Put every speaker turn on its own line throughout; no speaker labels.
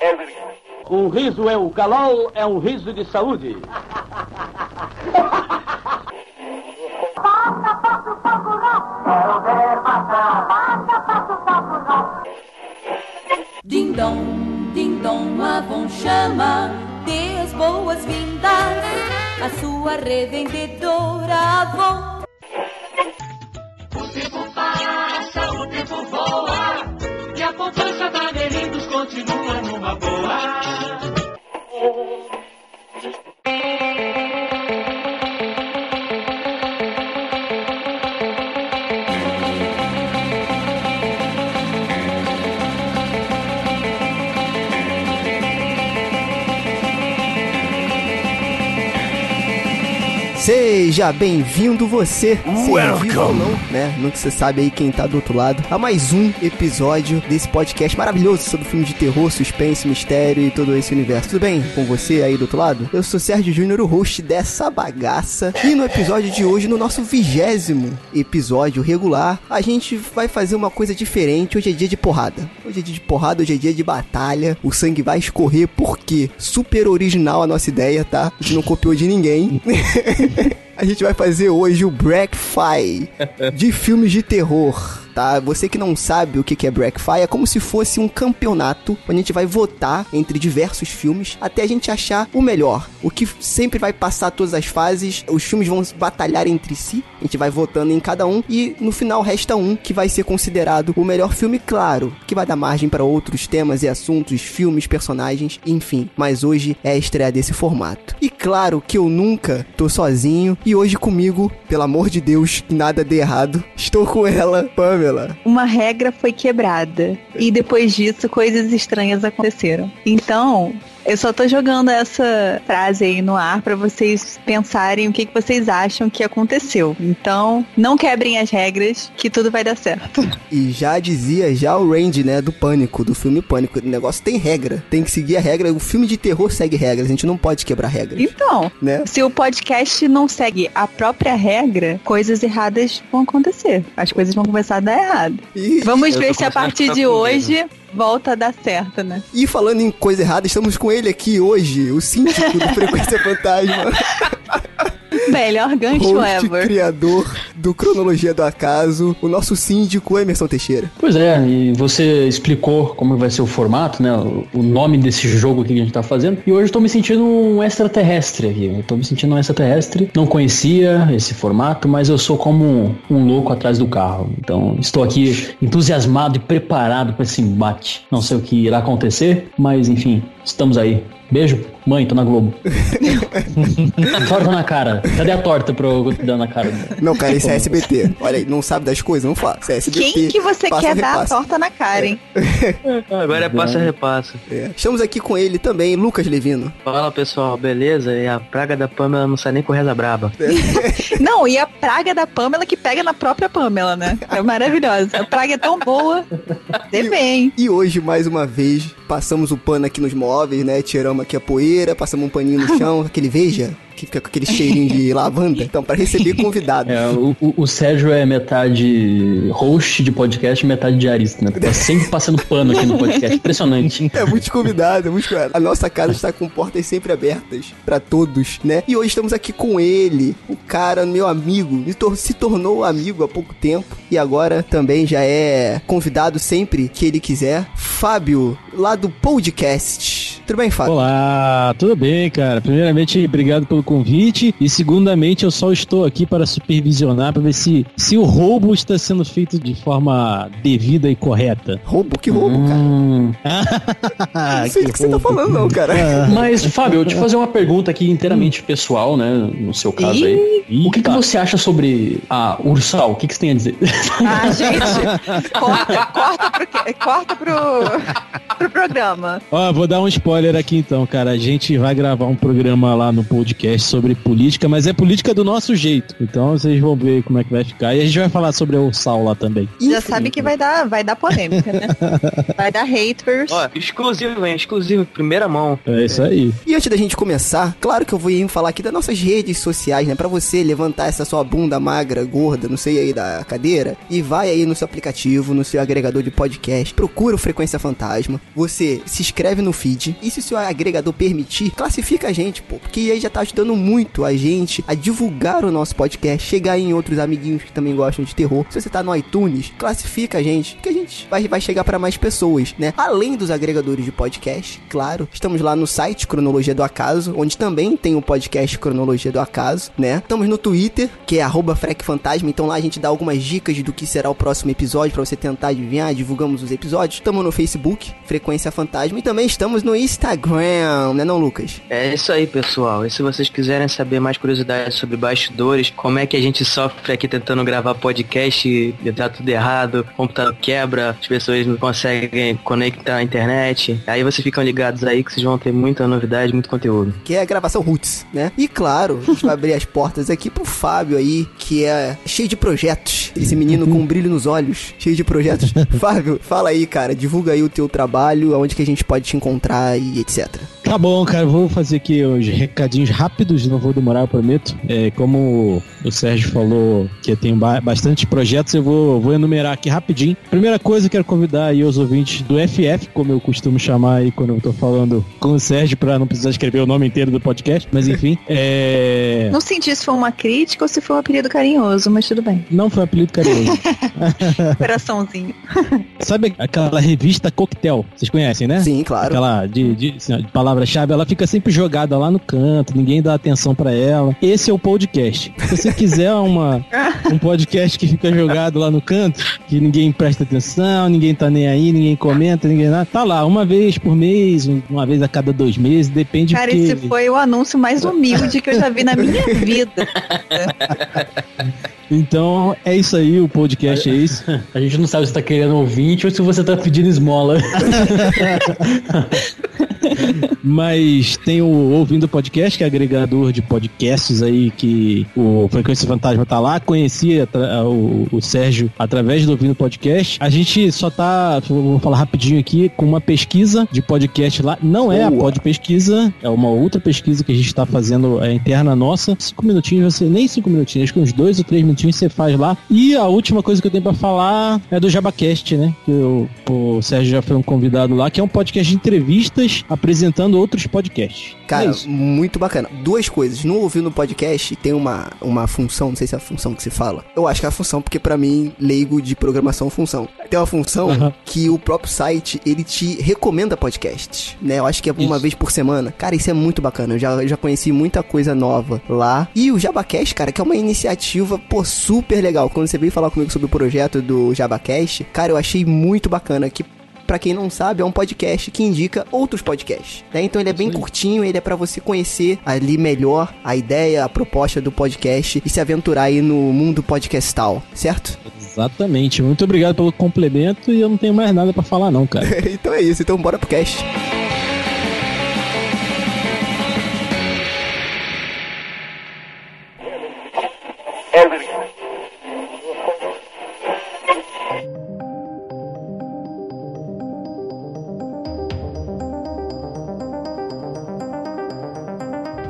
alegre.
Um riso é o calol, é um riso de saúde.
Passa, passa o fogo não. Quero ver passar. Passa, passa o fogo não.
Ding dong, ding dong, lá vão chama. Dê as boas-vindas à sua revendedora Avon.
O tempo passa, o tempo voa. E a poupança da Merrindos continua numa boa.
Seja bem-vindo você, seja vivo ou não, né? Nunca se sabe aí quem tá do outro lado. A mais um episódio desse podcast maravilhoso sobre filmes de terror, suspense, mistério e todo esse universo. Tudo bem com você aí do outro lado? Eu sou Sérgio Júnior, o host dessa bagaça. E no episódio de hoje, no nosso vigésimo episódio regular, a gente vai fazer uma coisa diferente. Hoje é dia de porrada. Hoje é dia de porrada, hoje é dia de batalha. O sangue vai escorrer porque super original a nossa ideia, tá? A gente não copiou de ninguém. A gente vai fazer hoje o Breakfy de filmes de terror. Tá? Você que não sabe o que que é Breakfy, é como se fosse um campeonato onde a gente vai votar entre diversos filmes até a gente achar o melhor. O que sempre vai passar todas as fases, os filmes vão batalhar entre si, a gente vai votando em cada um e no final resta um que vai ser considerado o melhor filme, claro, que vai dar margem para outros temas e assuntos, filmes, personagens, enfim. Mas hoje é a estreia desse formato. E claro que eu nunca tô sozinho e hoje comigo, pelo amor de Deus, que nada dê errado, estou com ela, Pamela.
Uma regra foi quebrada. E depois disso, coisas estranhas aconteceram. Então, eu só tô jogando essa frase aí no ar pra vocês pensarem o que, que vocês acham que aconteceu. Então, não quebrem as regras, que tudo vai dar certo.
E já dizia já o Randy, né, do Pânico, do filme Pânico. O negócio tem regra, tem que seguir a regra. O filme de terror segue regras, a gente não pode quebrar regras,
Então,
né?
se o podcast não segue a própria regra, coisas erradas vão acontecer. As coisas vão começar a dar errado.
E,
Vamos
Eu
ver
tô
se a
começando a
partir
ficar
de
com
hoje volta a dar certo, né?
e falando em coisa errada, estamos com ele aqui hoje, o síndico do Frequência Fantasma,
Melhor gancho
host
ever.
criador do Cronologia do Acaso, o nosso síndico Emerson Teixeira.
Pois é, e você explicou como vai ser o formato, né? O- O nome desse jogo aqui que a gente tá fazendo. E hoje eu tô me sentindo um extraterrestre aqui. Eu tô me sentindo um extraterrestre. Não conhecia esse formato, mas eu sou como um, um louco atrás do carro. Então estou aqui entusiasmado e preparado pra esse embate. Não sei o que irá acontecer, mas enfim, estamos aí. Beijo, mãe, tô na Globo. torta na cara. Cadê a torta pra eu dar na cara?
Não, cara, isso é SBT. Olha aí, não sabe das coisas, não fala. Isso é SBT.
Quem que você
passa
quer
ou
dar a
repassa.
torta na cara, hein?
Agora é passa repassa.
É. Estamos aqui com ele também, Lucas Levino.
Fala pessoal, beleza? E a praga da Pamela não sai nem com reza braba.
Não, e a praga da Pamela que pega na própria Pamela, né? É maravilhosa. A praga é tão boa. Dê bem.
E hoje, mais uma vez, passamos o pano aqui nos móveis, né? Tiramos aqui a poeira, passamos um paninho no chão, aquele veja, que fica com aquele cheirinho de lavanda. Então, para receber convidados.
É, o, o- o Sérgio é metade host de podcast, metade diarista, né? Tá sempre passando pano aqui no podcast. Impressionante.
É muito convidado, é muito convidado. A nossa casa está com portas sempre abertas pra todos, né? E hoje estamos aqui com ele, o cara, meu amigo, me tor- se tornou amigo há pouco tempo e agora também já é convidado sempre que ele quiser. Fábio, lá do podcast. Tudo bem, Fábio?
Olá, tudo bem, cara? Primeiramente, obrigado pelo convite. E segundamente, eu só estou aqui para supervisionar para ver se, se o roubo está sendo feito de forma devida e correta.
Roubo? Que roubo, cara?
Hum,
não sei do que você tá falando, não,
Ah.
cara.
mas, Fábio, eu te fazer uma pergunta aqui inteiramente pessoal, né? No seu caso aí. O que, que você acha sobre a Ursal? O que, que você tem a dizer?
Ah, gente. Corta, corta pro, que- corta pro, pro programa.
Ó, vou dar um spoiler.
spoiler aqui então, cara. A gente vai gravar um programa lá no podcast sobre política, mas é política do nosso jeito. Então vocês vão ver como é que vai ficar. E a gente vai falar sobre o Sal lá também.
Já sabe que vai dar, vai dar polêmica, né? Vai dar hate versus
Ó, exclusivo, hein? Exclusivo, primeira mão.
É isso aí.
E antes da gente começar, claro que eu vou ir falar aqui das nossas redes sociais, né? Pra você levantar essa sua bunda magra, gorda, não sei aí, da cadeira, e vai aí no seu aplicativo, no seu agregador de podcast, procura o Frequência Fantasma, você se inscreve no feed, e se o seu agregador permitir, classifica a gente, pô, porque aí já tá ajudando muito a gente a divulgar o nosso podcast, chegar em outros amiguinhos que também gostam de terror. Se você tá no iTunes, classifica a gente, que a gente vai, vai chegar pra mais pessoas, né? Além dos agregadores de podcast, claro, estamos lá no site Cronologia do Acaso, onde também tem o podcast Cronologia do Acaso, né? Estamos no Twitter, que é arroba FrecFantasma, então lá a gente dá algumas dicas do que será o próximo episódio pra você tentar adivinhar, divulgamos os episódios. Estamos no Facebook, Frequência Fantasma, e também estamos no Instagram, né não, Lucas?
É isso aí, pessoal. E se vocês quiserem saber mais curiosidades sobre bastidores, como é que a gente sofre aqui tentando gravar podcast e dá tudo errado, o computador quebra, as pessoas não conseguem conectar à internet. Aí vocês ficam ligados aí que vocês vão ter muita novidade, muito conteúdo.
que é a gravação Roots, né? E claro, a gente vai abrir as portas aqui pro Fábio aí, que é cheio de projetos. Esse menino com um brilho nos olhos, cheio de projetos. Fábio, fala aí, cara, divulga aí o teu trabalho, aonde que a gente pode te encontrar e etc.
Tá bom, cara, vou fazer aqui os recadinhos rápidos, não vou demorar, eu prometo. É, como o Sérgio falou que tem ba- bastante projetos, eu vou, vou enumerar aqui rapidinho. Primeira coisa, eu quero convidar aí os ouvintes do FF, como eu costumo chamar aí quando eu tô falando com o Sérgio, pra não precisar escrever o nome inteiro do podcast, mas enfim. É...
Não senti se foi uma crítica ou se foi um apelido carinhoso, mas tudo bem.
Não foi um apelido carinhoso.
Coraçãozinho.
Sabe aquela revista Coquetel? Vocês conhecem, né?
Sim, claro.
Aquela de, de, assim, ó, de palavra-chave, ela fica sempre jogada lá no canto, ninguém dá atenção pra ela. Esse é o podcast. Se você quiser uma, um podcast que fica jogado lá no canto, que ninguém presta atenção, ninguém tá nem aí, ninguém comenta, ninguém nada, tá lá, uma vez por mês, um- uma vez a cada dois meses, depende
Cara,
que...
esse foi o anúncio mais humilde que eu já vi na minha vida.
Então, é isso aí, o podcast é isso.
A gente não sabe se tá querendo ouvinte ou se você tá pedindo esmola.
Mas tem o Ouvindo Podcast, que é agregador de podcasts aí, que o Frequência Fantasma tá lá. Conheci atra- o, o Sérgio através do Ouvindo Podcast. A gente só tá, vou falar rapidinho aqui, com uma pesquisa de podcast lá. Não é a
Boa.
Pod Pesquisa, é uma outra pesquisa que a gente tá fazendo, é interna nossa. Cinco minutinhos, você nem cinco minutinhos, acho que uns dois ou três minutinhos você faz lá. E a última coisa que eu tenho pra falar é do Jabacast, né? Que eu- o Sérgio já foi um convidado lá, que é um podcast de entrevistas apresentando outros podcasts.
Cara,
é isso.
muito bacana. Duas coisas. No ouvindo o podcast, tem uma, uma função, não sei se é a função que se fala. Eu acho que é a função, porque pra mim, leigo de programação, é função. Tem uma função
Aham.
que o próprio site, ele te recomenda podcasts, né? Eu acho que é uma
Isso.
vez por semana. Cara, isso é muito bacana. Eu já, eu já conheci muita coisa nova lá. E o Jabacast, cara, que é uma iniciativa, pô, super legal. Quando você veio falar comigo sobre o projeto do Jabacast, cara, eu achei muito bacana que Pra quem não sabe, é um podcast que indica outros podcasts, né? Então ele é bem curtinho, ele é pra você conhecer ali melhor a ideia, a proposta do podcast e se aventurar aí no mundo podcastal, certo?
Exatamente. Muito obrigado pelo complemento e eu não tenho mais nada pra falar não, cara.
então é isso, então bora pro cast.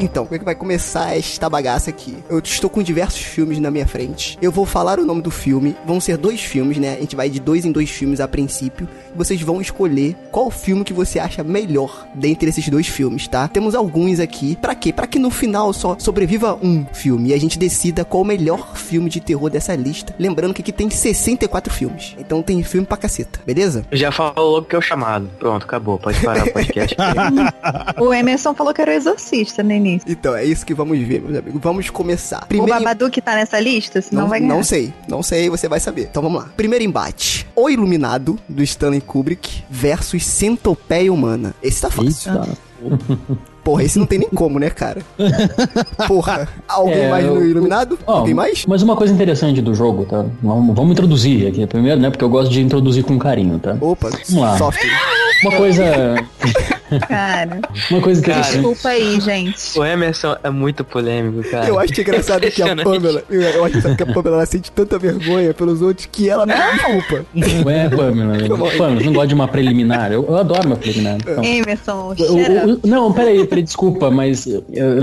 Então, como é que vai começar esta bagaça aqui? Eu estou com diversos filmes na minha frente. Eu vou falar o nome do filme. Vão ser dois filmes, né? A gente vai de dois em dois filmes a princípio. Vocês vão escolher qual filme que você acha melhor dentre esses dois filmes, tá? Temos alguns aqui. Pra quê? Pra que no final só sobreviva um filme e a gente decida qual o melhor filme de terror dessa lista. Lembrando que aqui tem 64 filmes. Então tem filme pra caceta, beleza?
Já falou logo que é o chamado. Pronto, acabou. Pode parar o podcast.
O Emerson falou que era o exorcista no início.
Então é isso que vamos ver, meus amigos. Vamos começar.
O Babadu que tá nessa lista, senão
Não,
vai ganhar.
não sei, não sei, você vai saber. Então vamos lá. Primeiro embate: O Iluminado, do Stanley Kubrick, versus Centopeia Humana. Esse tá fácil.
Eita.
Porra, esse não tem nem como, né, cara? Porra, alguém
É,
mais no
eu-
Iluminado?
Ó,
alguém mais?
Mas uma coisa interessante do jogo, tá? Vamos, vamos introduzir aqui primeiro, né? Porque eu gosto de introduzir com carinho, tá?
Opa,
lá.
software.
Uma coisa.
Cara,
Uma coisa
Cara.
interessante.
desculpa aí, gente.
O Emerson é muito polêmico, cara.
Eu acho engraçado que a
Impressionante.
Pamela. Eu acho engraçado que a Pamela ela sente tanta vergonha pelos outros que ela não desculpa.
Ué, Pamela. Pamela, você não gosta de uma preliminar? Eu, eu adoro uma preliminar. Então,
Emerson,
O-
shut up.
o- o- não, peraí, peraí, desculpa, mas eh,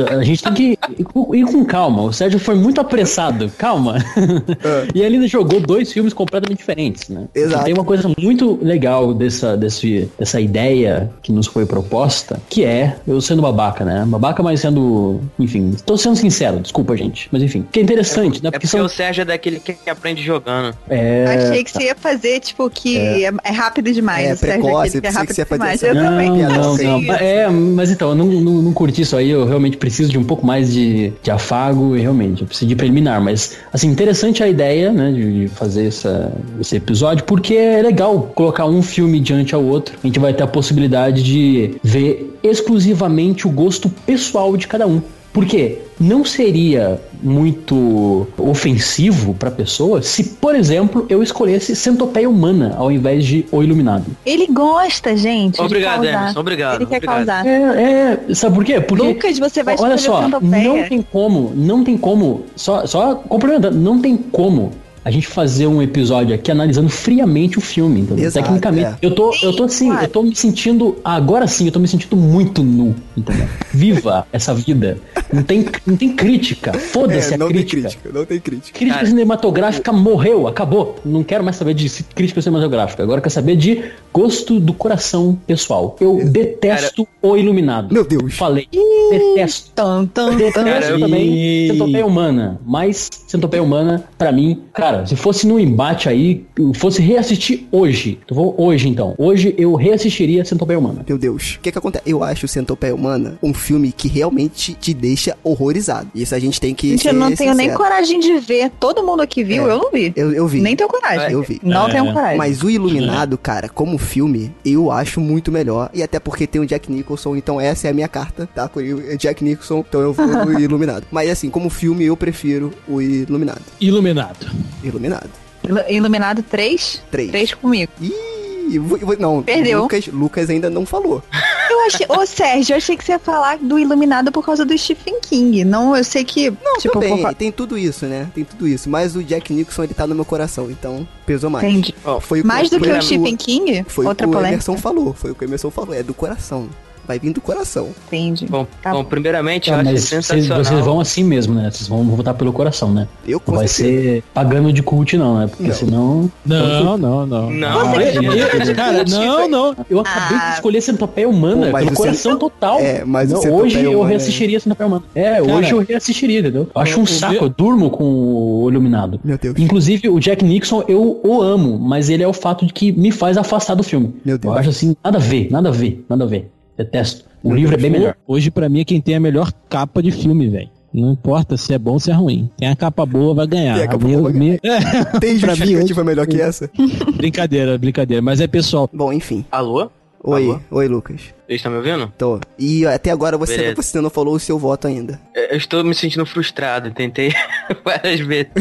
a gente tem que ir com- ir com calma. O Sérgio foi muito apressado, calma. E ele jogou dois filmes completamente diferentes, né?
Exato.
Tem uma coisa muito legal dessa, desse, dessa ideia que nos foi proposta, que é eu sendo babaca, né? Babaca, mas sendo. Enfim, tô sendo sincero, desculpa, gente. Mas enfim, que é interessante, né?
É porque
Porque são.
o Sérgio é daquele que aprende jogando.
é,
Achei que você ia fazer, tipo, que é, é rápido demais.
tá. É,
o Sérgio
precoce,
aquele que
pensei
é
que
rápido
você ia fazer
demais.
essa-
Eu
Não,
também.
não,
Sim.
não. É, mas então, eu não, não, não curti isso aí. Eu realmente preciso de um pouco mais de, de afago e realmente, eu preciso de preliminar. Mas, assim, interessante a ideia, né, de de fazer essa, esse episódio, porque é legal colocar um filme diante ao outro. A gente vai ter a possibilidade de ver exclusivamente o gosto pessoal de cada um. Por quê? Não seria muito ofensivo pra pessoa se, por exemplo, eu escolhesse Centopeia Humana ao invés de O Iluminado.
Ele gosta, gente.
Obrigado,
de causar.
Emerson. Obrigado.
Ele quer
obrigado.
causar.
É, é, sabe por quê? Porque
Lucas, você vai
olha
escolher
só,
centopeia.
não tem como, não tem como, só só complementando, não tem como a gente fazer um episódio aqui analisando friamente o filme, entendeu?
Exato,
Tecnicamente.
é.
Eu tô, eu tô assim,
claro.
eu tô me sentindo, agora sim, eu tô me sentindo muito nu, entendeu? Viva essa vida. Não tem, não tem crítica. Foda-se
É,
a
não tem
crítica.
crítica, não tem crítica.
Crítica
Cara,
cinematográfica morreu, acabou. Não quero mais saber de ci- crítica cinematográfica. Agora eu quero saber de gosto do coração pessoal. Eu detesto o Iluminado.
Meu Deus.
Falei. Detesto.
Tum, tum,
Detesto
Cara, eu-
também centopeia humana. Mas centopeia humana, pra mim, cara, se fosse num embate aí, eu fosse reassistir hoje. Eu vou hoje então. Hoje eu reassistiria centopeia humana.
Meu Deus. O que que acontece? Eu acho o Centopeia Humana um filme que realmente te deixa horrorizado. Isso a gente tem que
Gente, eu
ser
não tenho nem
sincero.
coragem de ver. Todo mundo aqui viu,
É.
eu não vi.
Eu, eu vi.
Nem tenho coragem.
Eu vi.
Não
É.
tenho coragem.
Mas o Iluminado, cara, como filme, eu acho muito melhor. E até porque tem o Jack Nicholson, então essa é a minha carta, tá? Com o Jack Nicholson, então eu vou no Iluminado. Mas assim, como filme, eu prefiro o Iluminado.
Iluminado.
Iluminado.
Ilu- Iluminado 3?
Três.
3 comigo.
Ih, eu vou- eu vou- não.
Perdeu.
Lucas, Lucas ainda não falou.
Eu achei. Ô, Sérgio, eu achei que você ia falar do Iluminado por causa do Stephen King. Não, eu sei que. tipo,
Tudo
por
bem,
fa-
tem tudo isso, né? Tem tudo isso. Mas o Jack Nicholson, ele tá no meu coração, então pesou mais.
Entendi.
Ó,
Foi o
Mais do
foi
que
o-
o Stephen King?
Foi
Outra
o que o
polêmica.
Emerson falou. Foi o que o Emerson falou. É do coração. Vai vir do coração.
Entendi.
Bom,
Tá
bom,
bom.
primeiramente, eu
Ah,
acho
mas vocês,
sensacional.
vocês vão assim mesmo, né? Vocês vão votar pelo coração, né?
Eu com
Não vai
certeza.
ser pagando de cult, não, né? Porque
Não.
senão.
Não, não, não.
Não,
Você que
imagina.
tá falando.
Cara, não, não.
Eu acabei
Ah.
de escolher Centopeia Humana
Pô, mas
pelo
o
coração total.
É, mas o
Não,
Centopeia
hoje eu
Humana é-
reassistiria Centopeia Humana. É, hoje eu reassistiria, entendeu? Eu acho
o-
um
o
saco,
meu-
eu durmo com o Iluminado.
Meu Deus.
Inclusive, o Jack Nixon, eu o amo, mas ele é o fato de que me faz afastar do filme.
Meu Deus.
Eu acho assim, nada a ver, nada a ver, nada a ver. Detesto. O
Meu
livro
Deus.
é bem melhor.
Hoje, pra mim, é quem tem a melhor capa de filme, velho. Não importa se é bom ou se é ruim. Quem a capa boa vai ganhar.
Quem a capa
Meu-
boa vai
me- É,
Tem
Pra mim, um
justificativa melhor que essa?
brincadeira, brincadeira. Mas é pessoal.
Bom, enfim.
Tá
Alô?
Oi,
Alô?
oi, Lucas.
Eles estão me ouvindo?
Tô. E até agora você,
Beleza.
você não falou o seu voto ainda.
Eu eu estou me sentindo frustrado. Tentei várias vezes.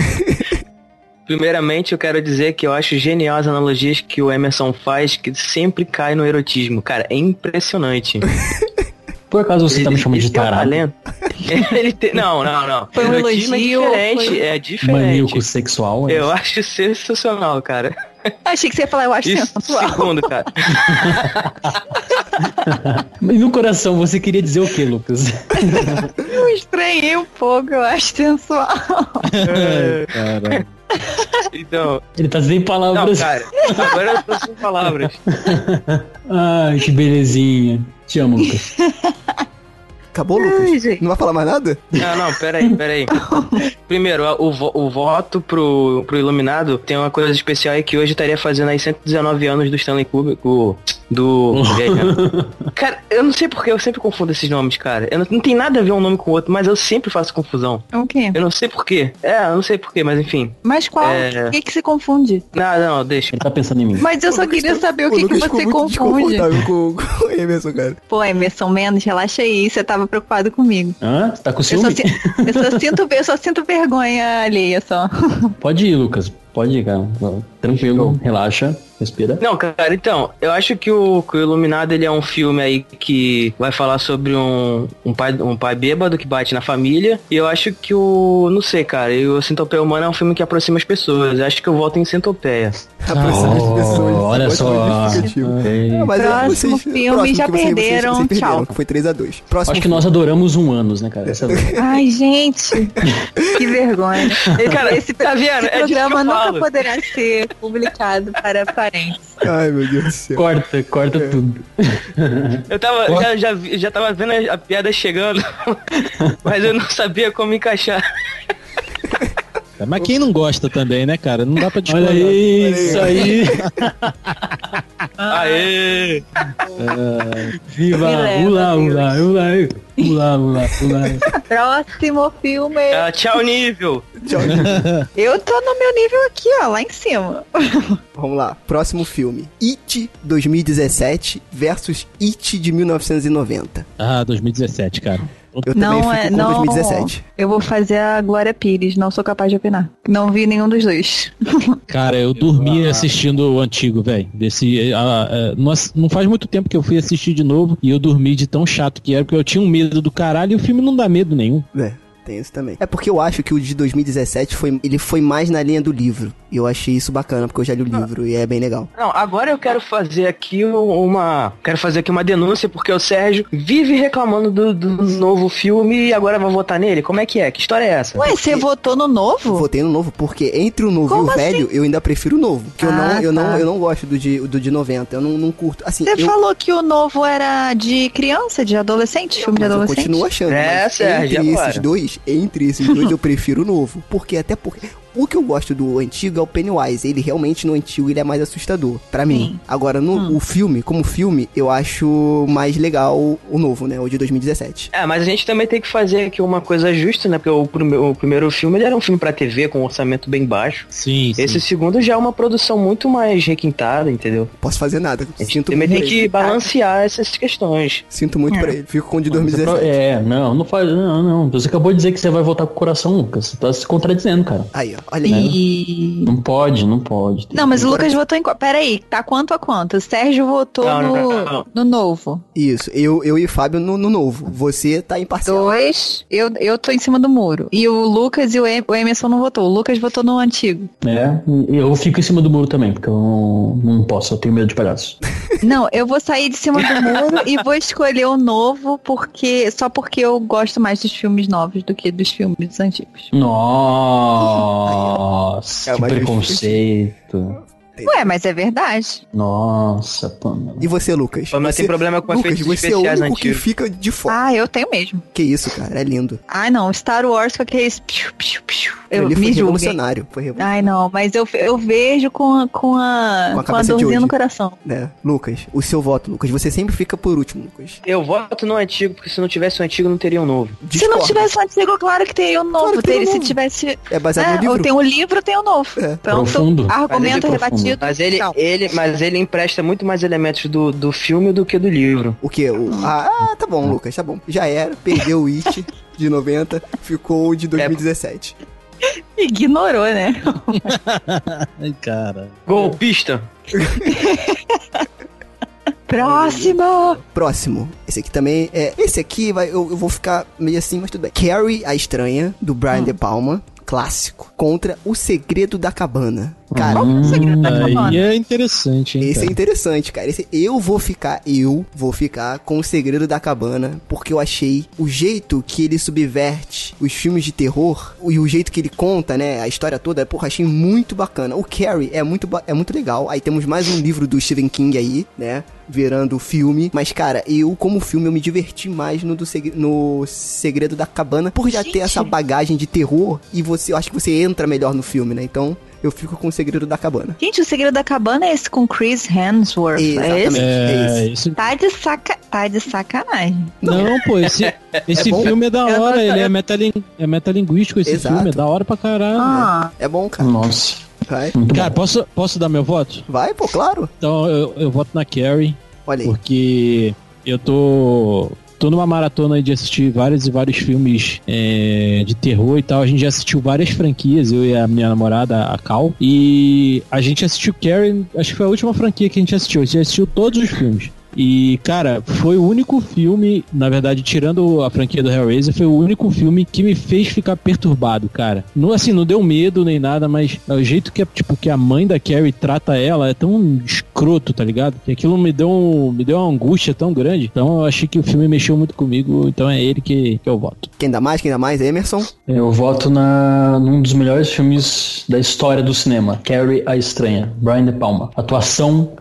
Primeiramente, eu quero dizer que eu acho genial as analogias que o Emerson faz, que sempre cai no erotismo. Cara, é impressionante.
Por acaso você tá me
Ele-
chamando
ele
de
tem um
tarado,
talento. Ele tem- Não, não, não.
Foi um
Erotismo
elogio,
É diferente.
foi-
É diferente.
maníaco sexual? é
Eu acho sensacional, cara.
Achei que você ia falar, eu acho
Isso,
sensual.
segundo, cara.
E no coração, você queria dizer o que, Lucas?
Eu estranhei um pouco, eu acho sensual.
Ai, cara.
Então,
Ele tá sem
não,
palavras.
cara. Agora eu tô sem palavras.
Ai, que belezinha. Te amo, Lucas.
Acabou, Lucas?
Ai, gente.
Não vai falar mais nada?
Não, não, peraí, peraí. Primeiro, o, vo- o voto pro, pro Iluminado tem uma coisa especial aí que hoje estaria fazendo aí 119 anos do Stanley Kubrick, o- do... cara, eu não sei porque eu sempre confundo esses nomes, cara. Eu não, não tem nada a ver um nome com o outro, mas eu sempre faço confusão.
O quê?
Eu não sei porquê. É, eu não sei porquê, mas enfim.
Mas qual?
É.
O que, que se confunde?
Não, não, deixa.
Ele tá pensando em mim.
Mas eu só queria saber o que, que você confunde.
desconfortável com, com o Emerson, cara.
Pô, Emerson Menos, relaxa aí, você tava preocupado comigo.
Hã? Você tá com
Eu
ciúme?
só, si- eu, só sinto, eu só sinto vergonha alheia só.
Pode ir, Lucas. Pode ir, cara. Tranquilo, relaxa. Respira.
Não, cara, então, eu acho que o, que o Iluminado ele é um filme aí que vai falar sobre um, um, pai, um pai bêbado que bate na família. E eu acho que o. Não sei, cara, e o Centopeia Humana é um filme que aproxima as pessoas. Eu acho que eu voto em Centopeia.
Aproximar as
Oh,
pessoas.
olha
Ótimo
só.
justificativo.
Ok.
Não, mas é,
Próximo
vocês-
filme,
próximo
já
que vocês-
perderam,
vocês perderam,
tchau.
que Foi 3x2. Próximo
Acho que nós adoramos um anos, né, cara? Essa-
Ai, gente, que vergonha.
Cara,
esse,
tá vendo?
esse
É disso que eu
programa nunca
falo.
poderá ser publicado para parentes.
Ai, meu Deus do céu.
corta,
É.
corta tudo.
Eu tava,
Porra.
já, já, vi- já tava vendo a, a piada chegando, mas eu não sabia como encaixar.
Mas quem não gosta também, né, cara? Não dá pra
Olha
discordar.
aí, isso aí.
Aê!
Viva!
Me leva,
Ula,
Deus.
ula, ula, ula, ula, ula.
Próximo filme.
Ah, tchau, nível!
Tchau, gente.
Eu tô no meu nível aqui, ó, lá em cima.
Vamos lá. Próximo filme. It 2017 versus It de 1990.
Ah, 2017, cara.
Eu
não
também
é,
fico com
não.
2017.
Eu vou fazer a Glória Pires, não sou capaz de opinar. Não vi nenhum dos dois.
Cara, eu dormi assistindo o antigo, velho. Desse, ah, ah, não, ass- não faz muito tempo que eu fui assistir de novo e eu dormi de tão chato que era, porque eu tinha um medo do caralho e o filme não dá medo nenhum.
É, tem isso também. É porque eu acho que o de 2017 foi, ele foi mais na linha do livro. E eu achei isso bacana, porque eu já li o
Ah.
livro e é bem legal.
Não, agora eu quero fazer aqui uma. Quero fazer aqui uma denúncia, porque o Sérgio vive reclamando do, do novo filme e agora vai votar nele. Como é que é? Que história é essa?
Ué, você votou no novo?
Votei no novo, porque entre o novo
Como
e o
assim?
velho, eu ainda prefiro o novo. Que eu, não,
Ah,
eu, não,
tá.
eu não gosto do de, do de 90. Eu não, não curto. Assim,
Você
eu,
falou que o novo era de criança, de adolescente, filme de
Mas eu
adolescente.
continuo achando.
É,
mas
Sérgio,
entre
agora.
esses dois, entre esses dois, eu prefiro o novo. Porque até porque. O que eu gosto do antigo é o Pennywise. Ele realmente no antigo ele é mais assustador, pra mim.
Sim. Hum.
Agora, no o filme, como filme, eu acho mais legal o novo, né? O de 2017.
É, mas a gente também tem que fazer aqui uma coisa justa, né? Porque o, prime- o primeiro filme ele era um filme pra TV com um orçamento bem baixo.
Sim,
Esse segundo já é uma produção muito mais requintada, entendeu?
Posso fazer nada.
A gente
Sinto
também
muito,
tem
pra ele.
que balancear essas questões.
Sinto muito
É.
pra ele. Fico com o de 2017.
É, não, não faz. Não, não. Você acabou de dizer que você vai voltar com o coração, Lucas. Você tá se contradizendo, cara.
Aí, ó. Olha aí.
E...
Não pode, não pode.
Não, mas o Lucas votou em qual? Peraí, tá quanto a quanto? O Sérgio votou
Não, não,
no,
não, não.
no novo.
Isso. Eu, eu e o Fábio no, no novo. Você tá imparcial.
Dois, eu, eu tô em cima do muro. E o Lucas e o, Em- o Emerson não votou. O Lucas votou no antigo.
É, e eu fico em cima do muro também, porque eu não, não posso, eu tenho medo de palhaços.
Não, eu vou sair de cima do muro e vou escolher o novo porque só porque eu gosto mais dos filmes novos do que dos filmes antigos.
Nossa,
É
que
uma
preconceito.
Ué, mas é verdade.
Nossa, Pamela.
E você, Lucas?
Pamela
você...
tem problema com
Lucas,
efeitos
você é o
especiais
único que
antigos.
fica de fora.
Ah, eu tenho mesmo.
Que isso, cara. É lindo.
Ai, não, Star Wars com aqueles. Piu, piu, piu. Eu
Ele
me
foi
julguem.
revolucionário. Foi revolucionário.
Ai, não, mas eu, eu vejo com a, com
Com
a,
a
com a
cabeça de
dorzinha
hoje.
no coração.
Né? Lucas, o seu voto, Lucas. Você sempre fica por último, Lucas.
Eu voto no antigo, porque se não tivesse o antigo, não teria um novo.
Se não
Discordo.
tivesse o antigo, claro que teria o novo.
Claro que teria o
teria, se
novo.
tivesse.
É baseado
É,
no livro.
ou tem o livro, tem o novo.
É.
Pronto,
Profundo.
argumento
Mas ele é profundo.
rebatido.
Mas ele,
Não.
ele, mas ele empresta muito mais elementos do, do filme do que do livro.
O que? O... Ah, tá bom, Lucas, tá bom. Já era. Perdeu o It de 90, ficou o
É.
de 2017.
Ignorou, né?
Ai, cara.
Golpista!
Próximo!
Próximo. Esse aqui também é. Esse aqui vai... eu, eu vou ficar meio assim, mas tudo bem. Carrie a Estranha, do Brian De Palma. Clássico. Contra O Segredo da Cabana. Cara,
Qual que é o segredo da cabana?
Aí é interessante, hein,
Esse é
cara.
interessante, cara. Esse, eu vou ficar, eu vou ficar com o segredo da cabana, porque eu achei o jeito que ele subverte os filmes de terror e o jeito que ele conta, né, a história toda, porra, achei muito bacana. O Carrie é muito, ba- é muito legal. Aí temos mais um livro do Stephen King aí, né? Virando filme, mas cara, eu como filme eu me diverti mais no, do segre- no Segredo da Cabana por já ter
Gente.
essa bagagem de terror e você, eu acho que você entra melhor no filme, né? Então eu fico com o Segredo da Cabana.
Gente, o segredo da cabana é esse com Chris Hemsworth. É
Exatamente.
esse?
é
É,
isso.
esse-
Tá de, saca... tá de sacanagem.
Não, pô, esse, esse
bom?
filme é da
Eu
hora,
não-
ele é, metalin... é metalinguístico esse
Exato.
filme, é da hora pra caralho.
Ah,
É bom,
Hum.
cara.
Nossa,
Vai,
muito
Cara, posso, posso dar meu voto?
vai pô, claro.
Então eu, eu voto na Carrie,
Olha aí.
porque eu tô tô numa maratona aí de assistir vários e vários filmes é, de terror e tal. A gente já assistiu várias franquias, eu e a minha namorada, a Cal. E a gente assistiu Carrie, acho que foi a última franquia que a gente assistiu. A gente já assistiu todos os filmes. E, cara, foi o único filme, na verdade, tirando a franquia do Hellraiser, foi o único filme que me fez ficar perturbado, cara. Não, assim, não deu medo nem nada, mas o jeito que, a- tipo, que a mãe da Carrie trata ela é tão escroto, tá ligado? Que aquilo me deu, um- me deu uma angústia tão grande. Então eu achei que o filme mexeu muito comigo, então é ele que, que eu voto.
Quem dá mais? Quem dá mais? Emerson?
Eu voto na, num dos melhores filmes da história do cinema, Carrie a Estranha, Brian De Palma. Atuação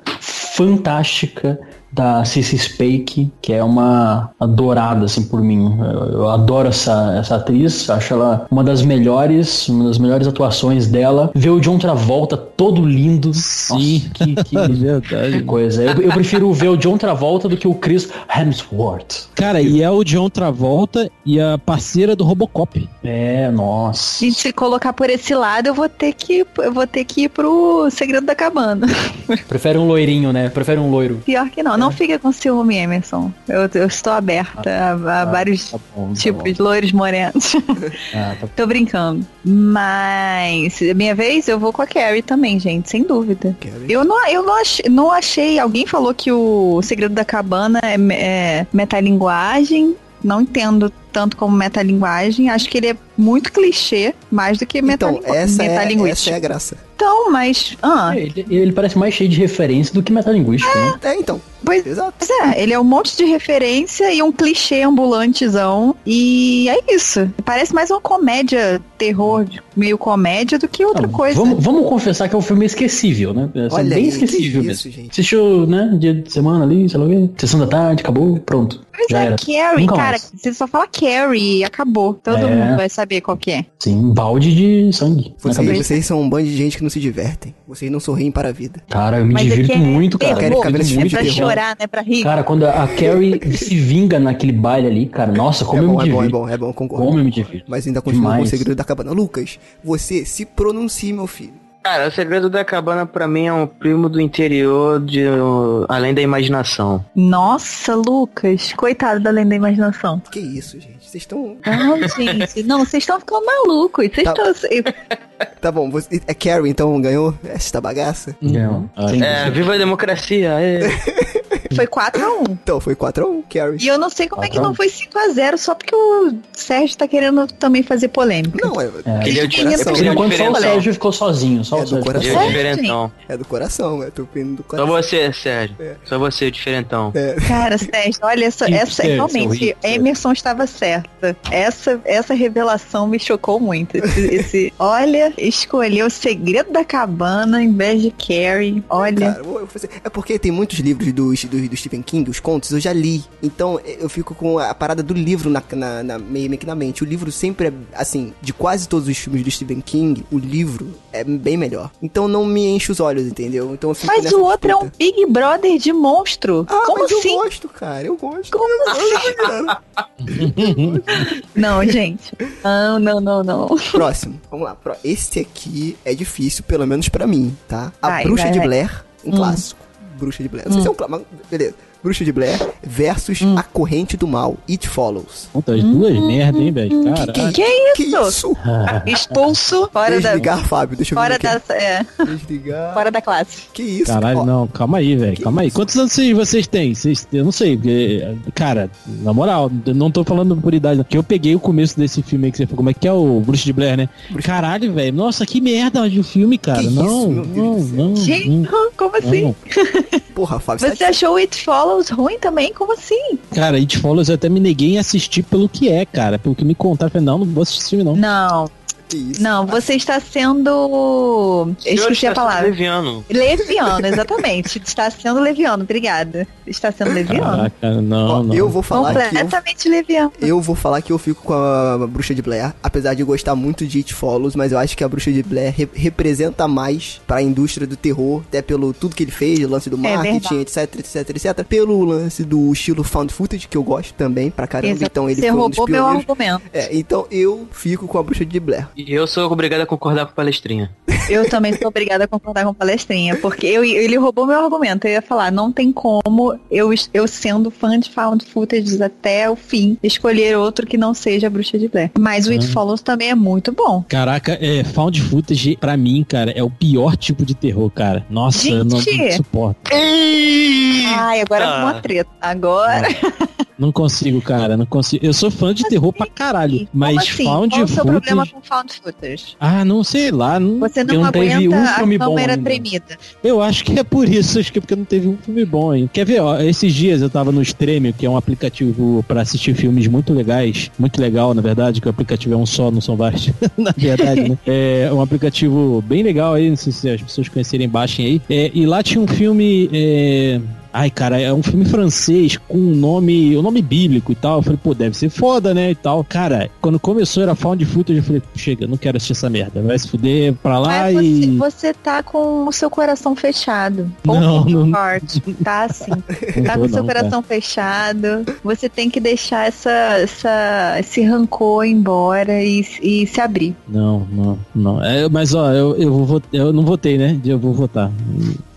fantástica da Cissy Spake, que é uma adorada assim por mim. Eu, eu adoro essa, essa atriz, acho ela uma das melhores, uma das melhores atuações dela. Ver o John Travolta todo lindo. Sim, que, que- que
verdade.
coisa. Eu, eu prefiro ver o John Travolta do que o Chris Hemsworth.
Cara, e é o John Travolta e a parceira do Robocop.
É, nossa.
Gente, se colocar por esse lado, eu vou ter que, eu vou ter que ir pro Segredo da Cabana.
Prefere um loirinho, né? Prefere um loiro.
Pior que não. Não fica com ciúme, Emerson. Eu, eu estou aberta a,
Ah,
a vários
Tá bom, tá
tipos de loiros morenos.
bom. Ah, tá-
Tô brincando. Mas, é minha vez, eu vou com a Carrie também, gente, sem dúvida.
Carrie.
Eu não, eu não, ach- não achei. Alguém falou que o Segredo da Cabana é, me- é metalinguagem. Não entendo tanto como metalinguagem. Acho que ele é muito clichê, mais do que
Então,
metalingu...
essa é, essa
metalinguística.
é a É. graça.
Então, mas. Ah,
Ele, ele parece mais cheio de referência do que metalinguístico, né?
É, então.
pois
Exato.
Pois é, ele é um monte de referência e um clichê ambulantezão. E é isso. Parece mais uma comédia, terror, de- meio comédia, do que outra
Não,
coisa.
Vamos, vamos confessar que é um filme esquecível, né? É
Olha
bem
aí,
esquecível
que
mesmo.
isso, gente.
Assistiu, né? Dia de semana ali, sei lá o quê. Sessão da tarde, acabou, pronto.
Pois
Já
é,
era.
Carrie,
Nunca
cara,
mais.
você só fala Carrie e acabou. Todo
É.
mundo vai saber qual que é.
Sim, um balde de sangue. na
Vocês,
cabeça.
vocês são um bando de gente que não se divertem. Vocês não sorriem para a vida.
Cara, eu me
Mas é
divirto
que é
muito, cara.
terror,
Eu me divirto
é
muito,
É pra
terror.
chorar, né? Pra rir.
Cara, quando a Carrie se vinga naquele baile ali, cara, nossa, como
é,
eu
bom,
me
é bom,
divirto.
é bom, é bom, concordo.
Como eu me divirto.
Mas ainda continua com o
Demais.
segredo da cabana. Lucas, você se pronuncie, meu filho.
Cara, o Segredo da Cabana pra mim é um primo do interior de uh, além da imaginação.
Nossa, Lucas, coitado da lenda da imaginação.
Que isso, gente? Vocês estão.
Não, gente, não, vocês estão ficando malucos. Vocês
Tá.
estão.
Tá bom, você... é Carrie então ganhou esta bagaça?
Uhum.
Não,
Ah,
sem
É, viva a democracia!
É
aê.
Foi 4x1.
Então, foi 4x1, Carrie.
E eu não sei como é que
Patrão.
não foi 5x0, só porque o Sérgio tá querendo também fazer polêmica.
Não, é,
Ele é o
Tinha
diferentão.
pra
Por
Ele é o
enquanto só o
diferentão.
Sérgio ficou sozinho, só
É
o
do
Sérgio. ficou
coração.
Ele é o diferentão.
é do coração, é do pino do
Só
coração.
você, Sérgio.
É.
Só você, o diferentão.
Cara, Sérgio, olha só,
Hipster,
essa
seu
realmente,
hipster.
Emerson estava certa. Essa, essa revelação me chocou muito. Esse, esse- olha, escolheu o segredo da cabana em vez de Carrie. Olha.
Cara, eu vou fazer- É porque tem muitos livros do, do, do Stephen King, os contos, eu já li. Então eh, eu fico com a parada do livro na, na, na- meio meio que na mente. O livro sempre é, assim, de quase todos os filmes do Stephen King, o livro é bem melhor. Então não me enche os olhos, entendeu? Então eu fico
mas
nessa
o outro é um
disputa.
Big Brother de monstro.
Ah,
Como
mas
assim?
eu gosto, cara. Eu gosto. Ah,
Como assim?
eu gosto, cara.
Não, gente. Não, não, não, não.
Próximo. Vamos lá. pró- Esse aqui é difícil, pelo menos pra mim, tá? A
Vai,
Bruxa
vai,
de
vai. Hum.
Blair, um clássico. Bruxa de Blair. Não sei se é um clássico, mas beleza. Bruxa de Blair versus
Hum.
A Corrente do Mal, It Follows.
Puta, as duas merda, hein, velho? Cara.
Que,
Que é
que isso?
Expulso fora da.
Desligar, Fábio. Deixa eu ver
Fora
aqui.
da, é,
Desligar.
fora da classe.
Que isso?
Caralho,
Ó,
não, calma aí, velho, calma aí. Quantos anos vocês- vocês têm? Vocês, eu não sei, porque, cara, na moral, eu não tô falando por idade, não, porque eu peguei o começo desse filme aí que você falou, como é que é o Bruxo de Blair, né? Caralho, velho, nossa, que merda de um filme, cara.
Que isso,
não,
meu
não,
Deus do
não,
Gente,
não,
como assim?
Uhum.
não.
Porra, Fábio.
Você
tá-
achou o It Follows ruim também? Como assim?
Cara, It Follows eu até me neguei em assistir pelo que é, cara, pelo que me contaram. Eu Falei, não, não vou assistir esse filme,
Uhum.
não.
Não,
Que isso?
não, você está sendo.
O senhor
Esqueci
está
a palavra.
tá Leviano.
Leviano, exatamente. Está sendo leviano, obrigada. Está sendo leviano.
Caraca,
Ó,
não, não.
Eu vou falar que eu
Completamente leviano.
Eu vou falar que eu fico com a Bruxa de Blair, apesar de eu gostar muito de It Follows, mas eu acho que a Bruxa de Blair re- representa mais pra indústria do terror, até pelo tudo que ele fez, o lance do
É
marketing, etc, etc, etc, pelo lance do estilo found footage que eu gosto também pra caramba,
Exato.
então ele
Você
foi um dos
roubou meu
pioneiros.
argumento.
É, então eu fico com a Bruxa de Blair.
E eu sou obrigado a concordar com a palestrinha.
Eu também sou obrigada a concordar com o palestrinha, porque eu, ele roubou meu argumento. Eu ia falar, não tem como eu, eu sendo fã de found footages até o fim, escolher outro que não seja a Bruxa de Blair. Mas o It Follows também é muito bom.
Caraca, é, found footage, pra mim, cara, é o pior tipo de terror, cara. Nossa, eu não,
Gente!
não suporto.
Ai, agora é uma treta. Agora.
Não consigo, cara, não consigo. Eu sou fã de
Como
terror
assim?
pra caralho,
Como
mas
assim?
found
Qual o seu
footage...
problema com found footage?
Ah, não sei lá. Não,
Você não,
porque
aguenta a câmera
ainda.
tremida.
Eu acho que é por isso, acho que é porque não teve um filme bom ainda. Quer ver, ó, esses dias eu tava no Stremio, que é um aplicativo pra assistir filmes muito legais, muito legal, na verdade, que o aplicativo é um só, não são vários, na verdade, né? É um aplicativo bem legal aí, não sei se as pessoas conhecerem, baixem aí. É, e lá tinha um filme... é, Ai, cara, é um filme francês com um nome, um nome bíblico e tal. Eu falei, pô, deve ser foda, né? E tal. Cara, quando começou era found footage, eu falei, chega, não quero assistir essa merda. Vai se fuder pra lá
Mas
e.
você, você tá com o seu coração fechado. Ou
Não,
muito
não-
forte. Tá assim.
Não
Tá
tô
com o seu
não, cara.
coração fechado. Você tem que deixar essa, essa, esse rancor embora e, e se abrir.
Não, não, não. É, mas ó, eu, eu, vou, vot- eu não votei, né? Eu vou votar.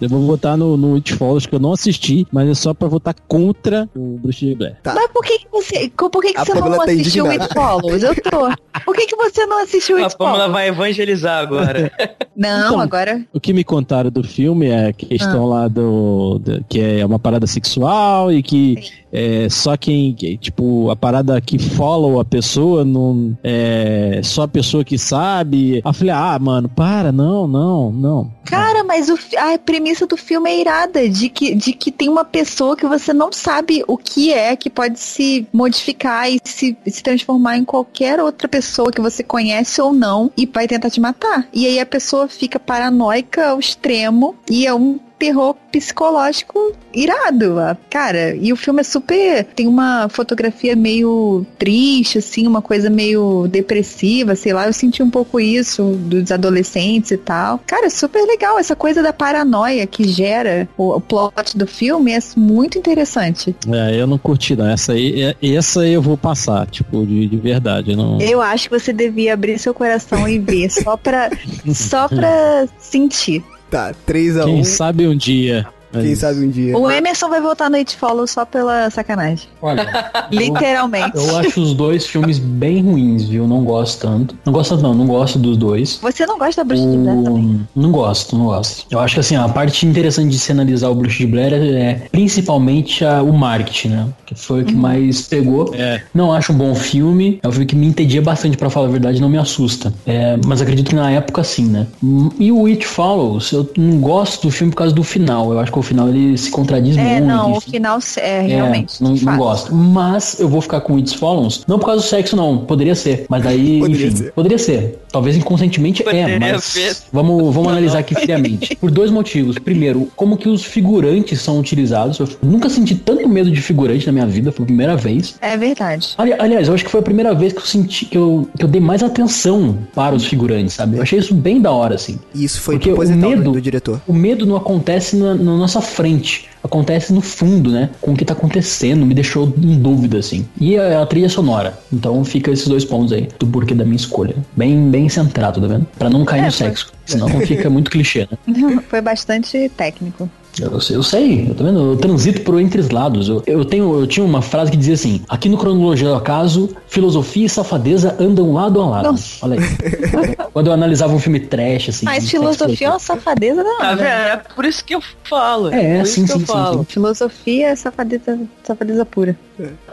Eu vou votar no, no It Follows, que eu não assisti, mas é só pra votar contra o Bruxa de Blair.
Tá.
Mas por que, que você, por que que
A
você não
Pamela tá
assistiu
indignada.
It Follows? Eu tô. Por que, que você não assistiu
A
é
It
Pâmela
Follows?
vai evangelizar agora.
Não,
Então,
agora.
O que me contaram do filme é a questão lá do, do- que é uma parada sexual e que é, só quem que, tipo a parada que follow a pessoa não é só a pessoa que sabe. Aí eu falei, ah, mano, para, não, não, não.
Cara, mas o fi- a premissa do filme é irada, de que, de que tem uma pessoa que você não sabe o que é, que pode se modificar e se, se transformar em qualquer outra pessoa que você conhece ou não e vai tentar te matar. E aí a pessoa fica paranoica ao extremo e é um terror psicológico irado, ah, cara. E o filme é super. Tem uma fotografia meio triste, assim, uma coisa meio depressiva, sei lá. Eu senti um pouco isso dos adolescentes e tal. Cara, é super legal. Essa coisa da paranoia que gera o, o plot do filme é muito interessante.
É, eu não curti, não. Essa aí, é- essa aí eu vou passar, tipo, de, de verdade. eu Não...
Hum.
Eu acho que você devia abrir seu coração e ver, só pra, só pra sentir.
Tá, 3x1.
Quem
Quem,
sabe um dia.
é
sabe um dia.
O Emerson vai voltar no It Follow só pela sacanagem.
Olha,
Literalmente.
eu acho os dois filmes bem ruins, viu? Não gosto tanto. Não gosto tanto, não. Não gosto dos dois.
Você não gosta da Bruxa de Blair também?
O... Não gosto, não gosto. Eu acho que assim, a parte interessante de se analisar o Bruxo de Blair é, é principalmente a- o marketing, né? Que foi o
Uhum.
que mais pegou.
É.
Não acho um bom filme. É um filme que me entedia bastante, pra falar a verdade, não me assusta. É, mas acredito que na época sim, né? Hum, E o It Follows, eu não gosto do filme por causa do final. Eu acho que o final ele se contradiz
É,
muito.
não, o
enfim.
final é
É,
realmente.
não,
de
não
fato.
gosto. Mas eu vou ficar com It's Follows. Não por causa do sexo, não. Poderia ser. Mas daí,
Poderia
enfim.
ser.
Poderia ser. Talvez inconscientemente é,
Poderia
mas.
ser.
Vamos, vamos analisar aqui friamente. Por dois motivos. Primeiro, como que os figurantes são utilizados. Eu nunca senti tanto medo de figurante na minha vida. Foi a primeira vez.
É verdade.
Ali- Aliás, eu acho que foi a primeira vez que eu senti que eu, que eu dei mais atenção para os figurantes, sabe? Eu achei isso bem da hora, assim.
E isso foi
Porque o
proposital do,
medo-
do diretor.
O medo não acontece na, na nossa frente, acontece no fundo, né? Com o que tá acontecendo, me deixou em dúvida, assim. E a, a trilha sonora. Então fica esses dois pontos aí, do porquê da minha escolha. Bem, bem centrado, tá vendo? Pra não cair
É,
no
foi.
sexo. Senão fica muito clichê, né?
Foi bastante técnico.
Eu, sei- eu sei, eu tô vendo, eu transito por entre os lados. Eu, eu tenho, eu tinha uma frase que dizia assim: aqui no cronologia do acaso, filosofia e safadeza andam lado a lado.
Nossa.
Olha aí. Quando eu analisava um filme trash, assim.
Mas
de
filosofia é
sexo,
uma safadeza da
Tá
hora.
vendo? É por isso que eu falo.
É,
por
sim,
isso que
sim,
eu
sim,
falo.
Filosofia é safadeza, safadeza pura.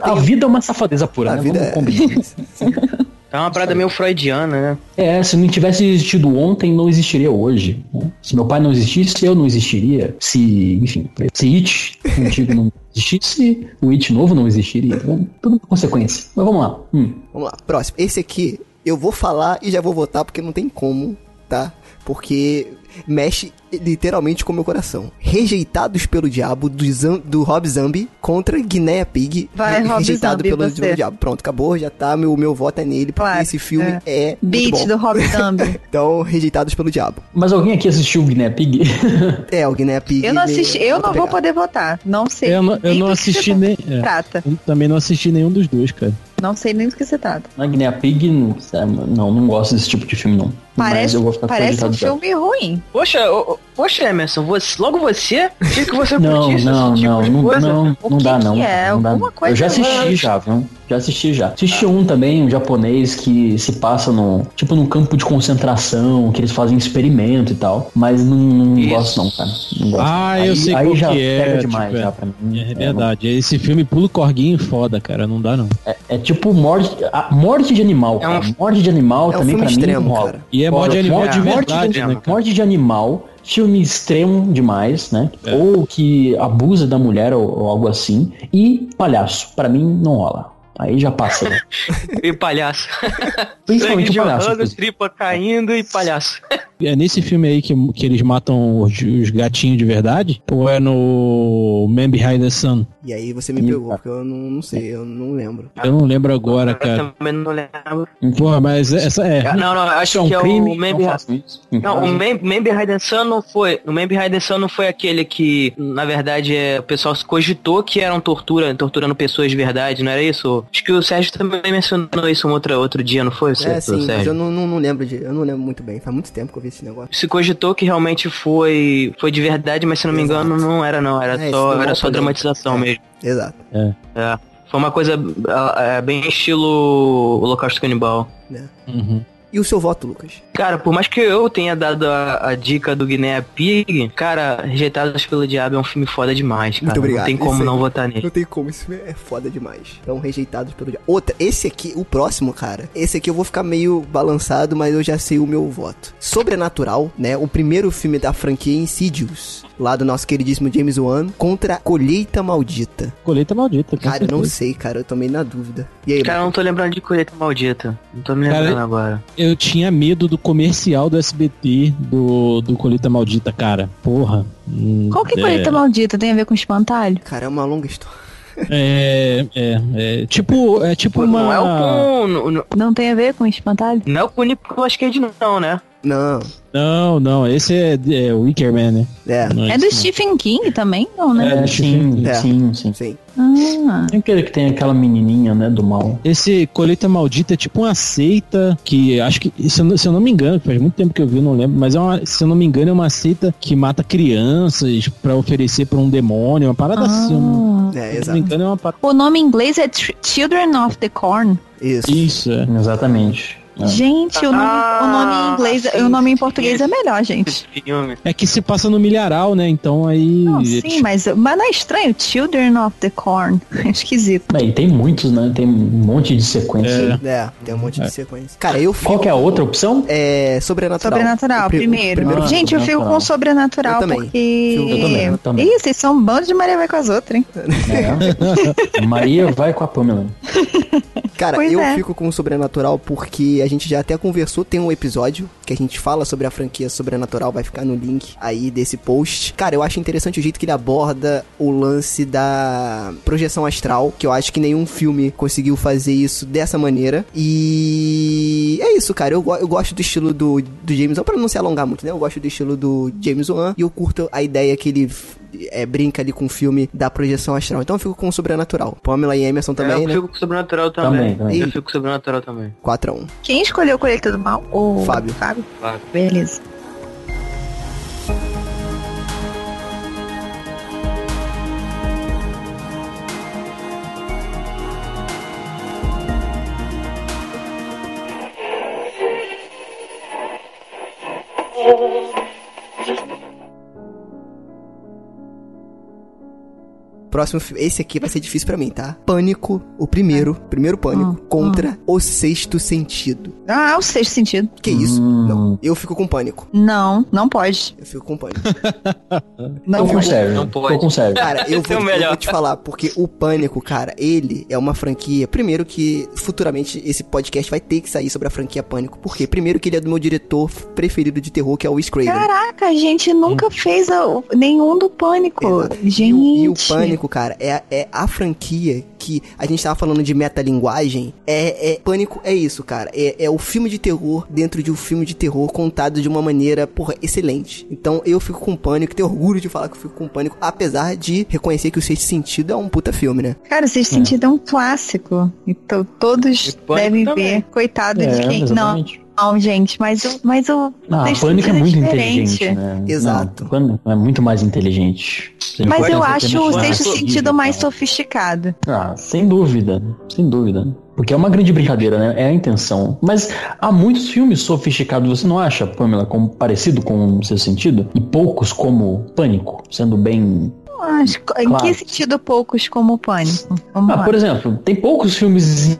A vida é uma safadeza pura,
A
né?
vida
Vamos
é-
combinar.
É uma parada meio freudiana, né?
É, se não tivesse existido ontem, não existiria hoje. né? Se meu pai não existisse, eu não existiria. Se, enfim, se It antigo não existisse, o It novo não existiria. né? Tudo por consequência. Mas vamos lá. Hum.
Vamos lá, próximo. Esse aqui eu vou falar e já vou votar porque não tem como, tá? Porque mexe literalmente com meu coração. Rejeitados pelo Diabo do, Zam- do Rob Zombie contra Guinea Pig.
Vai, Rob
Rejeitado
Zombie,
pelo
você.
Diabo. Pronto, acabou, já tá. Meu, meu voto é nele, porque
Claro,
esse filme
é.
é. muito
Beat
bom.
do Rob Zombie.
Então, Rejeitados pelo Diabo.
Mas alguém aqui assistiu o Guiné Pig?
É, o Guinea Pig.
Eu não
ele-
assisti, eu
outra
não vou
pegada.
poder votar. Não sei.
Eu não, eu
nem
não
do que se
assisti nem. é.
Trata.
Eu também não assisti nenhum dos dois, cara.
Não sei nem do que se trata.
Na Guiné é Pig, não, não gosto desse tipo de filme, não. Mas
Parece,
eu vou ficar com
parece um
rejeitado já.
filme ruim.
Poxa, ô, ô, poxa, Emerson, você, logo você? Achei que você
Não,
curtisse
não,
esse tipo
não,
de
não,
coisa.
não,
O
não
que
dá
que
não.
é?
não dá,
Alguma
não.
coisa
Eu já assisti
mais.
já, viu? Já assisti já. Assisti um também, um japonês que se passa no, tipo num campo de concentração, que eles fazem experimento e tal, mas não, não
Isso.
gosto não, cara. Não gosto.
Ah,
aí,
eu sei
aí
qual
já
que é,
pega demais
tipo, é.
já pra mim.
É
não-
verdade. Esse filme Pulo Corguinho foda, cara. Não dá, não.
É tipo morte, a- morte de animal.
É um-
cara. Morte de animal
É um
também
filme
pra mim
extremo,
não rola.
cara.
E é
Rola.
morte de animal de
é,
morte de
verdade,
animal.
né? cara?
Morte de animal, filme extremo demais, né?
É.
Ou que abusa da mulher ou, ou algo assim. E palhaço, pra mim não rola. Aí já passa. né?
E palhaço.
Principalmente
Sangue
o palhaço.
jorrando,
inclusive.
tripa caindo e palhaço.
É nesse filme aí que, que eles matam os, os gatinhos de verdade? Ou é no Man Behind the Sun?
E aí você me
Ih,
pegou,
cara.
porque eu não, não sei, eu não lembro.
Eu não lembro agora,
Eu
cara.
também não lembro.
Porra, mas essa é.
Ah, Não, não,
Isso um
acho que é o Man
não
Behind-
façam isso. É, Em
Não, um- o
casa.
Man Man Behind the Sun não foi. O Man Behind the Sun não foi aquele que, na verdade, é, o pessoal se cogitou que eram tortura, torturando pessoas de verdade, não era isso? Acho que o Sérgio também mencionou isso um outro, outro dia, não foi?
É, sim, mas
Sérgio?
eu não, não, não lembro de. Eu não lembro muito bem. Faz muito tempo que eu vi esse negócio.
Se cogitou que realmente foi, foi de verdade, mas se não me
Exato.
engano, não era não. Era
É, isso
só,
deu
era
mó
só
polêmica.
dramatização
É.
mesmo.
Exato.
É. Foi uma coisa ah, é, bem estilo Holocausto Canibal.
Uhum.
E o seu voto, Lucas?
Cara, por mais que eu tenha dado a, a dica do Guinea Pig, cara, Rejeitados pelo Diabo é um filme foda demais, cara.
Muito obrigado.
Não tem como
Isso aí.
não votar nele.
Não tem como, esse filme é foda demais. Então, rejeitados pelo dia. Outra, esse aqui, o próximo, cara. Esse aqui eu vou ficar meio balançado, mas eu já sei o meu voto. Sobrenatural, né? O primeiro filme da franquia é Insidious, lá do nosso queridíssimo James Wan, contra Colheita Maldita.
Colheita maldita, com
Cara, eu não
certeza.
sei, cara, eu tomei na dúvida. E aí,
Cara, eu não tô lembrando de colheita maldita. Não tô me
Cara,
lembrando agora.
Eu tinha medo do comercial do SBT do, do Colheita Maldita, cara. Porra. Hum,
Qual que
é,
colheita maldita tem a ver com espantalho?
cara, é uma longa história.
É, é, é. Tipo, é tipo uma.
Não é o com. Não,
Não tem a ver com espantalho?
não é o com Nicolas Cage, não, né?
Não,
Não, não, esse é, é o Wickerman, né?
é,
Não
É
isso,
do
não.
Stephen King também, não, né?
É, sim,
É.
sim, sim.
sim.
Ah,
Tem aquele que tem aquela menininha, né, do mal.
Esse Colheita Maldita é tipo uma seita que acho que, se eu, não- se eu não me engano, faz muito tempo que eu vi, eu não lembro, mas é uma, se eu não me engano, é uma seita que mata crianças pra oferecer pra um demônio, uma parada assim. eu não-
ah.
Se
É,
eu não me
exato.
engano, é uma parada.
O nome em inglês é Tr- Children of the Corn.
Isso.
Isso, é.
Exatamente. É.
Gente, o nome, o nome em inglês,
Ah, sim,
o nome em
sim,
português
sim.
é melhor, gente.
Esse filme.
É que se passa no milharal, né? Então aí.
Não, sim, mas, mas não é estranho. Children of the Corn. É esquisito.
É, e tem muitos, né? Tem um monte de sequência.
É.
aí.
É, tem um monte de sequência. Cara, eu fico.
Qual que é a outra opção?
É, sobrenatural.
Sobrenatural,
O pri- o
primeiro.
Ah,
Gente, eu fico
Sobrenatural.
com o sobrenatural
Eu também.
porque.
Eu
também, eu também.
Ih, vocês são um bando de Maria vai com as outras, hein?
É. Maria vai com a Pamela.
Cara,
Pois
eu
é.
fico com o Sobrenatural porque a gente já até conversou, tem um episódio que a gente fala sobre a franquia Sobrenatural, vai ficar no link aí desse post. Cara, eu acho interessante o jeito que ele aborda o lance da projeção astral, que eu acho que nenhum filme conseguiu fazer isso dessa maneira. E é isso, cara, eu, go- eu gosto do estilo do, do James Wan, pra não se alongar muito, né? Eu gosto do estilo do James Wan e eu curto a ideia que ele... f- é, brinca ali com o filme da projeção astral. Então eu fico com o sobrenatural. Pamela e Emerson também,
É, eu
né?
fico com sobrenatural também.
Também, também.
Eu fico com sobrenatural também.
4 a 1
Quem escolheu o colheita do mal? O
Fábio.
Fábio.
Fábio.
Beleza.
Próximo, fi- esse aqui vai ser difícil pra mim, tá? Pânico, o primeiro, primeiro pânico,
Ah,
contra o sexto sentido.
Ah, o sexto sentido.
Que isso? Não. Eu fico com pânico.
Não, não pode.
Eu fico com pânico.
Não,
eu
com o
vou-
Sérgio.
não pode.
Tô com o Sérgio.
Cara, eu
Esse é
vou,
o
eu
melhor.
vou te falar, porque o Pânico, cara, ele é uma franquia. Primeiro que futuramente esse podcast vai ter que sair sobre a franquia Pânico. Por quê? Primeiro que ele é do meu diretor preferido de terror, que é o Wes Craven.
Caraca, a gente nunca fez a- nenhum do pânico.
Hum. Exato.
Gente.
E o, e o Pânico, cara, é, é a franquia que a gente tava falando de metalinguagem. É, é, Pânico é isso, cara. É, é o filme de terror dentro de um filme de terror contado de uma maneira, porra, excelente. Então eu fico com Pânico, tenho orgulho de falar que eu fico com Pânico, apesar de reconhecer que o Sexto Sentido é um puta filme, né?
Cara, o sexto sentido é um clássico. Então todos
E Pânico
devem
também.
ver. Coitado de
É,
quem. Não,
exatamente.
não, gente, mas o. Mas o
Não, a
sexto
Pânico é
sentido
muito inteligente, né?
Exato.
Não, Pânico é muito mais inteligente. Você
Mas
pode
eu
ter
acho o
certeza que
sexto
é
sentido mais
horrível,
sofisticado.
cara. Ah, sem dúvida, sem dúvida. Porque é uma grande brincadeira, né? É a intenção. Mas há muitos filmes sofisticados, você não acha, Pamela, como, parecido com o seu sentido? E poucos como Pânico, sendo bem
Eu acho- Em
Claro.
que sentido poucos como o pânico? Vamos
Ah,
lá.
por exemplo, tem poucos filmes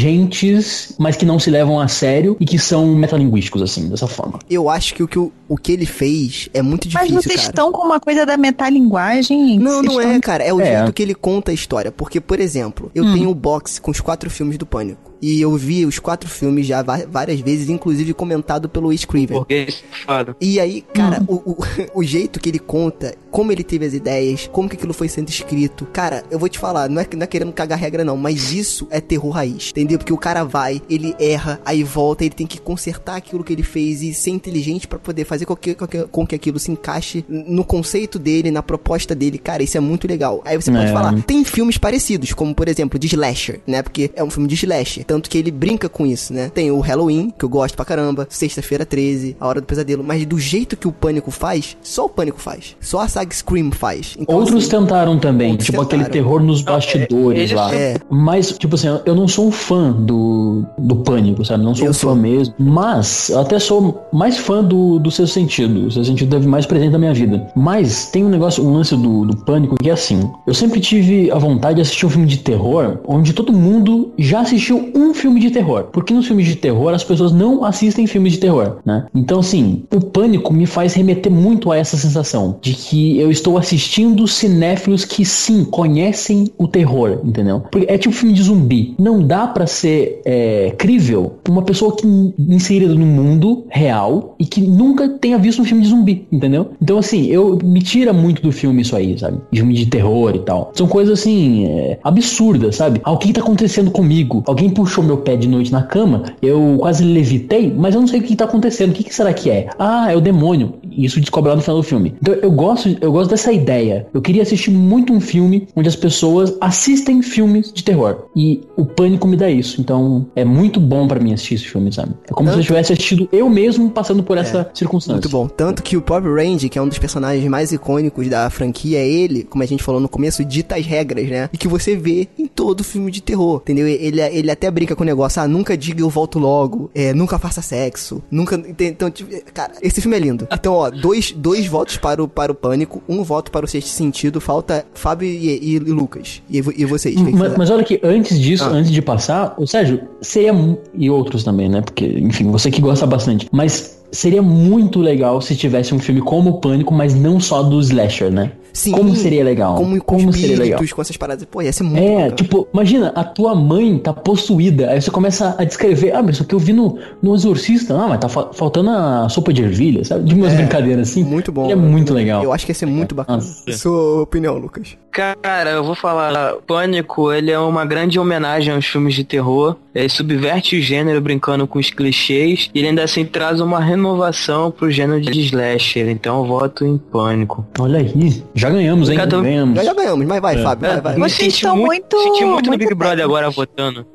inteligentes, mas que não se levam a sério e que são metalinguísticos, assim, dessa forma.
Eu acho que o que, o, o que ele fez é muito
Mas
difícil,
vocês
cara.
estão com uma coisa da metalinguagem? gente?
Não,
Vocês
não é,
estão-
cara. É o
É.
jeito que ele conta a história. Porque, por exemplo, eu tenho o box com os quatro filmes do Pânico. E eu vi os quatro filmes já va- várias vezes, inclusive comentado pelo Wes Craven.
Burguês safado.
E aí, cara, o, o, o jeito que ele conta, como ele teve as ideias, como que aquilo foi sendo escrito. Cara, eu vou te falar, não é, não é querendo cagar regra, não, mas isso é terror raiz, entendeu? Porque o cara vai, ele erra, aí volta, ele tem que consertar aquilo que ele fez e ser inteligente pra poder fazer com que, com que- com que aquilo se encaixe no conceito dele, na proposta dele. Cara, isso é muito legal. Aí você pode
É.
falar, tem filmes parecidos, como por exemplo, de slasher, né? Porque é um filme de slasher, tanto que ele brinca com isso, né? Tem o Halloween, que eu gosto pra caramba, Sexta-feira 13, A Hora do Pesadelo, mas do jeito que o Pânico faz, só o Pânico faz. Só a saga Scream faz. Então,
Outros
assim,
tentaram também,
outros
tipo
tentaram.
aquele terror nos
Não, é,
bastidores
eles-
lá.
É.
Mas, tipo assim, eu não sou um fã do, do Pânico, sabe? Não sou
Eu
um
sou.
fã mesmo. Mas, eu até sou mais fã do, do seu sentido. O seu sentido teve mais presente na minha vida. Mas, tem um negócio, um lance do, do Pânico que é assim. Eu sempre tive a vontade de assistir um filme de terror onde todo mundo já assistiu um filme de terror. Porque nos filmes de terror as pessoas não assistem filmes de terror, né? Então, assim, o Pânico me faz remeter muito a essa sensação de que eu estou assistindo cinéfilos que sim conhecem o terror, entendeu? Porque é tipo filme de zumbi. Não dá pra ser é, crível uma pessoa que in- inserida no mundo real e que nunca tenha visto um filme de zumbi, entendeu? Então assim, eu me tira muito do filme isso aí, sabe? De Filme de terror e tal. São coisas assim é, absurdas, sabe? Ah, o que que tá acontecendo comigo? Alguém puxou meu pé de noite na cama, eu quase levitei, mas eu não sei o que que tá acontecendo. O que, que será que é? Ah, é o demônio. E Isso descobre lá no final do filme. Então eu gosto, eu gosto dessa ideia. Eu queria assistir muito um filme onde as pessoas assistem filmes de terror. E o pânico me dá isso. Então é muito bom pra mim assistir esse filme, sabe? É como se eu
Tanto- É,
tivesse assistido eu mesmo passando por essa circunstância.
Muito bom. Tanto que o próprio Randy, que é um dos personagens mais icônicos da franquia, é ele, como a gente falou no começo, dita as regras, né? E que você vê em todo filme de terror, entendeu? Ele, ele até brinca com o negócio, ah, nunca diga eu volto logo, é, nunca faça sexo, nunca... ente- Então, tipo, é, cara, esse filme é lindo. Então, ó, dois, dois votos para o, para o Pânico, um voto para o Sexto Sentido, falta Fábio e, e- e Lucas. E, vo- e vocês, o que que
Ma-
vocês
Mas, olha que antes disso,
Ah.
antes de passar, o Sérgio, seria. mu- E outros também, né? Porque, enfim, você que gosta bastante. Mas seria muito legal se tivesse um filme como o Pânico, mas não só do Slasher, né?
Sim.
Como seria legal?
Como, com
Como seria
espíritos,
legal?
com essas paradas. Pô, ia ser muito
É,
legal.
tipo, imagina, a tua mãe tá possuída, aí você começa a descrever, ah, mas isso aqui eu vi no, no Exorcista, ah, mas tá fa- faltando a sopa de ervilha, sabe?
É.
De umas brincadeiras assim.
muito bom.
É muito legal.
Eu acho que ia ser muito bacana.
Nossa.
Sua opinião, Lucas.
Cara, eu vou falar, Pânico, ele é uma grande homenagem aos filmes de terror. Ele subverte o gênero brincando com os clichês e ele ainda assim traz uma renovação pro gênero de slasher. Então eu voto em Pânico.
Olha aí, já ganhamos, hein?
Cada um-
Ganhamos.
Já, já ganhamos, mas vai, Fábio, vai, vai.
Me
Vocês
senti
estão muito-
Senti muito no
muito
Big Brother
técnicos.
agora votando.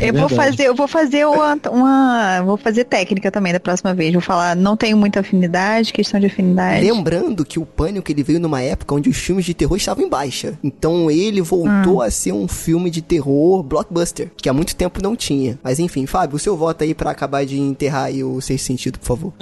Eu vou
verdade.
fazer, eu vou fazer uma, uma- Vou fazer técnica também da próxima vez. Vou falar, não tenho muita afinidade, questão de afinidade.
Lembrando que o Pânico ele veio numa época onde os filmes de terror estavam em baixa. slasher. Então ele voltou a ser um filme de terror blockbuster, que há muito tempo não tinha. Mas enfim, Fábio, o seu voto aí pra acabar de enterrar aí o Sexto Sentido, por favor.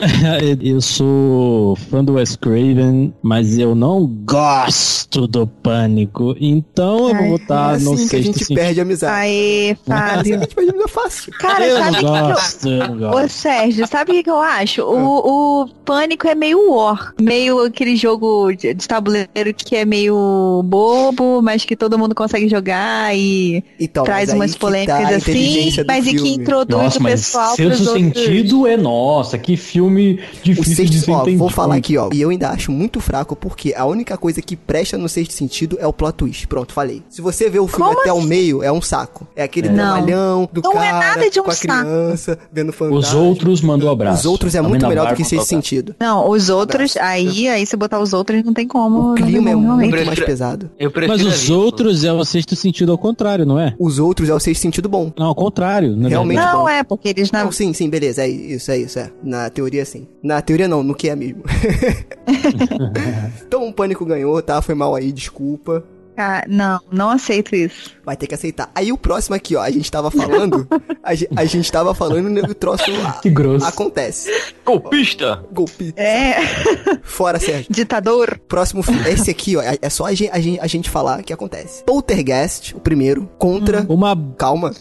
eu sou fã do Wes Craven, mas eu não gosto do pânico. Então eu
Ai,
vou votar
é
no
assim que a
sexto
gente
sentido.
perde a amizade.
Aê,
Assim
Fábio.
que a gente perde a amizade fácil.
Cara,
eu
sabe
não
o que que
gosto, eu não
eu... Ô,
gosto.
Sérgio, sabe o que que eu acho?
Ah.
O, o Pânico é meio war. Meio aquele jogo de, de tabuleiro que é meio bobo, mas que todo mundo consegue jogar e
Então,
traz
mas aí
umas
que
polêmicas
tá a
assim,
inteligência do
mas e que
filme.
introduz
Nossa,
o
mas
pessoal pros
sexto
outros.
sentido é nossa, que filme
O
difícil de
sexto,
ser
ó,
entendido.
vou falar aqui, ó. E eu ainda acho muito fraco, porque a única coisa que presta no sexto sentido é o plot twist. Pronto, falei. Se você vê o filme
Como
até o meio, é um saco. É aquele
É. Não.
trabalhão do
Não é
cara
nada de um
com a
saco.
criança, vendo fantasma.
Os outros mandou abraço. Tá
Os outros é
A
muito
Mena
melhor do
Bar
que
mandou
sexto
abraço.
sentido.
Não, os outros, aí, aí se botar os outros não tem como.
O clima é
não tem como, tá realmente.
muito
Prefiro-
mais pesado.
Eu prefiro
Mas
a
os
Vila.
outros é o sexto sentido ao contrário, não é?
Os outros é o sexto sentido bom.
Não, ao contrário. na
Realmente.
verdade.
Não,
bom.
é, porque eles
Não,
não.
sim, sim, beleza, é isso, é isso, é. Na teoria, sim. Na teoria, não, no que é mesmo. então, o Pânico ganhou, tá? Foi mal aí, desculpa.
Cara, não, não aceito isso.
Vai ter que aceitar. Aí o próximo aqui, ó, a gente tava falando, a, ge- a gente tava falando e o troço a-
Que grosso.
acontece.
Golpista!
Golpe.
É,
Fora, Sérgio.
ditador.
Próximo filme. Esse aqui, ó, é é só a gente, a gente, a gente falar que acontece. Poltergeist, o primeiro, contra...
Uma.
Calma.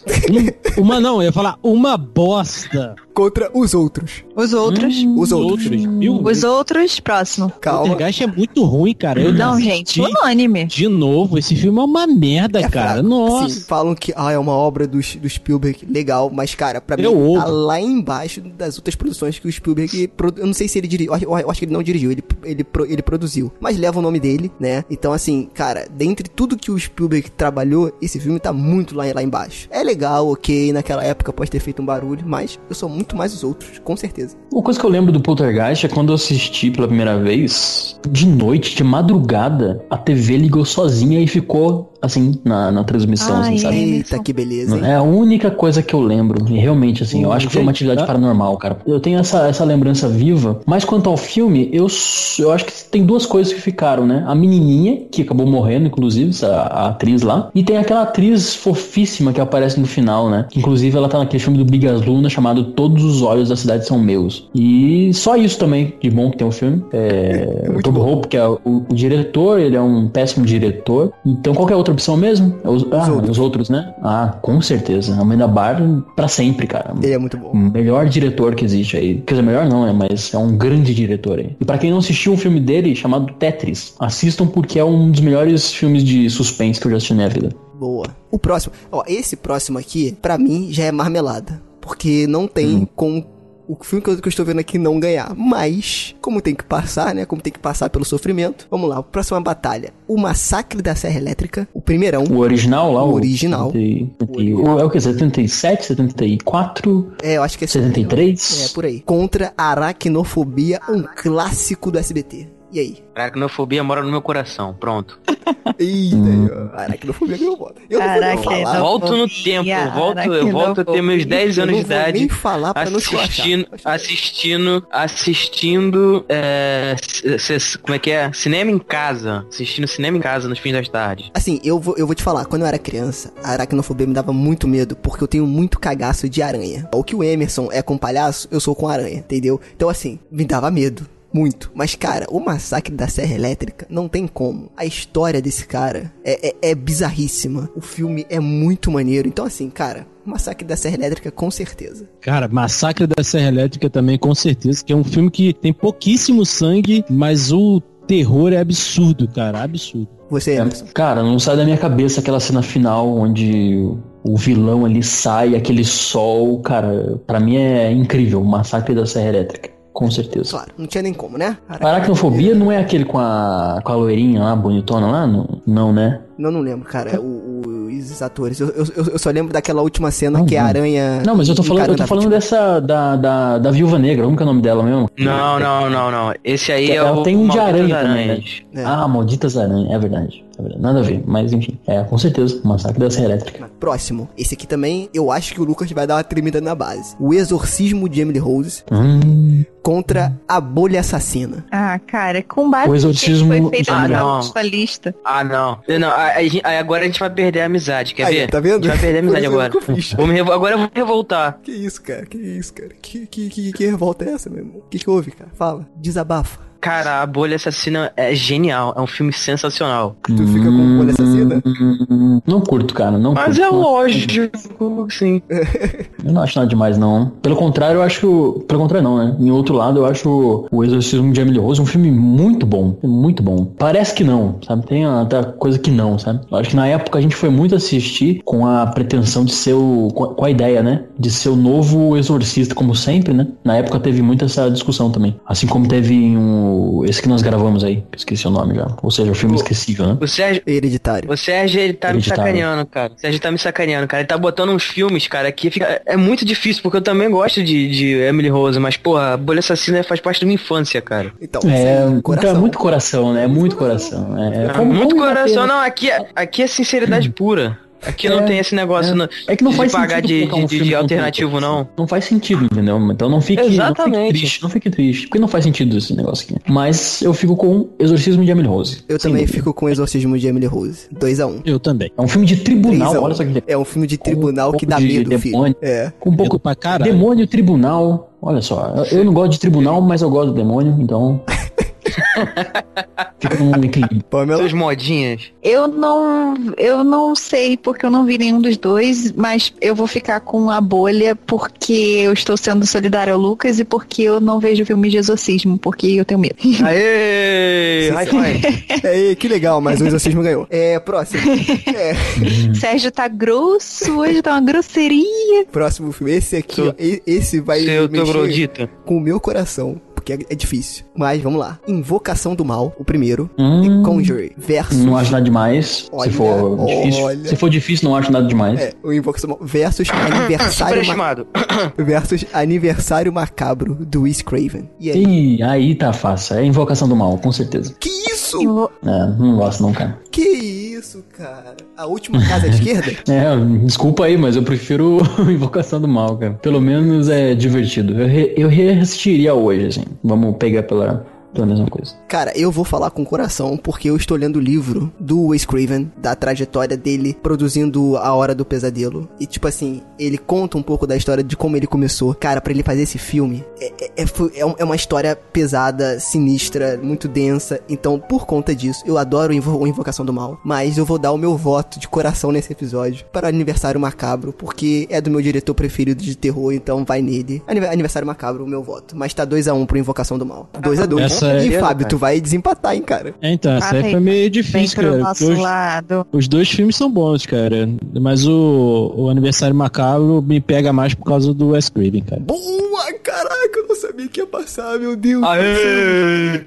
um- uma não, eu ia falar uma bosta.
contra os outros.
Os outros.
Os outros.
Hum.
viu?
Os outros, próximo.
O
Calma.
Tergast é muito ruim, cara. Eu
Não,
assisti
gente, unânime.
De novo, esse filme é uma merda,
É
cara.
fraco.
Nossa.
Sim, falam que ah, é uma obra do, do Spielberg legal, mas, cara, pra mim
Eu ouvo.
tá lá embaixo das outras produções que o Spielberg. produ- Eu não sei se ele dirigiu. Eu, acho- eu acho que ele não dirigiu, ele, ele, pro- ele produziu. Mas leva o nome dele, né? Então, assim, cara, dentre tudo que o Spielberg trabalhou, esse filme tá muito lá, lá embaixo. É legal, ok, naquela época pode ter feito um barulho, mas eu sou muito mais os outros, com certeza.
Uma coisa que eu lembro do Poltergeist é quando eu assisti pela primeira vez, de noite, de madrugada, a TV ligou sozinha e ficou assim na, na transmissão,
Ah,
Ai,
assim, sabe?
Eita, que beleza, hein?
É a única coisa que eu lembro. E realmente, assim, eu acho que foi uma
Gente,
atividade
tá?
paranormal, cara. Eu tenho essa, essa lembrança viva. Mas quanto ao filme, eu, s- eu acho que tem duas coisas que ficaram, né? A menininha, que acabou morrendo, inclusive, essa- a atriz lá. E tem aquela atriz fofíssima que aparece no final, né? Que, Inclusive, ela tá naquele filme do Bigas Luna chamado Todos os Olhos da Cidade São Meus. E só isso também de bom que tem o filme. É, o Toby Hope, que é o, o diretor, ele é um péssimo diretor. Então, qual que é a outra opção mesmo? É os, ah,
outros.
os outros, né? Ah, com certeza. Amanda Barr pra sempre, cara.
Ele é muito bom.
O melhor diretor que existe aí. Quer dizer, melhor não, né? Mas é um grande diretor aí. E pra quem não assistiu um filme dele chamado Tetris, assistam porque é um dos melhores filmes de suspense que eu já assisti na minha vida.
Boa. O próximo. Ó, esse próximo aqui, pra mim, já é marmelada. Porque não tem como o filme que eu, que eu estou vendo aqui não ganhar. Mas, como tem que passar, né? Como tem que passar pelo sofrimento. Vamos lá, próxima batalha. O Massacre da Serra Elétrica, o primeirão.
O original lá,
O original.
70 e- é o que? 77, 74,
É, eu acho que é esse-
73?
É, por aí. Contra a Aracnofobia, um clássico do SBT. E aí?
Aracnofobia mora no meu coração. Pronto.
Eita, hum. Aracnofobia ganhou voto. Eu não vou nem
Caraca,
falar.
não.
volto no tempo, eu volto, eu volto a ter meus 10
eu
anos
não
de
vou nem
idade.
falar Ah, pra não
Assistindo,
esculachar.
assistindo, assistindo, é, c- c- como é que é? Cinema em casa, assistindo cinema em casa nos fins das tardes.
Assim, eu vou, eu vou te falar, quando eu era criança, a aracnofobia me dava muito medo, porque eu tenho muito cagaço de aranha. O que o Emerson é com palhaço, eu sou com aranha, entendeu? Então, assim, me dava medo. Muito. Mas, cara, o massacre da Serra Elétrica não tem como. A história desse cara é, é, é bizarríssima. O filme é muito maneiro. Então, assim, cara, o massacre da Serra Elétrica, com certeza.
Cara, Massacre da Serra Elétrica também, com certeza, que é um filme que tem pouquíssimo sangue, mas o terror é absurdo, cara, absurdo.
É.
Você, Emerson.
Cara, não sai da minha cabeça aquela cena final onde o vilão ali sai, aquele sol, cara, pra mim é incrível, o massacre da Serra Elétrica, com certeza.
Claro, não tinha nem como, né?
Aracnofobia não é aquele com a, com a loirinha lá, bonitona lá? Não, não né?
Não, não lembro, cara, o- o- os atores. Eu, eu, eu só lembro daquela última cena
Não,
que é a
não.
aranha.
Não, mas eu tô falando, eu
encarando
tô
a
falando
vítima.
dessa, da, da, da Viúva Negra, como que é o nome dela mesmo?
Não, não, não, não. Esse aí é
Ela
o
tem um de
Maldito
aranha
das
também, né?
Aranhas.
É.
Ah, Malditas Aranhas, é verdade. na verdade. Nada a ver, mas enfim. É, com certeza, o Massacre da Serra Elétrica.
Próximo. Esse aqui também, eu acho que o Lucas vai dar uma tremida na base. O Exorcismo de Emily Rose
Hum,
contra a Bolha Assassina.
Ah, cara, com base
O exotismo-
no que foi feito
Ah,
na
não.
nossa lista.
Ah, não. Eu Não, a- a gente- aí agora a gente vai perder a amizade, quer
Aí,
ver?
tá vendo?
A gente vai perder a amizade
Por
agora.
exemplo, que eu fiz.
Vou me revol- Agora eu vou me revoltar.
Que isso, cara? Que isso, cara? Que, que, que, que revolta é essa, meu irmão? O que, que houve, cara? Fala. Desabafa.
Cara, a Bolha Assassina é genial. É um filme sensacional.
Tu fica com bolha assassina?
hum, não curto, cara. Não
Mas
curto,
é
não.
lógico, sim.
Eu não acho nada demais, não. Pelo contrário, eu acho. Pelo contrário, não, né? Em outro lado, eu acho O Exorcismo de Emily Rose um filme muito bom. Muito bom. Parece que não, sabe? Tem até coisa que não, sabe? Eu acho que na época a gente foi muito assistir com a pretensão de ser o. com a- com a ideia, né? De ser o novo exorcista, como sempre, né? Na época teve muito essa discussão também. Assim como teve um. Esse que nós gravamos aí, que esqueci o nome já. Ou seja, o filme esquecível, né?
O Sérgio.
Hereditário.
O Sérgio, ele tá me
Hereditário.
sacaneando, cara. O Sérgio tá me sacaneando, cara. Ele tá botando uns filmes, cara, que fica... é muito difícil, porque eu também gosto de, de Emily Rose, mas, porra, a Bolha Assassina faz parte da minha infância, cara.
Então,
É,
sem
então é muito coração, né? É muito coração. É,
É
como-
muito
como
coração.
bater, né?
Não, aqui, é- aqui é
Hum.
sinceridade pura. Aqui não
É,
tem esse negócio.
é.
não-
É que não
de
faz
pagar
sentido
de-
colocar um
de- de
filme com
alternativo,
tanta coisa.
não.
Não faz sentido, entendeu? Então não fique, Não
Exatamente.
fique triste, não fique triste, porque não faz sentido esse negócio aqui. Mas eu fico com Exorcismo de Emily Rose.
Eu
sem
também
dúvida.
fico com o Exorcismo de Emily Rose. 2x1.
Eu também.
É um filme de tribunal,
3x1.
olha só que legal.
É um filme de tribunal
Com um
que dá
pouco de
medo, filho.
demônio.
É.
Com um pouco
Medo pra caralho.
demônio tribunal. Olha só, eu- eu não gosto de tribunal, mas eu gosto do demônio, então fica num equilíbrio.
Pamela?
Suas modinhas.
Eu não, eu não sei porque eu não vi nenhum dos dois, mas eu vou ficar com a bolha porque eu estou sendo solidária ao Lucas e porque eu não vejo filmes de exorcismo, porque eu tenho medo.
Hum.
Aê! High five.
É, que legal, mas o Exorcismo ganhou. É, próximo. É,
Sérgio tá grosso hoje, tá uma grosseria.
próximo filme. Esse aqui, ó, e- esse vai
Seu
mexer
troglodita.
com o meu coração, porque é, é difícil. Mas, vamos lá. Invocação do Mal, o primeiro.
Hum.
E Conjury versus...
Não acho nada demais.
Olha,
se for difícil.
olha.
Se for difícil, não acho nada demais.
É, o Invocação do Mal versus Aniversário, Ma-
Superestimado.
versus aniversário Macabro do Wes Craven. E aí?
Ih, aí tá fácil. É invocação do mal, com certeza.
Que isso?
É, não gosto não, cara.
Que isso, cara? A última casa à esquerda?
É, desculpa aí, mas eu prefiro Invocação do Mal, cara. Pelo menos é divertido. Eu, re, eu reassistiria hoje, assim. Vamos pegar pela, pela mesma coisa.
Cara, eu vou falar com o coração, porque eu estou lendo o livro do Wes Craven, da trajetória dele produzindo A Hora do Pesadelo. E, tipo assim, ele conta um pouco da história de como ele começou. Cara, pra ele fazer esse filme, é, é- é fu- é um- é uma história pesada, sinistra, muito densa. Então, por conta disso, eu adoro Invo- Invocação do Mal. Mas eu vou dar o meu voto de coração nesse episódio para o Aniversário Macabro, porque é do meu diretor preferido de terror, então vai nele. Anive- Aniversário Macabro, o meu voto. Mas tá 2x1 pro Invocação do Mal. 2x2.
Essa é-
E Fábio, tu vai desempatar, hein, cara?
É, então, essa aí
Vem-
foi meio
Vem
difícil,
Ah, pro
cara.
é,
porque
nosso
Os,
lado.
os dois filmes são bons, cara. Mas o, o Aniversário Macabro me pega mais por causa do Wes Craven, cara.
Boa! Caraca, eu não sabia que ia passar, meu Deus!
Aê!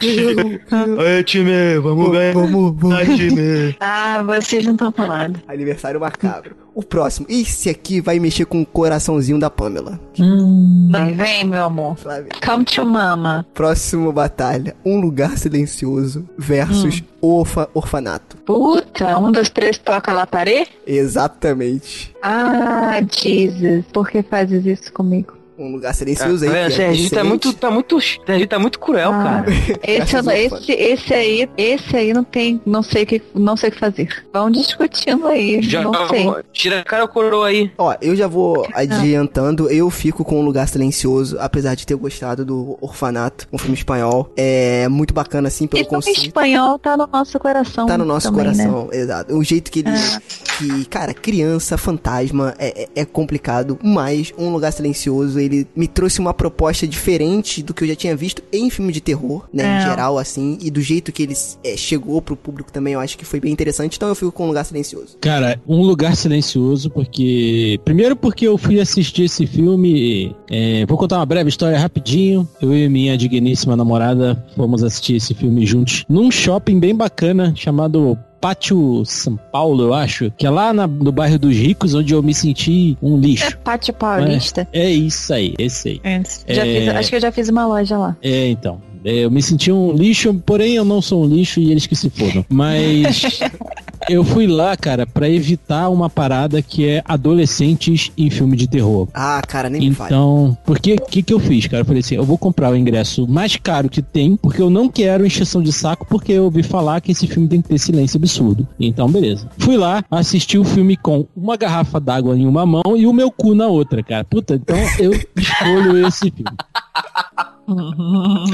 Aê, time! Vamos ganhar!
Vamos,
Ai, time!
Ah, vocês não estão falando.
Aniversário macabro. O próximo. Esse aqui vai mexer com o coraçãozinho da Pamela.
Vem, vem, meu amor.
Flávia.
Come to mama.
Próximo batalha. Um lugar silencioso versus orfa, orfanato.
Puta, um, dois, três, toca lá, parei.
Exatamente.
Ah, Jesus, por que fazes isso comigo?
Um lugar
Tá
silencioso aí.
vendo?
que é
Serginho tá
excelente.
muito, tá muito, Serginho tá muito cruel,
Ah.
cara.
Esse, eu não- esse, esse aí, esse aí não tem, não sei o que, não sei o que fazer. Vão discutindo aí,
Já,
não sei.
tira a cara ou coroa aí.
Ó, eu já vou adiantando, eu fico com um lugar silencioso, apesar de ter gostado do Orfanato, um filme espanhol. É muito bacana, assim, pelo
Esse filme
conceito.
um espanhol tá no nosso coração.
Tá no nosso
também, né?
coração, exato. O jeito que ele.
Ah.
Que, cara, criança, fantasma, é, é- é complicado, mas Um Lugar Silencioso, ele me trouxe uma proposta diferente do que eu já tinha visto em filme de terror, né, em
É.
geral, assim, e do jeito que ele é, chegou pro público também, eu acho que foi bem interessante, então eu fico com Um Lugar Silencioso.
Cara, um lugar silencioso, porque. Primeiro, porque eu fui assistir esse filme. é, vou contar uma breve história rapidinho. Eu e minha digníssima namorada fomos assistir esse filme juntos num shopping bem bacana chamado. Pátio São Paulo, eu acho, que é lá na- no bairro dos ricos, onde eu me senti um
É
lixo.
Pátio Paulista.
É isso aí, esse aí.
Já
É.
fiz- acho que eu já fiz uma loja lá.
É, então. É, Eu me senti um lixo, porém eu não sou um lixo e eles que se fodam. Mas Eu fui lá, cara, pra evitar uma parada que é adolescentes em filme de terror.
Ah, cara, nem me fale.
Então, porque o que, que eu fiz, cara? Eu falei assim, eu vou comprar o ingresso mais caro que tem, porque eu não quero encheção de saco, porque eu ouvi falar que esse filme tem que ter silêncio absurdo. Então, beleza. Fui lá, assisti o filme com uma garrafa d'água em uma mão e o meu cu na outra, cara. Puta, então eu escolho esse filme.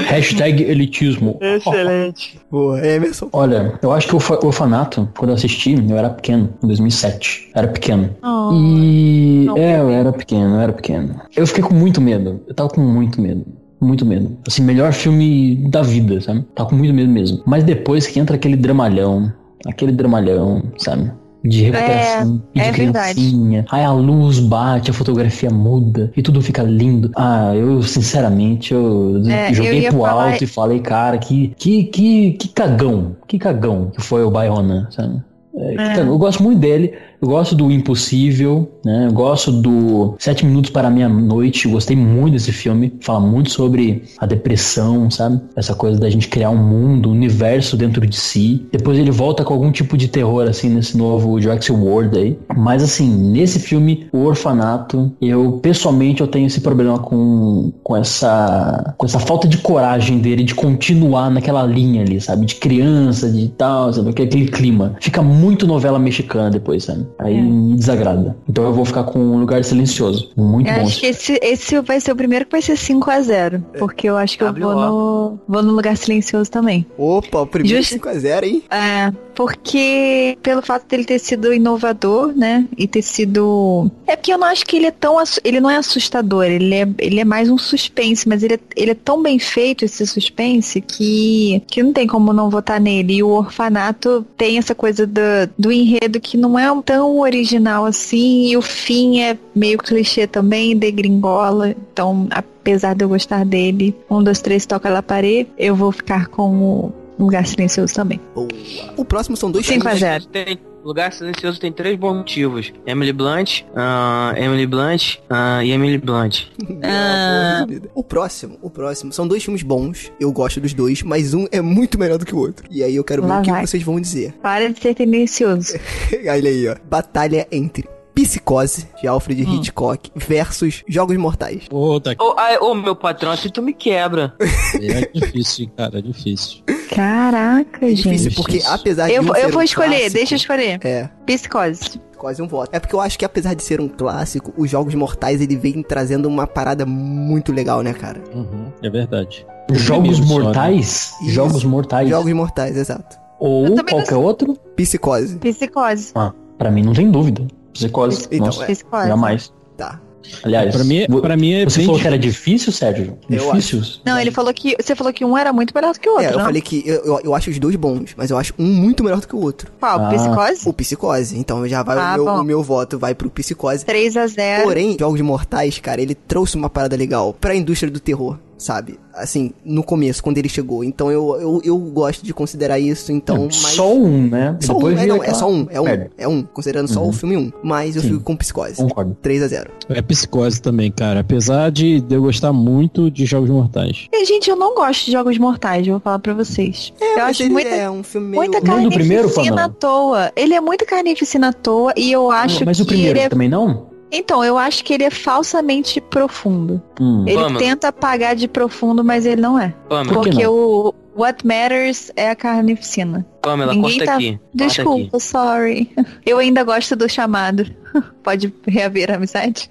Hashtag elitismo.
Excelente.
Boa, Emerson.
Olha, eu acho que o Orfa- orfanato, quando eu assisti, eu era pequeno, em 2007. Eu era pequeno.
Hum,
Oh.
E.
Não,
é, eu era pequeno, eu era pequeno. Eu fiquei com muito medo. Eu tava com muito medo. Muito medo. Assim, melhor filme da vida, sabe? Tava com muito medo mesmo. Mas depois que entra aquele dramalhão, aquele dramalhão, sabe? De recuperação, e de
é verdade.
criancinha. Aí a luz bate, a fotografia muda e tudo fica lindo. Ah, eu sinceramente, eu
É, eu
né? joguei
ia
pro
falar-
alto e falei, cara, que, que, que, que cagão, que cagão que foi o Bayona, sabe? É, que
É.
cagão. Eu gosto muito dele, eu gosto do Impossível, né? Eu gosto do Sete Minutos para a Meia Noite, eu gostei muito desse filme. Fala muito sobre a depressão, sabe? Essa coisa da gente criar um mundo, um universo dentro de si. Depois ele volta com algum tipo de terror, assim, nesse novo Jurassic World aí. Mas, assim, nesse filme, O Orfanato, eu, pessoalmente, eu tenho esse problema com, com, essa, com essa falta de coragem dele de continuar naquela linha ali, sabe? De criança, de tal, sabe? Aquele- Aquele clima. Fica muito novela mexicana depois, sabe? Aí
É.
me desagrada. Então eu vou ficar com um lugar silencioso. Muito
Eu
bom.
acho que esse, esse vai ser o primeiro que vai ser
É.
5x0. Porque eu acho que eu vou no, vou no lugar silencioso também.
Opa, o primeiro
Justi-
5x0, hein?
É, porque pelo fato dele ter sido inovador, né? E ter sido. É porque eu não acho que ele é tão. assu- Ele não é assustador, ele é, ele é mais um suspense, mas ele é, ele é tão bem feito esse suspense que, que não tem como não votar nele. E o orfanato tem essa coisa do, do enredo que não é tão original assim, e o fim é meio clichê também, degringola. Então, apesar de eu gostar dele, um, dois, três, toca lá parede, eu vou ficar com o um lugar silencioso também.
Boa. O próximo são dois
5 a
filmes.
0
Tem, lugar silencioso tem três bons motivos. Emily Blunt, ah, Emily Blunt ah, e Emily Blunt.
Ah.
O próximo, o próximo. São dois filmes bons. Eu gosto dos dois, mas um é muito melhor do que o outro. E aí eu quero ver
Lá
o que
vai.
vocês vão dizer.
Para de ser tendencioso.
Olha aí, ó. Batalha entre Psicose, de Alfred
Hum.
Hitchcock, versus Jogos Mortais.
Puta,
Ô, ai, ô, meu patrão, assim tu me quebra.
é difícil, cara, é difícil.
Caraca,
É
gente.
difícil, porque apesar de
Eu,
um
vou-
ser
eu vou
um
escolher,
clássico-
deixa eu escolher.
É,
Psicose.
quase um voto. É porque eu acho que apesar de ser um clássico, os Jogos Mortais, ele vem trazendo uma parada muito legal, né, cara?
Uhum, é verdade.
Jogos
Primeiro só, né?
mortais?
Isso.
Jogos mortais.
Jogos Mortais, exato.
Ou
Eu também não
qualquer outro?
Psicose,
Psicose.
Pra mim não tem dúvida. Psicose.
Então,
Nossa,
é.
Psicose.
jamais.
tá.
Aliás,
Pra mim,
vo-
pra mim é
você
bem
falou que era difícil, Sérgio?
Eu
Difícil?
Não, ele falou que. Você falou que um era muito melhor do que o outro.
É, eu
não?
falei que eu, eu, eu acho os dois bons, mas eu acho um muito melhor do que o outro.
Qual?
Ah.
Psicose?
O Psicose, então já vai o,
Ah,
meu,
bom. É.
o meu voto, vai pro Psicose.
3 a 0
Porém, Jogos Mortais, cara, ele trouxe uma parada legal pra indústria do terror, sabe? Assim, no começo, quando ele chegou. Então eu, eu, eu gosto de considerar isso, então.
Não,
mas...
Só um, né?
Só um,
Depois
é,
vira
não, é
aquela-
só um, é um,
merda.
é um, considerando só o filme um. Mas eu
Sim. Um.
fico com psicose.
Concordo.
3x0.
É psicose também, cara. Apesar de eu gostar muito de Jogos Mortais.
E, gente, eu não gosto de jogos mortais, vou falar pra vocês. eu acho muita,
É um filme meio.
muita
Não do primeiro,
carnificina à
Pamela?
toa. Ele é muito carnificina à toa e eu acho
Mas
que
o primeiro
ele é.
também não?
Então, eu acho que ele é falsamente profundo.
Hum.
Ele
Pamela.
tenta pagar de profundo, mas ele não é.
Pamela,
Por que
Porque
não?
o What Matters é a carnificina.
Pamela,
ninguém
corta
tá-
aqui. corta aqui.
Desculpa, sorry. Eu ainda gosto do chamado. Pode reaver a amizade?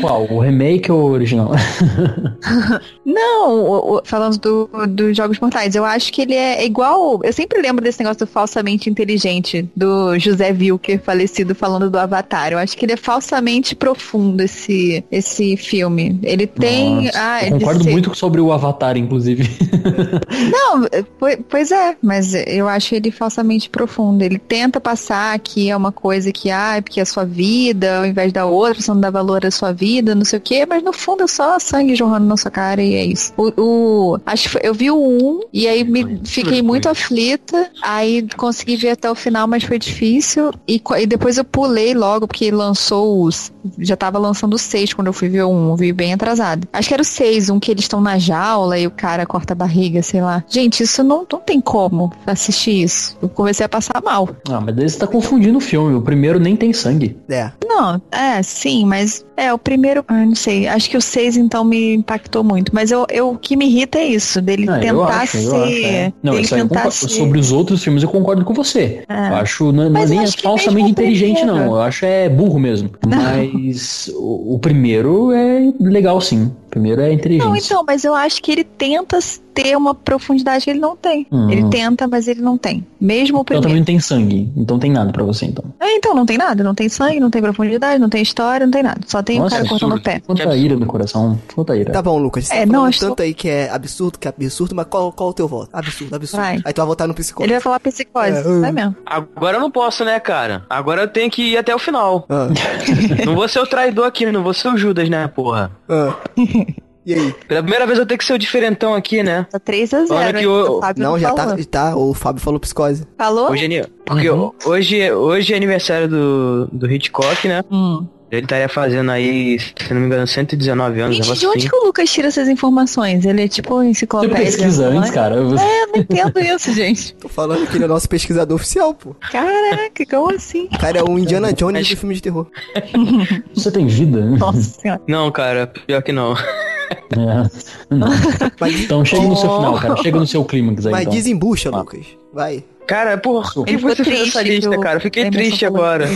Qual? O remake ou o original?
Não, o- o- falando do- dos Jogos Mortais, eu acho que ele é igual. Eu sempre lembro desse negócio do falsamente inteligente, do José Wilker falecido falando do Avatar. Eu acho que ele é falsamente profundo, esse, esse filme. Ele tem.
Nossa,
ah,
eu
ele
concordo
se-
muito sobre o Avatar, inclusive.
Não, po- pois é, mas eu acho ele falsamente profundo. Ele tenta passar que é uma coisa que, ah, é porque é a sua vida, ao invés da outra, você não dá valor à sua vida, não sei o quê, mas no fundo é só sangue jorrando na sua cara e é isso. O, o- acho que foi- eu vi o 1 e aí me, fiquei muito aflita, aí consegui ver até o final, mas foi difícil. E, co- e depois eu pulei logo, porque lançou os já tava lançando o 6 quando eu um fui ver o 1, eu vi bem atrasado. Acho que era o 6, um que eles estão na jaula e o cara corta a barriga, sei lá. lá. Gente, isso não, não tem como assistir isso. Eu comecei a passar mal.
Ah, mas daí você tá confundindo o filme. O primeiro nem tem sangue.
É.
Não, é, sim, mas é, o primeiro, ah, não sei, acho que o 6 então me impactou muito, mas eu, eu o que me irrita é isso, dele
Ah, eu
tentar
acho,
ser,
eu acho. é. Não,
dele
isso aí eu
tentar
concordo.
ser,
Sobre os outros filmes eu concordo com você.
É.
Eu acho, não, não é
Mas eu
nem
acho que
falsamente
mesmo o
inteligente,
primeiro-
não. Eu acho é burro mesmo. Mas o, o primeiro é legal, sim. O primeiro é inteligente.
Não, então, mas eu acho que ele tenta ter uma profundidade que ele não tem.
Hum.
Ele tenta, mas ele não tem. Mesmo o
Então
primeiro.
também não tem sangue. Então tem nada pra você, então.
Ah, então não tem nada, não tem sangue, não tem profundidade, não tem história, não tem nada. Só tem o cara cortando o pé.
Quanta ira no coração. Quanta ira.
Tá bom, Lucas. Você
É,
tá falando
não, acho-
tanto aí que é absurdo, que é absurdo, mas qual, qual o teu voto? Absurdo, absurdo.
Vai.
Aí tu vai votar no psicólogo.
Ele vai falar psicose,
É, hum.
não é mesmo?
Agora eu não posso, né, cara? Agora eu tenho que ir até o final.
Ah,
Não vou ser o traidor aqui, não vou ser o Judas, né, porra?
ah. E aí?
Pela primeira vez eu tenho que ser o diferentão aqui, né?
Tá 3 a 0
Olha que
hein?
o-
O Fábio
Não, já tá,
falou.
tá. O Fábio falou psicose.
Falou?
Hoje é, ni- porque
Uhum.
hoje, hoje é aniversário do, do Hitchcock, né?
Hum.
Ele estaria fazendo aí, se não me engano, 119 anos.
Gente, de
negócio
onde
assim.
que o Lucas tira essas informações? Ele é tipo
Você
enciclopédia.
pesquisa antes,
né?
cara. Você-
É, eu não entendo isso, gente.
Tô falando que ele é o nosso pesquisador oficial, pô.
Caraca, como assim?
O cara é o Indiana Jones
Acho-
do filme de terror.
Você tem vida?
Nossa senhora.
Não, cara, pior que não.
É. Não.
Mas,
Então chega no seu final,
Oh.
cara. Chega no seu clímax aí.
mas
então.
desembucha,
Ah.
Lucas. Vai.
Cara, porra, por que
Ele
você
ficou
fez essa
triste que
lista,
o
cara? Eu Fiquei
Emerson
triste
falou
agora.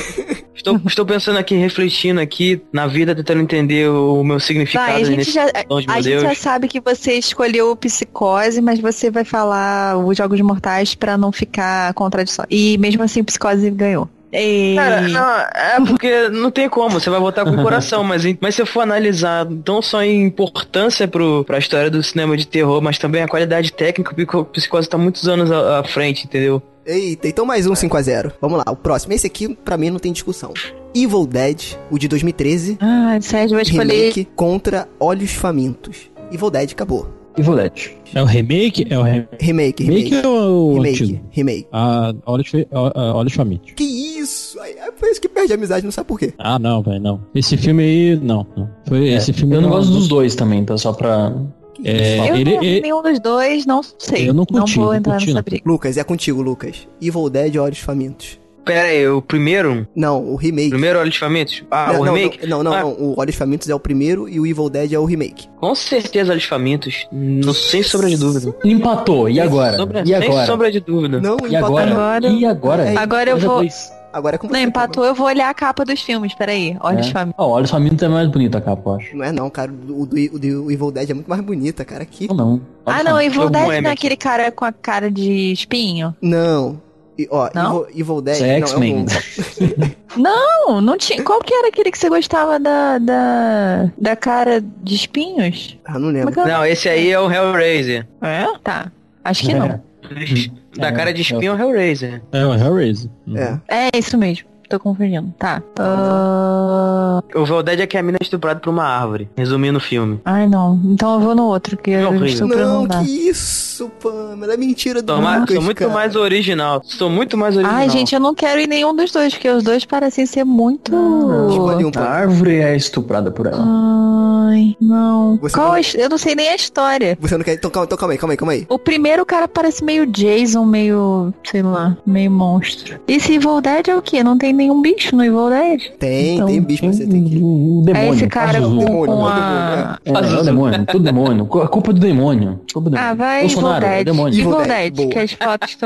Estou, estou pensando aqui, refletindo aqui na vida, tentando entender o meu significado
Vai, a gente
nesse
já,
dom de
a
meu
gente
Deus.
já sabe que você escolheu o Psicose, mas você vai falar os Jogos Mortais pra não ficar contraditório. E mesmo assim, o Psicose ganhou. E...
Cara, não, é porque não tem como, você vai votar com o coração, mas, em- mas se eu for analisar não só em importância pro, pra história do cinema de terror, mas também a qualidade técnica, porque o Psicose tá muitos anos à, à frente, entendeu?
Eita, então mais um 5x0. Vamos lá, o próximo. Esse aqui, pra mim, não tem discussão. Evil Dead, o de 2013.
Ah, Sérgio vai escolher.
Remake contra Olhos Famintos. Evil Dead, acabou.
Ivolete.
É o remake? É o remake,
Remake, remake.
ou o
Remake,
antigo?
remake.
Ah, Olhos Fe- ah, Olhos Famintos.
Que isso? Aí, aí foi isso que perde a amizade, não sabe por quê.
Ah, não, velho, não. Esse filme aí, não. não. Foi esse filme.
É, Eu não gosto dos dois também, tá? Só pra.
Que
É,
isso?
Eu
ele-
não vi
ele-
nenhum dos dois, não sei.
Eu não curti,
vou
não
entrar
curti,
nessa
não.
briga.
Lucas, é contigo, Lucas. Evil Dead, Olhos Famintos.
Pera aí, o primeiro?
Não, o
O
remake.
primeiro Olhos Famintos? Ah,
não,
o
não,
remake?
Não, não,
Ah.
não. O Olhos Famintos é o primeiro e o Evil Dead é o remake.
Com certeza Olhos Famintos, não sem sombra de dúvida.
Empatou. E agora?
Sombra-
E
Sem
agora?
sombra de dúvida.
Não,
E
empatou.
agora?
Agora-
E agora?
Agora eu
Dois a
vou-
dois.
Agora é com
Não,
você,
empatou, eu vou olhar a capa dos filmes, peraí. Olha os
É.
famílios.
Ah, olha, sua mina é mais bonita a capa, eu acho.
Não é não, cara. O do, o do Evil Dead é muito mais bonita, cara. Aqui.
Ou não.
Ah, não, e
Jogo
Voldad
Moebius.
não é aquele cara com a cara de espinho?
Não. E, ó,
Não?
Evil, Evil Dead.
Isso é X-Men.
Não, é
Não, não tinha. Qual que era aquele que você gostava da. da, da cara de espinhos?
um... Ah, não
Como
lembro.
é que
Não, esse aí é o Hellraiser.
é? É? Tá. Acho que não.
Da
É,
cara de espinho é o Hellraiser.
É o Hellraiser.
É.
É isso mesmo. Tô confundindo. Tá. Ah,
O Valdez é que a mina é estuprada por uma árvore. Resumindo o filme.
Ai, não. Então eu vou no outro, que eu
horrível.
estou pra
Não,
não dar.
que isso, Pamela. É mentira do
Sou, ma-
Lucas,
sou muito
cara.
mais um original. Sou muito mais original.
Ai, gente, eu não quero ir nenhum dos dois, porque os dois parecem ser muito. Tá.
Escolhe um,
A
Pamela.
árvore é estuprada por ela.
Ai, não.
Você
Qual
não-
a his- Eu não sei nem a história.
Você não quer... Então calma, então calma aí, calma aí, calma aí.
O primeiro cara parece meio Jason, meio, sei lá, meio monstro. Esse Evil Dead é o quê? Não tem nenhum bicho no Evil Dead?
Tem,
Então,
tem bicho pra você tem que...
Um demônio.
é esse cara
Pazuzu.
com,
demônio,
com
é o
a...
É, é o demônio, tudo demônio. Co- A culpa é do demônio. Culpa do demônio.
Ah, vai Evil
Bolsonaro, é
Dead.
demônio.
Evil
Evil
Dead,
Dead,
boa.
que as fotos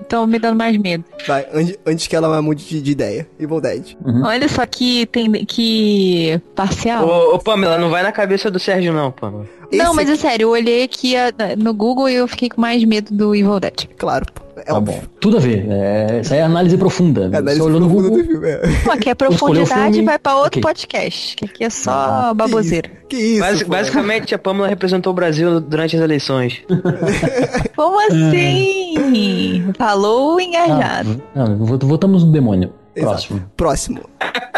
estão me dando mais medo.
Vai, antes, antes que ela mude de, de ideia. Evil Dead.
Olha só que, tem, que parcial.
Ô, ô, Pamela, não vai na cabeça do Sérgio, não, Pamela.
Esse
Não, mas é sério, eu olhei aqui a- no Google e eu fiquei com mais medo do Evil Dead.
aqui, Claro, pô. É
Tá
óbvio.
bom. Tudo a ver. É, isso aí é análise profunda.
É a análise
Você olhou no
profunda
Google.
do filme, é.
Pô, aqui é
Escolheu o
profundidade,
filme.
vai pra outro
Ok.
podcast. Que aqui é só
Ah,
baboseira.
Que isso,
Basi-
pô.
basicamente, a Pamela representou o Brasil durante as eleições.
Como assim? Falou
Ah,
engajado.
não, vot- votamos no demônio.
Exato.
Próximo.
Próximo.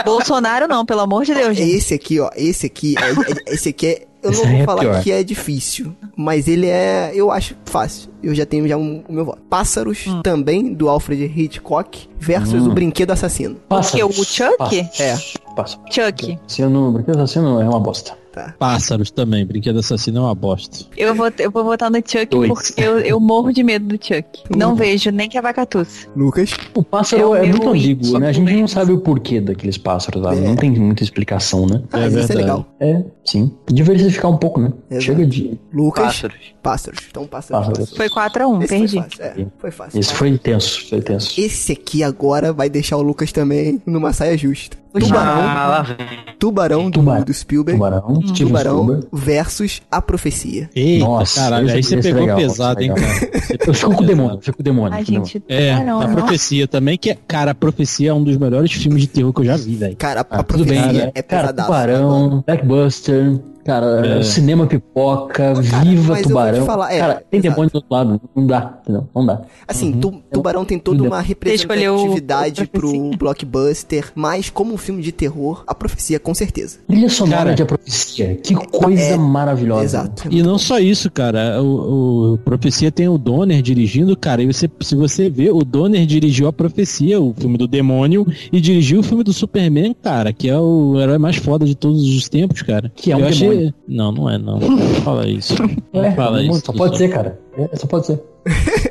Bolsonaro não, pelo amor de Deus. gente.
Esse aqui, ó. Esse aqui, é- é- esse aqui é. Eu
Esse
não
aí
vou
é
falar
pior.
que é difícil, mas ele é, eu acho fácil. Eu já tenho já um- o meu voto. Pássaros,
Hum.
também do Alfred Hitchcock, versus o Brinquedo Assassino.
Passa.
Porque o Chuck?
Passa.
É.
Passa.
Chuck.
Sendo, porque assassino é uma bosta.
tá.
Pássaros também, brinquedo assassino é uma bosta.
Eu vou, eu vou votar no Chuck
Dois.
porque eu, eu morro de medo do Chuck. Não vejo nem que é a vacatuça.
Lucas,
O
É o
pássaro é,
meu
muito ambíguo,
Y,
né? A gente não
menos.
sabe o porquê daqueles pássaros lá.
É.
Não tem muita explicação, né?
ah,
É
isso é
verdade.
legal.
É, sim. Diversificar um pouco, né?
Exato.
Chega de.
Lucas,
Pássaros.
pássaros. Então, pássaros.
Pássaros.
pássaros.
Foi 4x1,
Esse
perdi.
Foi fácil. É, foi fácil.
Esse foi intenso, foi tenso.
Esse aqui agora vai deixar o Lucas também numa saia justa. Tubarão,
Ah, lá vem.
tubarão do,
Tubarão.
do Spielberg.
Tubarão, Steven
Tubarão
Spielberg.
versus a profecia.
Eita,
Nossa,
caralho,
esse-
aí você
esse é
pegou
legal,
pesado, hein,
esse é
cara. Você pegou
Eu fico com o
pesado.
demônio, eu fico com o demônio.
A
fico com o demônio.
gente.
É,
Ah, não,
a
não.
profecia também, que é, cara, a profecia é um dos melhores filmes de terror que eu já vi, velho.
Cara, a
Ah, tudo
profecia
bem, né?
é
Cara,
pesadaço. né,
Tubarão, Blackbuster, cara,
É.
cinema pipoca,
cara,
viva
mas eu vou
Tubarão.
te falar, é,
cara, tem
exato.
demônio do outro lado, não dá, não, não dá.
Assim,
Uhum.
tu- Tubarão tem toda uma
escolheu o-
representatividade
o Profecia.
pro blockbuster, mas como um filme de terror, a profecia com certeza.
Trilha sonora
Cara,
de A Profecia, que coisa
é,
maravilhosa.
Exato.
E não só isso, cara. O, o Profecia tem o Donner dirigindo, cara. E você, se você ver, o Donner dirigiu a Profecia, o filme do demônio, e dirigiu o filme do Superman, cara, que é o herói mais foda de todos os tempos, cara.
Que é um
Eu achei-
demônio.
Não, não é, não. Não fala isso. Não
É,
fala isso.
só pode ser, cara. É, só pode ser.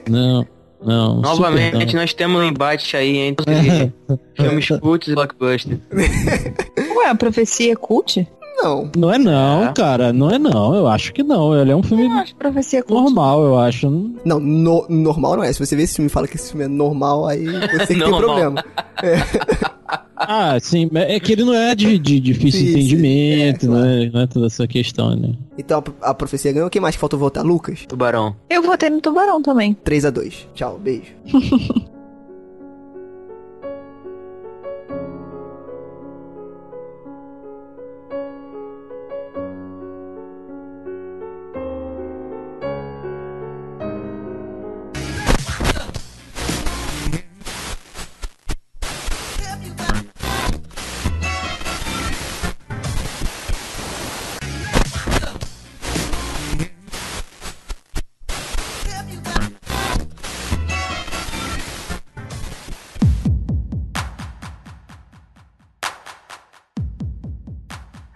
Não, não.
Novamente, nós temos um embate aí entre filmes cultos e blockbuster.
Ué, a profecia é cult?
Não.
Não é não,
É.
cara. Não é não. Eu acho que não. Ele é um filme
Eu acho que profecia é cult.
normal, eu acho.
Não, no- normal não é. Se você vê esse filme e fala que esse filme é normal, aí você que tem
Normal.
problema.
Ah, sim. É que ele não é de, de difícil
Sim, sim.
entendimento,
É,
né? Não é toda essa questão, né?
Então a, a profecia ganhou. Quem mais que faltou votar? Lucas?
Tubarão.
Eu votei no tubarão também.
3 a 2 Tchau, beijo.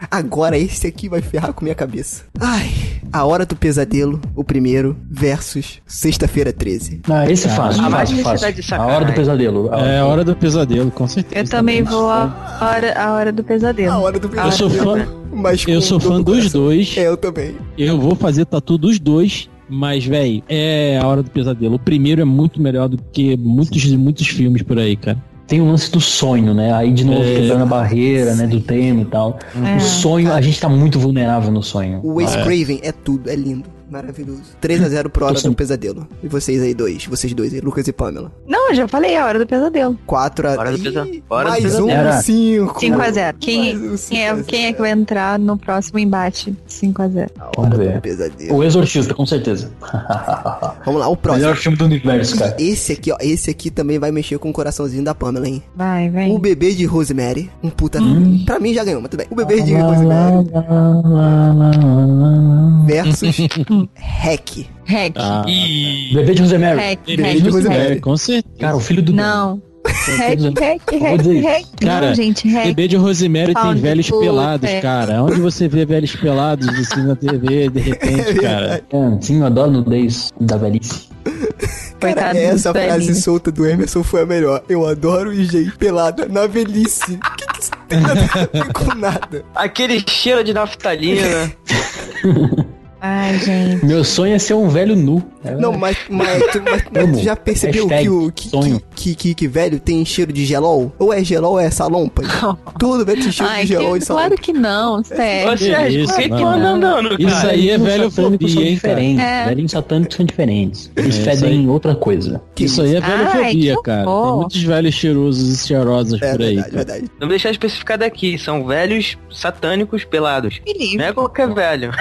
Agora esse aqui vai ferrar com minha cabeça. Ai, A Hora do Pesadelo, o primeiro, versus Sexta-feira 13.
Ah, esse é
Cara,
fácil,
ah, mas
fácil,
você tá
fácil.
de
a
sacanagem.
hora do pesadelo.
É a hora do pesadelo, com certeza.
Eu também vou a hora, a hora do pesadelo.
A Hora do
Eu sou
Pesadelo.
fã,
Mas com
eu sou
dor
fã
no
dos
coração.
dois.
É, eu também.
Eu vou fazer tatu dos dois. Mas, véi, é a hora do pesadelo. O primeiro é muito melhor do que muitos e muitos filmes por aí, cara.
Tem o lance do sonho, né? Aí de novo
É.
quebrando a barreira, né? Do tema e tal. O sonho, a gente tá muito vulnerável no sonho.
Uhum. O Wes Craven é tudo, é lindo, maravilhoso. 3
Hum.
a 0 pro Hora do Pesadelo. E vocês aí dois, vocês dois aí, Lucas e Pamela.
Não, eu já falei, é a hora do pesadelo.
4 a
Hora do Pesa-
Ih,
Hora do
Mais
Pesadelo.
um,
Era-
5.
assim?
5x0.
Mais
Quem,
um
quem, é,
5 a
quem é que
0.
vai entrar no próximo embate? 5x0.
A
Vamos
Hora do
ver.
Pesadelo.
O Exorcista, com certeza.
Vamos lá, o próximo.
É
Melhor filme do universo, cara.
Esse aqui, ó, esse aqui também vai mexer com o coraçãozinho da Pamela, hein?
Vai, vai.
O bebê de Rosemary, um puta.
Hum.
Pra mim já ganhou, mas tudo bem. O bebê de Rosemary versus
Hum.
Hack.
Hack.
Ah,
Bebê de Rosemary.
Hack,
Bebê de
hack, hack.
Rosemary.
é, com certeza.
Cara, o filho do
Não. Hack, hack,
Vou
hack,
dizer isso.
hack.
Cara,
Não, gente, hack.
Bebê de Rosemary tem
Pau
velhos
é. de puta,
pelados,
é.
cara. Onde você vê velhos pelados assim na TV, de repente, cara?
É, sim, eu adoro nudez da velhice.
Cara,
Coitado
é essa
do
frase
velhinho.
solta do Emerson foi a melhor. Eu adoro o jeito pelada na velhice. O que, que isso tem a ver com nada?
Aquele cheiro de naftalina.
Ai, gente.
Meu sonho é ser um velho nu.
Não, mas, mas, tu, mas- mas tu
Amo.
já percebeu
Hashtag
que o que,
sonho.
que, que, que velho tem cheiro de gelol? Ou é gelol ou é salompa? Tudo velho tem cheiro
Ai,
de
que-
gelol e salompa.
claro que não,
é
sério.
Ô, Sérgio,
isso,
por que
mano.
tu anda andando, cara?
Isso aí é
Velhinhos
velho
satânicos são
fobia, hein, cara?
diferentes.
É.
Velhinhos satânicos são diferentes. Eles
É, isso
fedem outra coisa.
Que
isso aí é velhofobia,
Ai, que
cara.
horror.
Tem muitos velhos cheirosos e cheirosas
É
por aí.
verdade,
cara.
verdade.
Vamos deixar especificado aqui. São velhos satânicos pelados.
Me livre.
né?
Não é qualquer velho.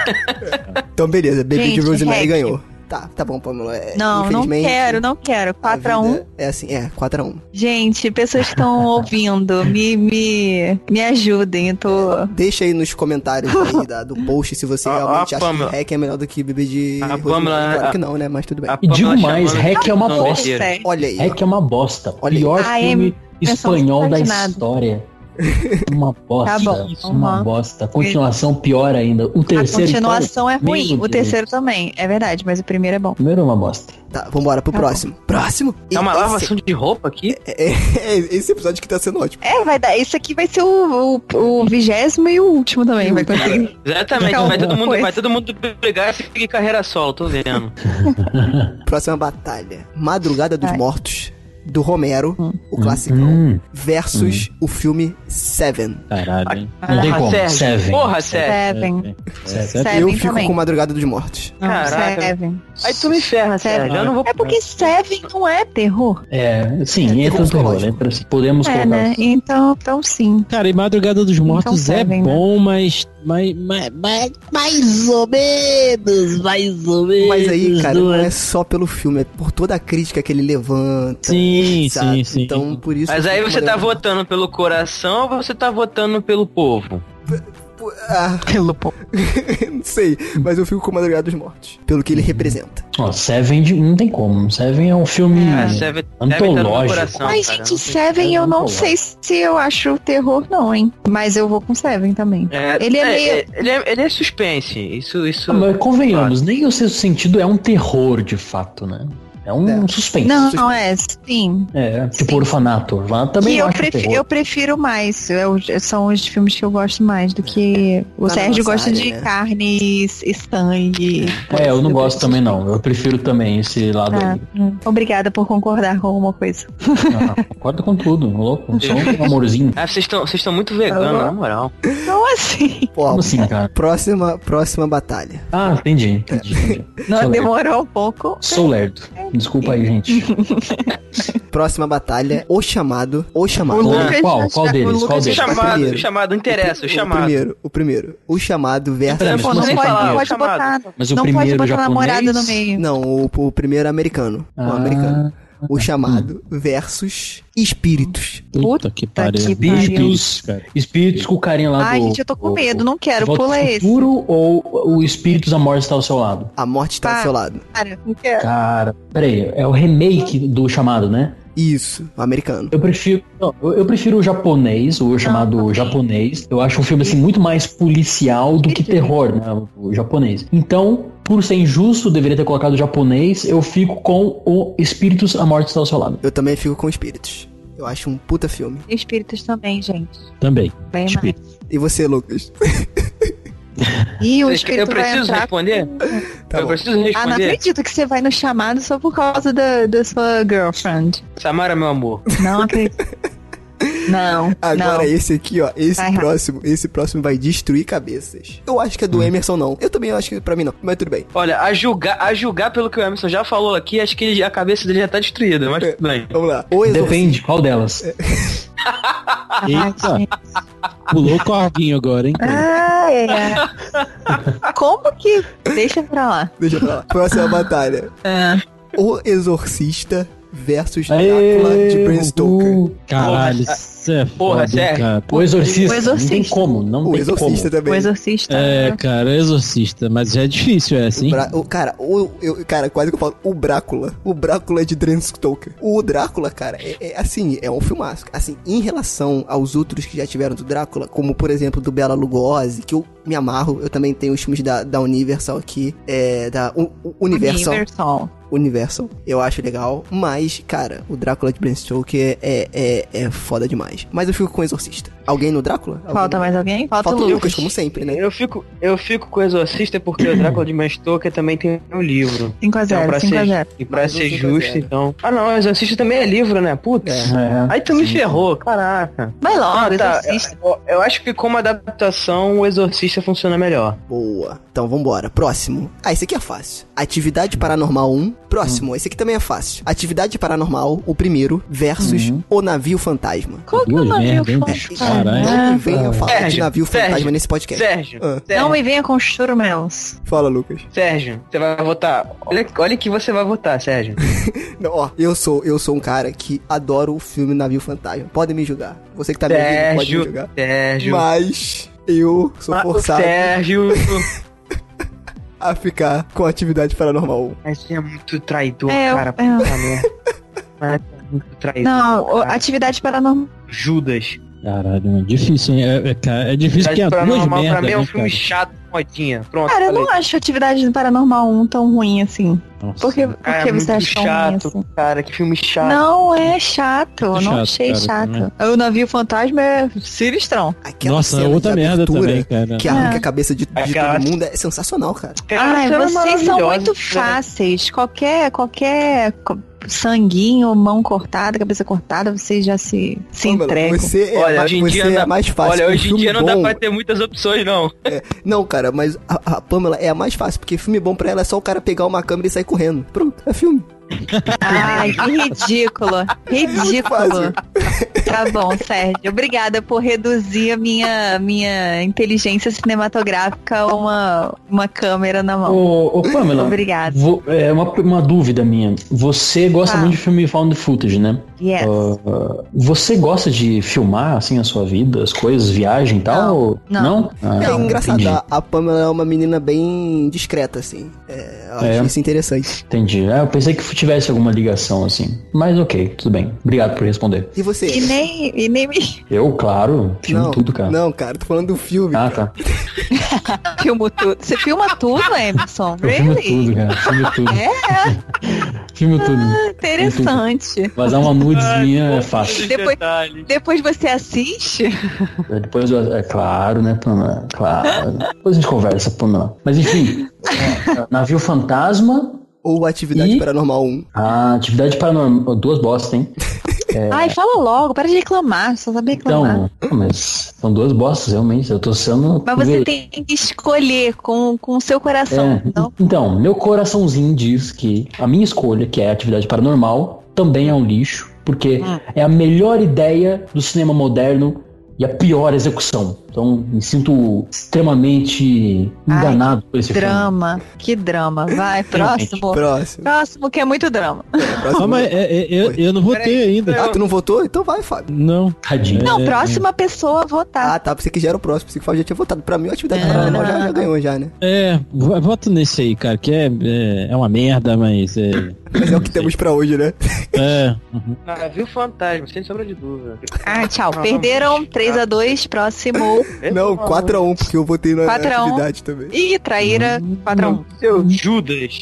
Então, beleza, bebê de
Gente,
Rosemary
hack.
ganhou. Tá, tá bom, Pamela. É,
Não, não
infelizmente,
quero, um. não quero.
a
4x1.
vida É assim, é, 4x1.
Gente, pessoas que estão ouvindo, me, me, me ajudem. Eu tô.
É
Deixa aí nos comentários aí da- do post se você
Ah,
realmente acha
ah, Pamela.
que hack é melhor do que bebê de
Ah,
Rosemary.
Pamela,
Claro
ah,
que não, né? Mas tudo bem.
A
E digo
Pamela
mais,
né?
chamando-
hack é uma
Não,
bosta.
besteira.
sério.
Olha aí. ó.
Hack é uma bosta.
Olha aí.
Pior
Ah, é,
filme
pessoal
espanhol da
não faz nada.
história. Uma bosta.
Tá bom,
Uma
uhum.
bosta. A continuação pior ainda. O
A
terceiro.
continuação é
então,
ruim.
meu
O
Deus.
terceiro também, é verdade, mas o primeiro é bom.
Primeiro é uma bosta.
Tá, vambora pro
Tá
próximo. Próximo?
É uma
Esse-
lavação de roupa aqui?
é, esse episódio que tá sendo ótimo.
É, vai dar. Isso aqui vai ser o, o, o vigésimo e o último também. Vai conseguir.
Exatamente,
Calma,
vai todo, mundo,
pois.
vai todo mundo brigar e seguir carreira solo, tô vendo.
Próxima batalha. Madrugada dos
Vai.
Mortos, do Romero, o clássico,
Hum, Tá.
versus o filme Seven.
Caralho, hein?
não tem
Porra,
como.
Ah, Sérgio.
Seven.
Porra, Sérgio.
Seven.
É, Seven.
Seven
Eu fico
também.
com Madrugada dos Mortos.
Não,
Caraca.
Seven.
Aí tu me ferra,
Sérgio.
Sérgio. Eu não vou.
É porque Seven não é terror.
É,
É,
sim, entra no terror.
psicológico.
Entra, sim. podemos
É,
colocar.
né? Então, então sim.
Cara, e Madrugada dos Mortos é
Seven, né?
bom, mas, mas, mas, mas. Mais ou menos, mais ou menos.
Mas aí, cara, não
duas.
é só pelo filme, é por toda a crítica que ele levanta.
Sim,
sabe?
sim, sim.
Então, por isso.
Mas
eu
aí
fico com
você tá
Madrugada-
votando pelo coração ou você tá votando pelo povo?
Ah,
Pelo po-
não sei, mas eu fico com Madrugada dos Mortos. Pelo
Uhum.
que ele representa.
Ó, Seven de- não tem como. Seven é um filme.
É, Sérgio, Sérgio tá no meu
Antológico.
coração.
Mas,
cara,
gente,
não tem-
Seven eu não
Vamos lá.
sei se eu acho terror, não, hein? Mas eu vou com Seven também.
É,
Ele é meio-
ele, é, ele é suspense. Isso, isso.
Ah, mas convenhamos, nem o sexto sentido é um terror de fato, né? É um
É.
suspense.
Não, não é, sim.
É, tipo
Sim.
orfanato. Orfanato também
que
eu
eu,
acho
prefi-
terror.
eu prefiro mais. eu- são os filmes que eu gosto mais do que.
Tá
O
na
Sérgio
nossa
gosta
área,
de
né?
carne e e sangue.
É, eu não gosto também não. Eu prefiro também esse lado
Ah,
aí.
hum. Obrigada por concordar com alguma coisa.
Ah, concordo com tudo, louco. Só um amorzinho.
Ah, vocês estão vocês estão muito veganos, na moral.
Não assim.
Pô,
Como assim, cara?
próxima, próxima batalha.
Ah, entendi. entendi, entendi.
É. Não,
Sou lerdo.
demorou um pouco.
Tá Sou lerdo. Desculpa aí, gente.
Próxima batalha, O Chamado. O Chamado.
O
Qual-
Lucas
qual?
já-
Qual
o
deles?
Lucas
Qual
já-
O
deles?
chamado,
primeiro.
o chamado, não interessa, o, chamado.
O primeiro, o primeiro. O Chamado
Pera,
versus...
mas
Pô,
como
não
assim
pode,
primeiro?
não pode
Chamado.
botar,
Mas o
não pode
primeiro
botar
japonês?
namorada no meio.
Não, o, o primeiro é americano. O
Ah.
americano. O chamado versus espíritos.
Puta que pariu.
que
Bichos, cara.
Espíritos com o carinha lá
Ai,
do...
gente, eu tô com
do-
medo, não quero.
Volta
Pula
pro
esse.
futuro ou o Espíritos da Morte está ao seu lado?
A morte tá
Pá.
ao seu lado.
Cara, não quero.
Cara, peraí, é o remake do chamado, né?
Isso, o americano.
Eu prefiro, não, eu, eu prefiro o japonês, o chamado
Ah, tá.
japonês. Eu acho um filme assim muito mais policial do que terror, né? O japonês. Então, por ser injusto, eu deveria ter colocado o japonês. Eu fico com o Espíritos, a Morte está ao seu lado.
Eu também fico com espíritos. Eu acho um puta filme.
Espíritos também, gente.
Também.
Bem mais.
Espírito.
E você, Lucas?
Ih, o
Vocês-
espírito
eu
vai
preciso
entrar.
responder?
Tá
eu
bom.
preciso
Ah, não
responder.
acredito que você vai no chamado só por causa da, da sua girlfriend.
Samara, meu amor.
Não acredito. Não,
Agora é
não.
esse aqui, ó. Esse
Vai errar.
próximo, esse próximo vai destruir cabeças. Eu acho que é
Hum.
do Emerson, não. Eu também acho que é pra mim não, mas tudo bem.
Olha, a julgar, a julgar pelo que o Emerson já falou aqui, acho que ele- a cabeça dele já tá destruída, mas tudo bem.
Vamos lá. O Exorcista.
Depende, qual delas?
É,
Eita.
Ai, Ah, gente.
Pulou o corvinho agora, hein? cara?
Ah, é. Como que... Deixa pra lá.
Deixa eu falar. Próxima batalha. O Exorcista versus Drácula
Aê,
de Bram Stoker.
Gugu.
Caralho,
Porra,
isso é
porra,
foda, hein,
Sérgio.
cara.
O exorcista,
O
não tem
Exorcista.
como, não
O
tem
Exorcista
O
também.
exorcista.
É, cara, exorcista, mas já é difícil essa,
O
hein?
Bra- o- cara, o, eu- cara, quase que eu falo, o Drácula. O Drácula é de Dren Stoker. O Drácula, cara, é, é assim, é um filmaço. Assim, em relação aos outros que já tiveram do Drácula, como por exemplo do Bela Lugosi, que eu me amarro, eu também tenho os filmes da, da Universal aqui, é, da U- U- Universal.
Universal.
Universal, eu acho legal, mas, cara, o Drácula de Bram Stoker é, é, é foda demais. Mas eu fico com o Exorcista. Alguém no Drácula? Alguém
Falta
no-
mais alguém? Falta,
Falta
o
o
Lucas.
Lucas, como sempre, né?
Eu fico, eu fico com o Exorcista porque o Drácula de Mastoker também tem um livro.
5x0,
pra
5x0.
ser, e pra
Mais um
ser
5 a
justo,
0.
então. Ah não, o Exorcista também é livro, né? Putz.
É,
Aí tu me
sim.
ferrou, caraca.
Vai logo,
Ah, tá.
exorcista.
Eu, eu acho que como adaptação o Exorcista funciona melhor.
Boa. Então vambora. Próximo. Ah, esse aqui é fácil. Atividade Paranormal 1.
Hum.
Próximo. Esse aqui também é fácil. Atividade Paranormal, o primeiro, versus o Navio Fantasma.
Qual que Uhum. é o
Duas
navio
merda, hein, bicho?
fantasma?
Caralho.
Não me venha falar de
Sérgio,
navio
Sérgio,
fantasma nesse podcast.
Sérgio,
Ah.
Sérgio,
Não me venha com churumels.
Fala, Lucas.
Sérgio, você vai votar. Olha, olha que você vai votar, Sérgio.
Não, ó, eu sou, eu sou um cara que adoro o filme Navio Fantasma. Podem me julgar. Você que tá me ouvindo, pode me
Sérgio,
julgar.
Sérgio.
Mas eu sou
Ah,
Mas o
forçado
Sérgio.
a ficar com Atividade Paranormal 1.
Mas você é muito traidor,
É, eu-
cara.
é.
Puta merda. Mas você é muito traidor.
Não, o-
cara.
atividade paranormal.
Judas.
Caralho, mano, difícil, hein? É, é, cara, é difícil porque
Atividade
é duas
Paranormal Tá pra
merda,
mim é um
né,
filme
cara?
chato, modinha. Pronto,
Cara, eu
falei.
não acho Atividade do Paranormal 1 tão ruim assim.
Nossa.
Por que, por
Cara,
que
é
você
muito
acha tão ruim
chato,
assim?
cara. Que filme chato.
Não é chato, eu
Muito
não
chato,
achei
cara,
chato. O navio fantasma é sinistrão.
Aquela
Nossa,
é
é
cena
outra
de
merda
abertura
também, cara.
Que arranca
É.
a cabeça de, de
Aquela-
todo mundo é sensacional, cara.
Aquela
Ai,
cena
vocês são
maravilhosa,
muito
né?
fáceis. Qualquer, qualquer co- sanguinho, mão cortada, cabeça cortada, vocês já se, se
Ô, mano,
entregam.
Você, é,
Olha,
mais-
hoje em
você
dia
é
dá-
mais fácil.
Olha,
Um
hoje em
filme
dia não dá
bom-
pra ter muitas opções, não.
Não, cara, mas a, a Pamela é a mais fácil, porque filme bom pra ela é só o cara pegar uma câmera e sair correndo. Pronto, é filme.
Ai, que ridículo. Ridículo. Tá bom, Sérgio. Obrigada por reduzir a minha, minha inteligência cinematográfica a uma, uma câmera na mão.
Ô, ô, Pamela.
Obrigada.
vou- é uma, uma dúvida minha. Você gosta
Ah.
muito de filme found footage, né?
Yes.
Ah, você gosta de filmar, assim, a sua vida, as coisas, viagem
Não,
e tal?
não.
Ah,
é engraçado,
entendi.
a, a Pamela é uma menina bem discreta, assim. É, eu acho
É.
isso interessante.
Entendi. Ah, eu pensei que tivesse alguma ligação, assim. Mas ok, tudo bem. Obrigado por responder.
E você?
E nem, e nem me
Eu, claro, filmo
não,
tudo, cara.
Não, cara, tô falando do filme.
Ah, tá.
filmo tudo. Você filma tudo, Emerson?
Eu filmo tudo,
Really?
cara. Filmo tudo.
É,
Filmo tudo.
interessante.
Vazar uma nudes minha é
Esses
fácil.
Depois-
detalhes.
Depois você assiste?
Depois, eu- é claro, né, Pamela? Claro. Depois a gente conversa, Pamela. Mas enfim, é, navio fantasma,
Ou Atividade
E?
Paranormal 1.
a atividade paranormal. Duas bosta, hein?
Ai, fala logo, para de reclamar, só sabe reclamar.
É. Então, mas são duas bostas, realmente. Eu tô sendo.
Mas você tem que escolher com com o seu coração,
É,
não?
Então, meu coraçãozinho diz que a minha escolha, que é a atividade paranormal, também é um lixo, porque
Ah.
é a melhor ideia do cinema moderno e a pior execução. Então, me sinto extremamente
Ai,
enganado por esse filme.
Drama, que drama. Vai, próximo.
Próximo. né,
Próximo, que é muito drama.
próximo.
Ah, mas é- é- eu, eu não votei ainda.
Ah, tu não votou? Então vai, Fábio.
Não.
Tadinho.
Não, próxima pessoa a votar.
Ah, tá. Pensei que já era o próximo. Pensei que o Fábio já tinha votado. Pra mim, a Atividade Paranormal já, já ganhou, já, né?
É, vo- voto nesse aí, cara, que é, é, é uma merda, mas é.
Mas é o que temos pra hoje, né?
é
Navio fantasma, sem sombra de dúvida.
Ah, tchau. Perderam 3x2, próximo.
Não, 4x1, porque eu votei na na
4 a 1.
Atividade também.
Ih, traíra, 4x1.
Seu Judas.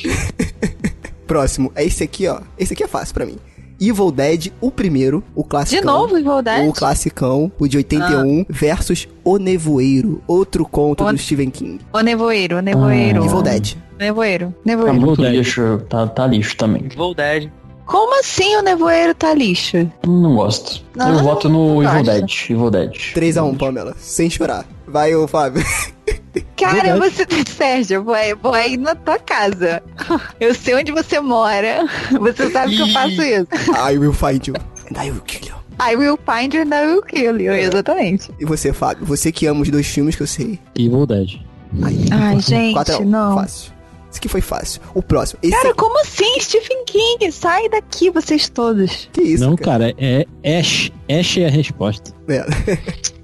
Próximo, é esse aqui, ó. Esse aqui é fácil pra mim. Evil Dead, o primeiro, o
De
classicão.
Então,
novo, igualdade?
O classicão, o de 81, versus O Nevoeiro, outro conto
O-
do Stephen King.
Ô, nevoeiro, ô,
Ah.
nevoeiro.
Evil Dead.
Nevoeiro,
Tá
nevoeiro.
muito
Verdade.
lixo, tá, tá lixo também.
Vou 10.
Como assim o nevoeiro tá lixo?
Não gosto.
Não,
eu voto no
não
Evil
gosto.
Dead. Evil Dead.
3x1, Pamela. Sem chorar. Vai, ô Fábio.
Cara,
Verdade.
você, Sérgio, eu vou, eu vou aí na tua casa. Eu sei onde você mora. Você sabe que eu faço isso.
I will find you. And I will kill you.
I will find you and I will kill
É.
you. Exatamente.
E você, Fábio? Você que ama os dois filmes que eu sei.
Evil Dead.
Ai, gente,
4x1.
não.
Fácil. Esse aqui foi fácil. O próximo. Esse
Cara,
aqui.
como assim? Stephen King, sai daqui vocês todos.
Que isso,
não,
cara?
cara, é Ash. Ash é a resposta.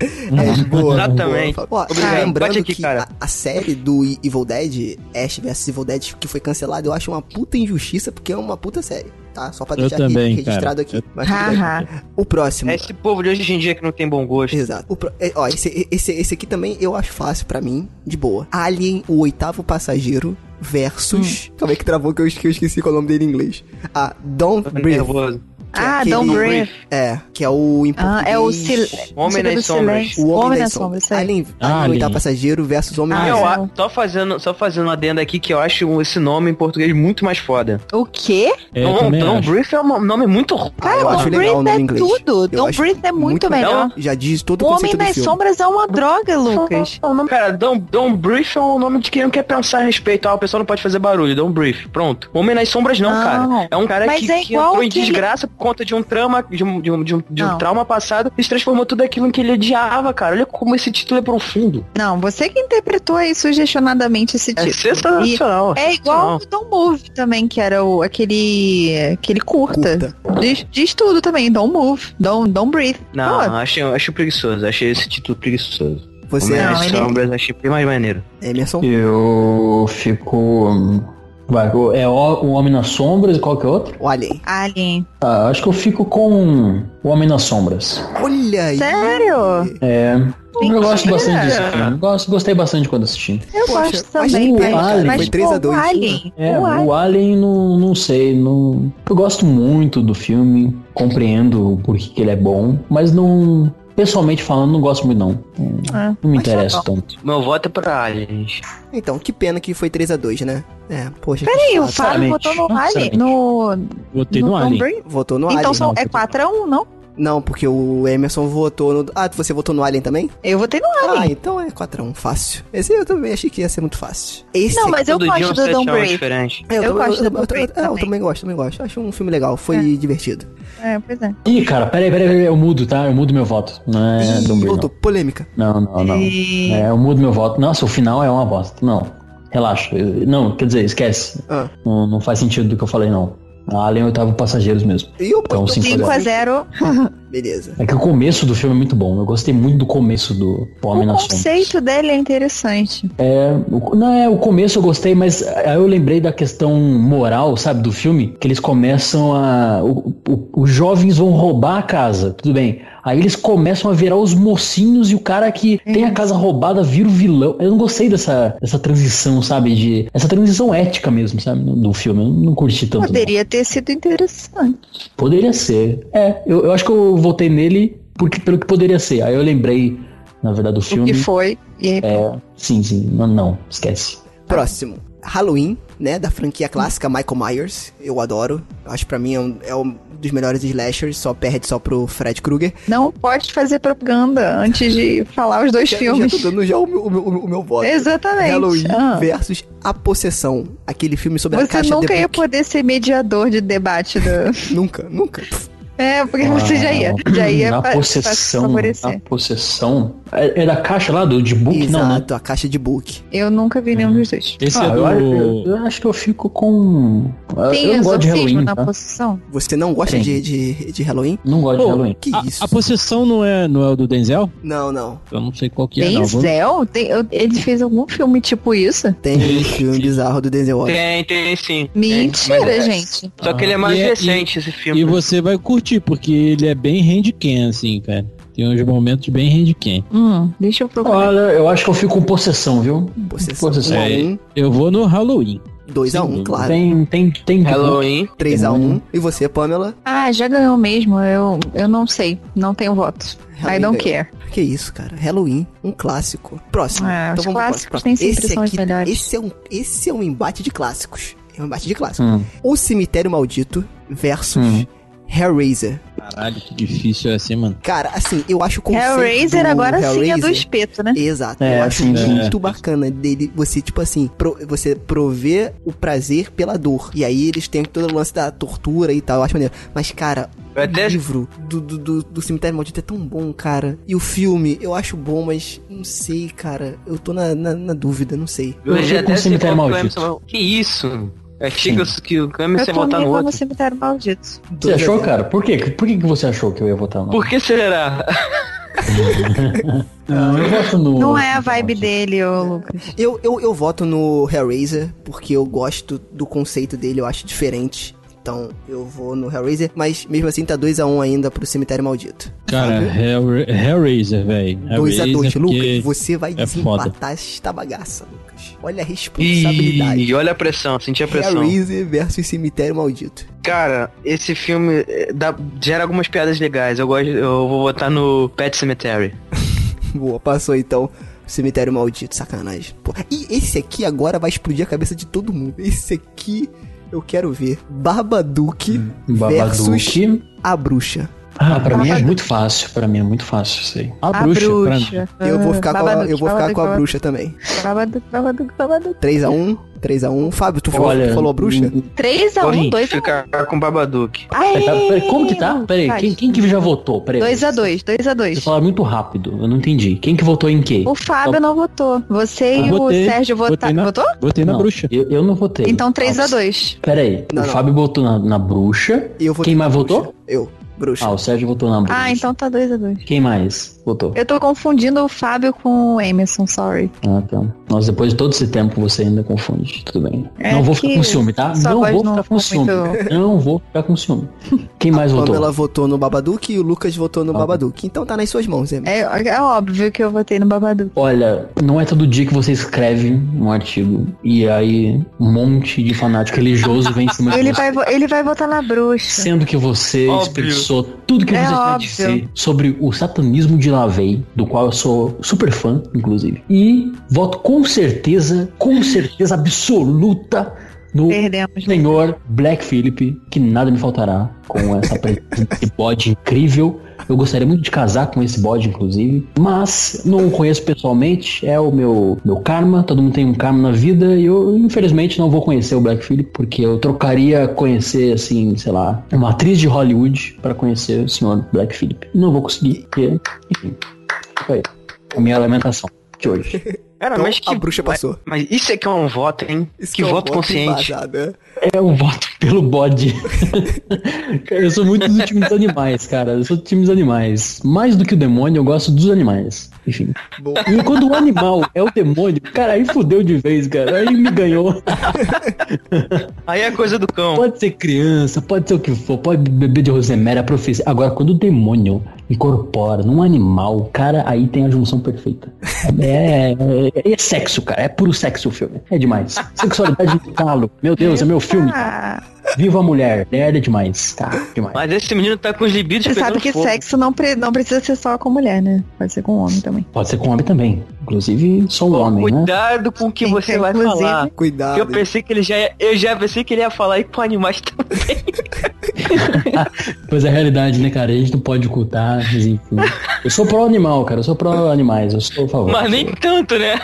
É, boa,
Exatamente.
boa. Ó,
Obrigado.
lembrando
Bate aqui,
que
cara.
A, a série do E- Evil Dead, Ash vs Evil Dead, que foi cancelada, eu acho uma puta injustiça, porque é uma puta série, tá? Só pra
Eu
deixar
também,
aqui, registrado
cara.
aqui.
Eu-
Mas tudo bem.
Haha.
o próximo.
É esse povo de hoje em dia que não tem bom gosto.
Exato. O pro- é, ó, esse, esse, esse aqui também eu acho fácil pra mim, de boa. Alien, o oitavo passageiro, versus...
Hum.
Calma aí que travou que eu, que eu esqueci qual é o nome dele em inglês. Ah, Don't
Tô
Breathe.
nervoso.
Ah,
aquele-
Don't Breathe.
É, que é o em
Ah, é o
português-
sil...
Homem
Segredo
nas
do
Sombras.
Silêncio.
O Homem,
Homem
das
nas
Sombras.
Sombras, isso aí.
Alien, Alien,
Alien.
o oitavo passageiro versus Homem
Ah,
das
eu,
é.
a- só fazendo, só fazendo uma adenda aqui que eu acho esse nome em português muito mais foda.
O quê?
É, eu
Don,
também
Don
acho.
Brief é um nome muito ruim.
Ah, eu
Cara,
acho legal
Don't
o
Breathe
nome
é
em inglês.
tudo.
Eu
Don't
acho
Breathe é muito melhor.
Já diz todo o
O Homem
conceito do
nas
filme.
Sombras é uma droga, Lucas.
É um nome- Cara, Don, Don Brief é um nome de quem não quer pensar a respeito. Ah, o pessoal não pode fazer barulho. Don Brief. Pronto. Homem nas sombras não,
Não,
cara. É um cara
mas
que,
é
que
igual
entrou em
aquele-
desgraça por conta de um trauma, de um, de um, de um, de um
Não.
trauma passado e se transformou tudo aquilo em que ele odiava, cara. Olha como esse título é profundo.
Não, você que interpretou aí sugestionadamente esse
É
título. E-
sensacional.
É igual o Don't Move também, que era o, aquele, aquele curta.
Curta.
Diz, diz tudo também, Don't Move, Don't, don't Breathe.
Não,
Pô,
achei, achei preguiçoso. Achei esse título preguiçoso.
Você
é
Homem
Não,
nas
ele-
sombras, achei bem mais maneiro.
é Emerson?
Eu fico hum, Vai. É o, o Homem nas Sombras e qual que é outro?
Olhem.
Alien.
Ah, acho que eu fico com o Homem nas Sombras.
Olha aí.
Sério?
É. Eu gosto
Mentira.
bastante desse filme. Gosto, gostei bastante quando assisti.
Eu
Poxa,
gosto
mas
também.
o Alien
foi 3 a 2.
O Alien.
É,
o Alien.
o Alien, não, não sei. Não, eu gosto muito do filme, compreendo o porquê que ele é bom, mas não. Pessoalmente falando, não gosto muito, não.
Ah,
Não me
mas tá
interessa
bom.
tanto.
Meu voto é pra aliens.
Então, que pena que foi 3 a 2 né? É, poxa.
Peraí, o
que chato.
Fábio botou no
Sinceramente.
Alien. No, no
Botei no,
Tom
Alien.
Brady?
Votou no
Então
Alien.
são,
não,
é
eu tô-
4x1, não?
Não, porque o Emerson votou no. Ah, você votou no Alien também?
Eu votei no
Ah,
Alien.
então é 4x1, fácil. Esse eu também achei que ia ser muito fácil. Esse
não, mas eu
Todo dia
gosto
um
do
sete a
Don
um
Brady.
diferente.
É,
eu gosto
eu,
do
eu,
Break
é, eu
também.
também gosto, também gosto. Acho um filme legal, foi divertido.
É, pois é.
Ih, cara, peraí, peraí, peraí, eu mudo, tá? Eu mudo meu voto. Não é
Ih,
Dom Brady,
voltou, polêmica.
não. Não, não, não.
E-
É, eu mudo meu voto. Nossa, o final é uma bosta. Não, relaxa. Eu- Não, quer dizer, esquece.
Ah.
Não, não faz sentido do que eu falei, não. A Alien, eu tava passageiros mesmo.
E o
Então, cinco a
5x0.
Beleza.
É que o começo do filme é muito bom. Eu gostei muito do começo do Homem
O
nas Sombras.
conceito dele é interessante.
O- Não, é, o começo eu gostei, mas eh, aí eu lembrei da questão moral, sabe, do filme, que eles começam a. o- o- Os jovens vão roubar a casa, tudo bem. Aí eles começam a virar os mocinhos e o cara que tem a casa roubada vira o vilão. Eu não gostei dessa, dessa transição, sabe? De, essa transição ética mesmo, sabe? Do filme. Eu não curti tanto. não.
Poderia ter sido interessante.
Poderia ser. É, eu, eu acho que eu votei nele porque, pelo que poderia ser. Aí eu lembrei, na verdade, do
O
filme. É.
que foi. E aí,
Sim, sim. Não, não, esquece.
Próximo. Halloween, né, da franquia clássica Michael Myers. Eu adoro. Acho que pra mim é um, é um dos melhores slashers, só perde só pro Fred Krueger.
Não pode fazer propaganda antes de falar os dois
Já-
filmes.
Já tô dando já o meu, o meu, o meu- o meu voto.
Exatamente.
Halloween
Ah.
versus A Possessão. Aquele filme sobre a
Você
caixa
nunca
de
ia poder ser mediador de debate do...
Nunca, nunca. Pff,
É, porque você já ia.
Ah,
Já ia
na
fa- fa-
possessão. né? Na
favorecer.
possessão. É, é da caixa lá do de book, não, né?
Exato, a caixa de book.
Eu nunca vi nenhum dos dois.
Esse
Ah,
é
eu,
do.
acho- eu acho que eu fico com. eu- eu
Tem
não gosto de
exorcismo
Halloween,
na
tá?
possessão?
Você não gosta
Sim.
de, de, de Halloween?
Não gosto de
Pô,
Halloween.
Que
A-
isso?
A, possessão não é, não é o do Denzel?
Não, não.
Eu não sei qual que é, não.
Tem
Vamos-
Zell? Tem- eu- Ele fez algum filme tipo isso?
Tem um filme bizarro do Denzel Washington.
Tem, tem sim.
Mentira,
Tem, mas-
gente.
Só que ele é mais
E é-
recente, esse filme.
E você vai curtir, porque ele é bem handicam, assim, cara. Tem uns momentos bem handicam.
Hum, deixa eu procurar.
Olha, eu acho que eu fico com possessão, viu?
Possessão.
Possessão.
1x1,
Eu vou no Halloween.
2x1, claro.
Tem, tem, tem.
Halloween.
3x1. E você, Pamela?
Ah, já ganhou mesmo. Eu, eu não sei. Não tenho voto. I
Halloween
don't
ganhou.
care.
Que isso, cara. Halloween, um clássico. Próximo. Então
É, os
vamos pro
clássicos nem sempre
esse
são os
aqui-
melhores.
Esse é, um, esse é um embate de clássicos. É um embate de clássicos.
Hum.
O Cemitério Maldito versus
Hum.
Hellraiser.
Caralho, que difícil é assim, mano.
Cara, assim, eu acho o conceito
Hellraiser
do
agora sim é do
Hellraiser-
espeto, né?
Exato.
É,
eu acho
sim, sim.
muito bacana dele. Você, tipo assim, pro- você prover o prazer pela dor. E aí eles têm todo o lance da tortura e tal. Eu acho maneiro. Mas, cara,
Eu até-
o livro do, do, do, do Cemitério Maldito é tão bom, cara. E o filme, eu acho bom, mas não sei, cara. Eu tô na, na, na dúvida, não sei.
Eu
Hoje
fico
até
com
sei
Cemitério
qual que o
Maldito.
Clemson- Que isso? Eu achei que, eu, que o
Eu
Clemson ia votar
também
no
vou no
outro.
cemitério maldito.
Você
Dois a
achou,
zero.
cara? Por quê? Por que que você achou que eu ia votar? no-
Por que será?
Não, eu voto no.
Não é a vibe dele,
É.
ô Lucas.
Eu, eu, eu voto no Hellraiser, porque eu gosto do conceito dele, eu acho diferente. Então, eu vou no Hellraiser, mas mesmo assim tá 2x1 ainda pro Cemitério Maldito.
Cara, Hell- Hellraiser, velho.
2x2,
Hellraiser, É porque-
Lucas. é Você vai
é foda.
desempatar esta bagaça, Lucas. Olha a responsabilidade.
E olha a pressão, senti a pressão.
Hellraiser versus Cemitério Maldito.
Cara, esse filme eh, dá- gera algumas piadas legais. Eu gosto, eu vou votar no Pet Cemetery.
Boa, passou então. Cemitério Maldito, sacanagem. Pô, E esse aqui agora vai explodir a cabeça de todo mundo. Esse aqui eu quero ver. Barbaduque
Hum,
versus
um Babadook.
a bruxa.
Ah, pra mim é muito fácil. Pra mim é muito fácil isso aí.
A bruxa. pra mim.
Eu
Hum,
vou ficar, com, a,
Babadook,
eu vou ficar com a
Babadook,
bruxa também.
Babadook, Babadook, Babadook.
3x1, 3x1. Fábio, tu falou,
Olha, hum,
tu falou a bruxa?
3x1,
Corrige,
2x1.
ficar com Babadook.
Peraí, tá, peraí, como que tá? Peraí, quem, quem que já votou? Peraí.
2x2,
Você
2x2.
fala muito rápido, eu não entendi. Quem que votou em quê?
O Fábio não votou. Você e
Eu
o
votei,
Sérgio
votei
votaram.
na-
Votou?
Botei na
Não,
bruxa.
Eu, eu não votei.
Então 3x2.
Peraí,
Não,
o
não.
Fábio botou na, na bruxa.
Eu votei
Quem mais
na bruxa.
votou?
Eu. Bruxa.
Ah, o Sérgio votou na bruxa.
Ah, então tá 2 a 2
Quem mais votou?
Eu tô confundindo o Fábio com o Emerson, sorry.
Ah, tá. Nossa, depois de todo esse tempo você ainda confunde. Tudo bem.
É
não vou
que
ficar com ciúme, tá?
sua
Não
voz
vou
não
ficar
ficou
com ciúme.
muito-
Não vou ficar com ciúme. Quem mais votou?
Pamela votou no Babadook e o Lucas votou no
Ah,
Babadook. Então tá nas suas mãos, Emerson.
É, é óbvio que eu votei no Babadook.
Olha, não é todo dia que você escreve um artigo e aí um monte de fanático religioso vem em cima de
Ele
você.
vai, vo- ele vai votar na bruxa.
Sendo que você
Óbvio.
expressou tudo que
É
você tinha a
óbvio.
dizer sobre o satanismo de Lavey, do qual eu sou super fã, inclusive. E voto com certeza, com certeza absoluta no
Perdemos.
senhor Black Philip, que nada me faltará com essa presença de bode incrível. Eu gostaria muito de casar com esse bode, inclusive, mas não o conheço pessoalmente, é o meu, meu karma, todo mundo tem um karma na vida, e eu infelizmente não vou conhecer o Black Philip, porque eu trocaria conhecer, assim, sei lá, uma atriz de Hollywood para conhecer o senhor Black Philip. Não vou conseguir, porque, enfim, foi a minha lamentação de hoje.
Cara,
Então
É, mas que...
a bruxa passou.
Mas isso é que é um voto, hein?
Isso
que
é um
voto consciente.
embasado, é.
É um voto pelo bode. cara, eu sou muito do time dos animais, cara. Eu sou do time dos animais. Mais do que o demônio, eu gosto dos animais. Enfim.
Bom.
E quando o animal é o demônio, cara, aí fudeu de vez, cara. Aí me ganhou.
Aí é coisa do cão.
Pode ser criança, pode ser o que for, pode beber de rosemary, a profecia. Agora, quando o demônio incorpora num animal, cara, aí tem a junção perfeita. É, é- é sexo, cara. É puro sexo o filme. É demais. Sexualidade de calo. Meu Deus, é meu filme.
Ah,
Viva a mulher. Merda demais. Tá, demais.
Mas esse menino tá com os libidos
você sabe
pegando
que
fogo.
sexo não, pre- não precisa ser só com mulher, né? Pode ser com homem também.
Pode ser com homem também. Inclusive, sou um homem, né?
Cuidado com o que
Sim,
você vai
inclusive-
falar.
Cuidado.
Eu pensei que ele já ia, eu já pensei que ele ia falar e com animais também.
Pois é a realidade, né, cara? A gente não pode ocultar, mas enfim. Eu sou pró-animal, cara. Eu sou pró-animais. Eu sou a favor.
Mas nem tanto, né?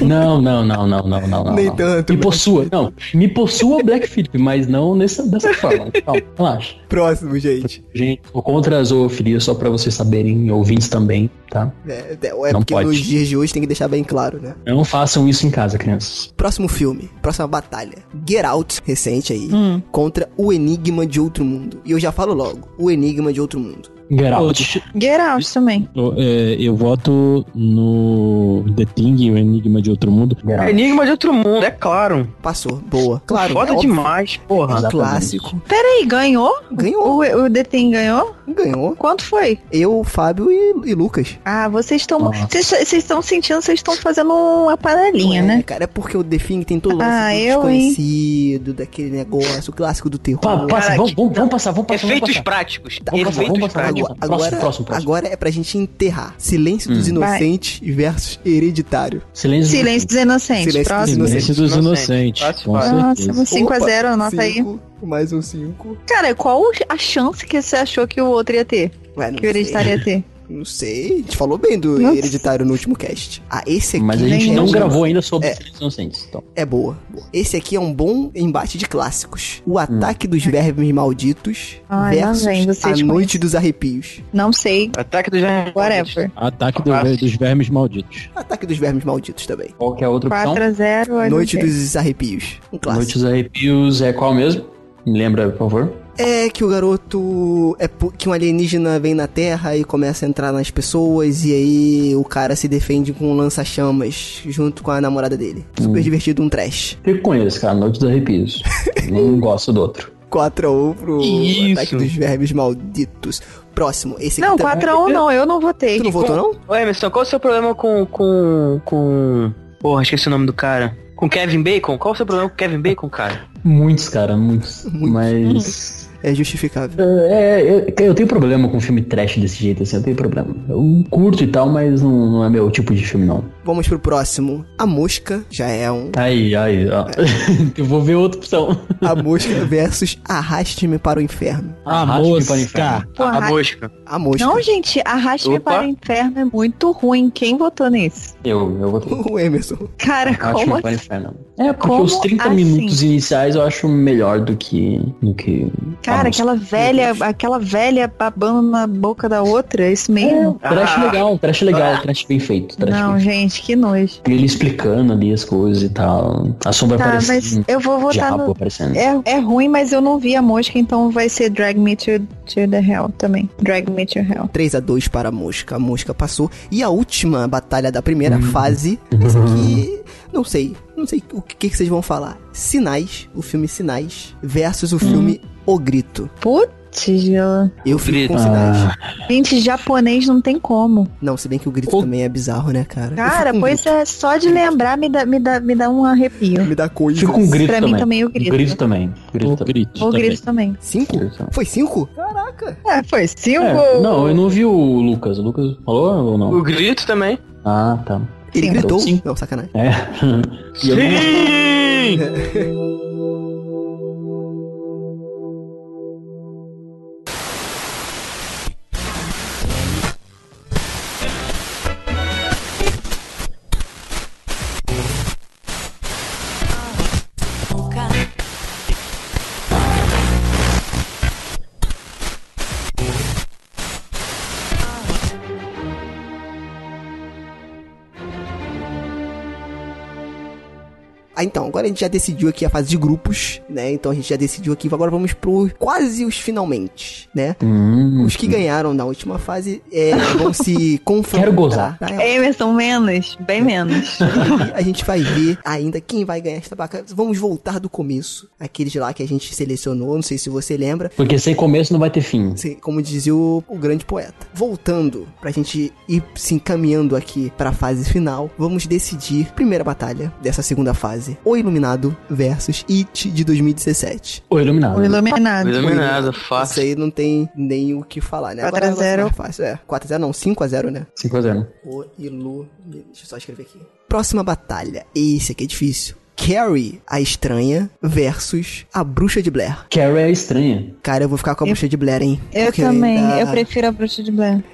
Não, não, não, não, não, não. não,
Nem
não.
tanto,
Me
né?
possua. Não, me possua o Black Philip, mas não nessa, dessa forma. Calma, relaxa.
Próximo, gente.
Gente, sou contra a zoofilia, só pra vocês saberem, ouvintes também, tá?
É, é, é
Não
porque
pode.
nos dias de hoje tem que deixar bem claro, né?
Não façam isso em casa, crianças.
Próximo filme, próxima batalha. Get Out, recente aí,
Hum.
contra O Enigma de Outro Mundo. E eu já falo logo, O Enigma de Outro Mundo.
Get out.
Get Out também.
Eu, é, eu voto no The Thing, o Enigma de Outro Mundo.
Get out.
Enigma de outro mundo, é claro.
Passou, boa. Claro,
Foda
é óbvio,
demais,
é um
porra.
Exatamente.
clássico.
Peraí, ganhou?
Ganhou,
O, o The Thing ganhou?
ganhou.
Quanto foi?
Eu, Fábio e, e Lucas.
Ah, vocês estão.
Nossa.
Vocês vocês estão sentindo, vocês estão fazendo uma panelinha,
É,
né?
Cara, é porque o The Thing tem todo o lance
Ah,
do
eu, hein?
desconhecido, daquele negócio, o clássico do terror.
Pa- passa,
Cara,
vamos,
que-
vamos, vamos passar, vamos passar. vamos
Efeitos
passar.
práticos.
Vamos passar,
Efeitos
vamos passar.
práticos.
Agora,
Próximo,
agora,
próximo, próximo. Hum.
agora é pra gente enterrar. Silêncio dos Inocentes versus Hereditário.
Silêncio.
Silêncio dos Inocentes.
Silêncio dos
Próximo.
Silêncio dos Inocentes.
Inocentes.
Com
Fácil,
certeza.
Nossa, 5 a
Opa,
0 anota aí.
Cinco, Mais um 5.
Cara, qual a chance que você achou que o outro ia ter?
Ué, não
Que o hereditário é- ia ter?
sei. Não sei. A gente falou bem do
Não
Hereditário no último cast. Ah, esse aqui
Mas a
Nem
gente
eu
não
já-
gravou ainda sobre
É.
Silêncio dos Inocentes. Então.
é boa. boa. Esse aqui é um bom embate de clássicos.
Hum.
O Ataque dos Vermes Malditos
Ai, lá
versus
vem,
A
vocês
Noite dos Arrepios.
Não sei.
Ataque dos Vermes.
Whatever.
Ataque do- dos Vermes Malditos.
Ataque dos Vermes Malditos também.
Qual que é a outra opção?
4 a 0 olha
Noite
o quê.
dos Arrepios. Um clássico.
Noite dos Arrepios é qual mesmo? Me lembra, por favor.
É que o garoto. É po- que um alienígena vem na Terra e começa a entrar nas pessoas, e aí o cara se defende com um lança-chamas junto com a namorada dele. Super divertido, um trash.
Fico com eles, cara. Noite dos Arrepios. não gosto do outro.
4x1 pro
Que
ataque
isso?
dos vermes malditos. Próximo, esse aqui.
Não,
tá-
4 a 1 não, eu não votei.
Tu não votou, não?
Ô Emerson, qual o seu problema com. com. com. Porra, esqueci o nome do cara. Com Kevin Bacon? Qual o seu problema com Kevin Bacon, cara?
Muitos, cara, muitos.
Muitos.
Mas.
É justificável.
É, é, eu, eu tenho problema com filme trash desse jeito, assim. Eu tenho problema. Eu curto e tal, mas não, não é meu tipo de filme, não.
Vamos pro próximo. A mosca já é um.
Aí, aí, ó. eu vou ver outra opção.
A mosca versus arraste-me para o inferno.
A
Arraste-me para o
mosca.
inferno.
Ah,
Porra,
A mosca.
A mosca.
Não, gente, Arraste-me
Opa.
para o Inferno é muito ruim. Quem votou nesse?
Eu, eu vou ter.
O Emerson.
Cara, como
Arraste-me para o
assim?
inferno. É, porque
Como
os 30
assim?
minutos iniciais eu acho melhor do que. do que
Cara, aquela velha, aquela velha babando na boca da outra, é isso mesmo?
um Trash
Ah.
legal, trash legal, um trash bem feito. Trash
Não,
bem feito.
gente, que nojo.
E ele explicando ali as coisas e tal. A sombra
Tá,
aparecendo.
mas eu vou
o
votar
diabo
no.
aparecendo.
É, é ruim, mas eu não vi a mosca, então vai ser Drag Me to, to the Hell também. Drag Me to Hell.
3 a 2 para a mosca. A mosca passou. E a última batalha da primeira
Uhum.
fase. Essa aqui. Não sei. Não sei o que, que vocês vão falar. Sinais, o filme Sinais,
Hum.
versus o filme O Grito.
Putz, Gila.
Eu fico
Grito.
com sinais.
Ah.
Gente, japonês não tem como.
Não, se bem que o grito
O-
também é bizarro, né, cara? Eu
Cara,
fico com
pois
grito.
é, só de lembrar me dá, me dá, me dá um arrepio.
Me dá coisa.
Fica um grito
Pra mim
também.
também o grito.
grito. também. Grito
O
também.
grito.
Ou
também.
grito também.
Cinco? Foi cinco? Caraca.
É, foi cinco.
É, não, eu não vi o Lucas. O Lucas falou ou não?
O grito também.
Ah, tá.
Ele
Sim.
gritou?
Sim.
Não, sacanagem.
É. E eu não-
Ah, então, agora a gente já decidiu aqui a fase de grupos, né? Então a gente já decidiu aqui. Agora vamos pro quase os finalmente, né?
Hum.
Os que ganharam na última fase é, vão se confrontar.
Quero gozar.
tá?
Emerson, menos, bem menos.
E a gente vai ver ainda quem vai ganhar esta batalha. Vamos voltar do começo. Aqueles lá que a gente selecionou, não sei se você lembra.
Porque sem começo não vai ter fim.
Sim, como dizia o, o grande poeta. Voltando, pra gente ir se encaminhando aqui pra fase final, vamos decidir primeira batalha dessa segunda fase: O Iluminado versus It de 2017.
O iluminado.
O iluminado.
Iluminado,
Isso
fácil.
aí não tem nem o que falar, né?
4 a 0.
Agora vai ser mais fácil, é. 4x0, não, 5x0, né?
5 a 0
O Ilu. Deixa eu só escrever aqui. Próxima batalha. Esse aqui é difícil. Carrie, a estranha, versus a bruxa de Blair.
Carrie é estranha.
Cara, eu vou ficar com a bruxa de Blair, hein?
Eu
Porque
também,
ainda
eu prefiro a bruxa de Blair.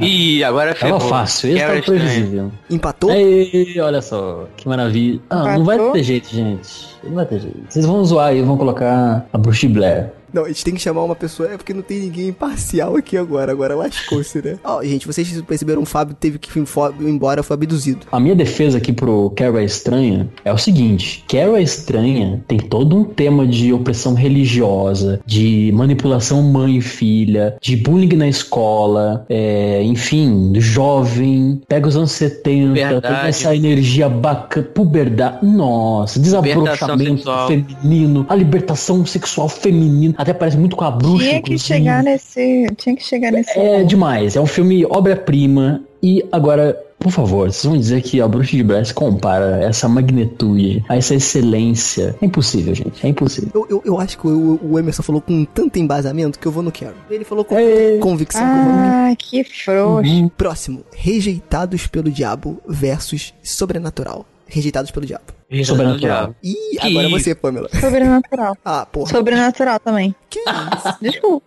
É.
Ih, agora ferrou.
Tava fácil, esse
Carrie é
tava
estranha.
tá previsível.
Empatou?
Ei, olha só, que maravilha. Ah, não vai
Empatou?
ter jeito, gente. Não vai ter jeito. Vocês vão zoar e vão colocar a Bruce Blair.
Não, a gente tem que chamar uma pessoa, é porque não tem ninguém imparcial aqui agora, agora lascou-se, né? Ó, gente, vocês perceberam, o Fábio teve que ir fo- embora, foi abduzido.
A minha defesa aqui pro Carol é Estranha é o seguinte: Carol é Estranha tem todo um tema de opressão religiosa, de manipulação mãe e filha, de bullying na escola, é, enfim, do jovem, pega os anos 70, toda
Verdade.
essa energia bacana, puberdade, nossa, desabronchamento
sexual.
feminino, a libertação sexual feminina, até parece muito com a bruxa.
Tinha que
inclusive.
chegar nesse. Tinha que chegar nesse.
É demais, é um filme obra-prima. E agora, por favor, vocês vão dizer que a Bruxa de Blair se compara a essa magnitude, a essa excelência. É impossível, gente, é impossível.
Eu, eu, eu acho que o, o Emerson falou com tanto embasamento que eu vou no Carrie. Ele falou com tanta convicção que eu vou no Carrie.
Ah, que frouxo.
Próximo, Rejeitados pelo Diabo versus Sobrenatural. Rejeitados pelo Diabo.
Isso,
Sobrenatural.
Ih,
Que
agora
isso?
você, Pamela.
Sobrenatural.
Ah, porra.
Sobrenatural também.
Que
Ah,
isso?
Desculpa.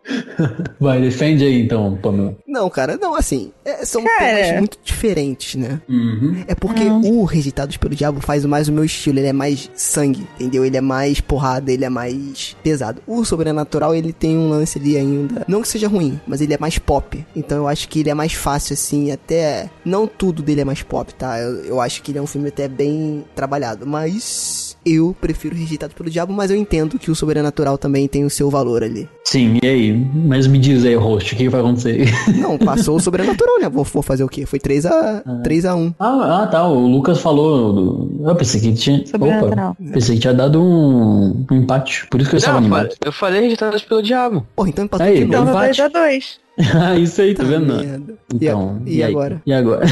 Vai, defende aí então, Pamela.
Não, cara, não, assim, é- são
Cara.
temas muito diferentes, né? É porque o Rejeitados pelo Diabo faz mais o meu estilo, ele é mais sangue, entendeu? Ele é mais porrada, ele é mais pesado. O Sobrenatural, ele tem um lance ali ainda. Não que seja ruim, mas ele é mais pop. Então eu acho que ele é mais fácil, assim, até. Não tudo dele é mais pop, tá? Eu, eu acho que ele é um filme até bem trabalhado, mas. Eu prefiro Rejeitados pelo Diabo, mas eu entendo que o Sobrenatural também tem o seu valor ali.
Sim, e aí? Mas me diz aí, host, o que vai acontecer?
Não, passou o Sobrenatural, né? Vou, vou fazer o quê? Foi 3 a 3 a 1
ah, ah, tá, o Lucas falou. do- Eu pensei que tinha.
Sobrenatural.
Opa, pensei que tinha dado um, um empate, por isso que eu estava
Não,
animado.
eu falei rejeitados pelo diabo.
Porra, então empatou
Aí,
de
Então
novo.
tá
Empate.
2x2.
Ah, isso aí, tá vendo?
Merda. E a-
Então,
e,
aí?
agora?
E agora?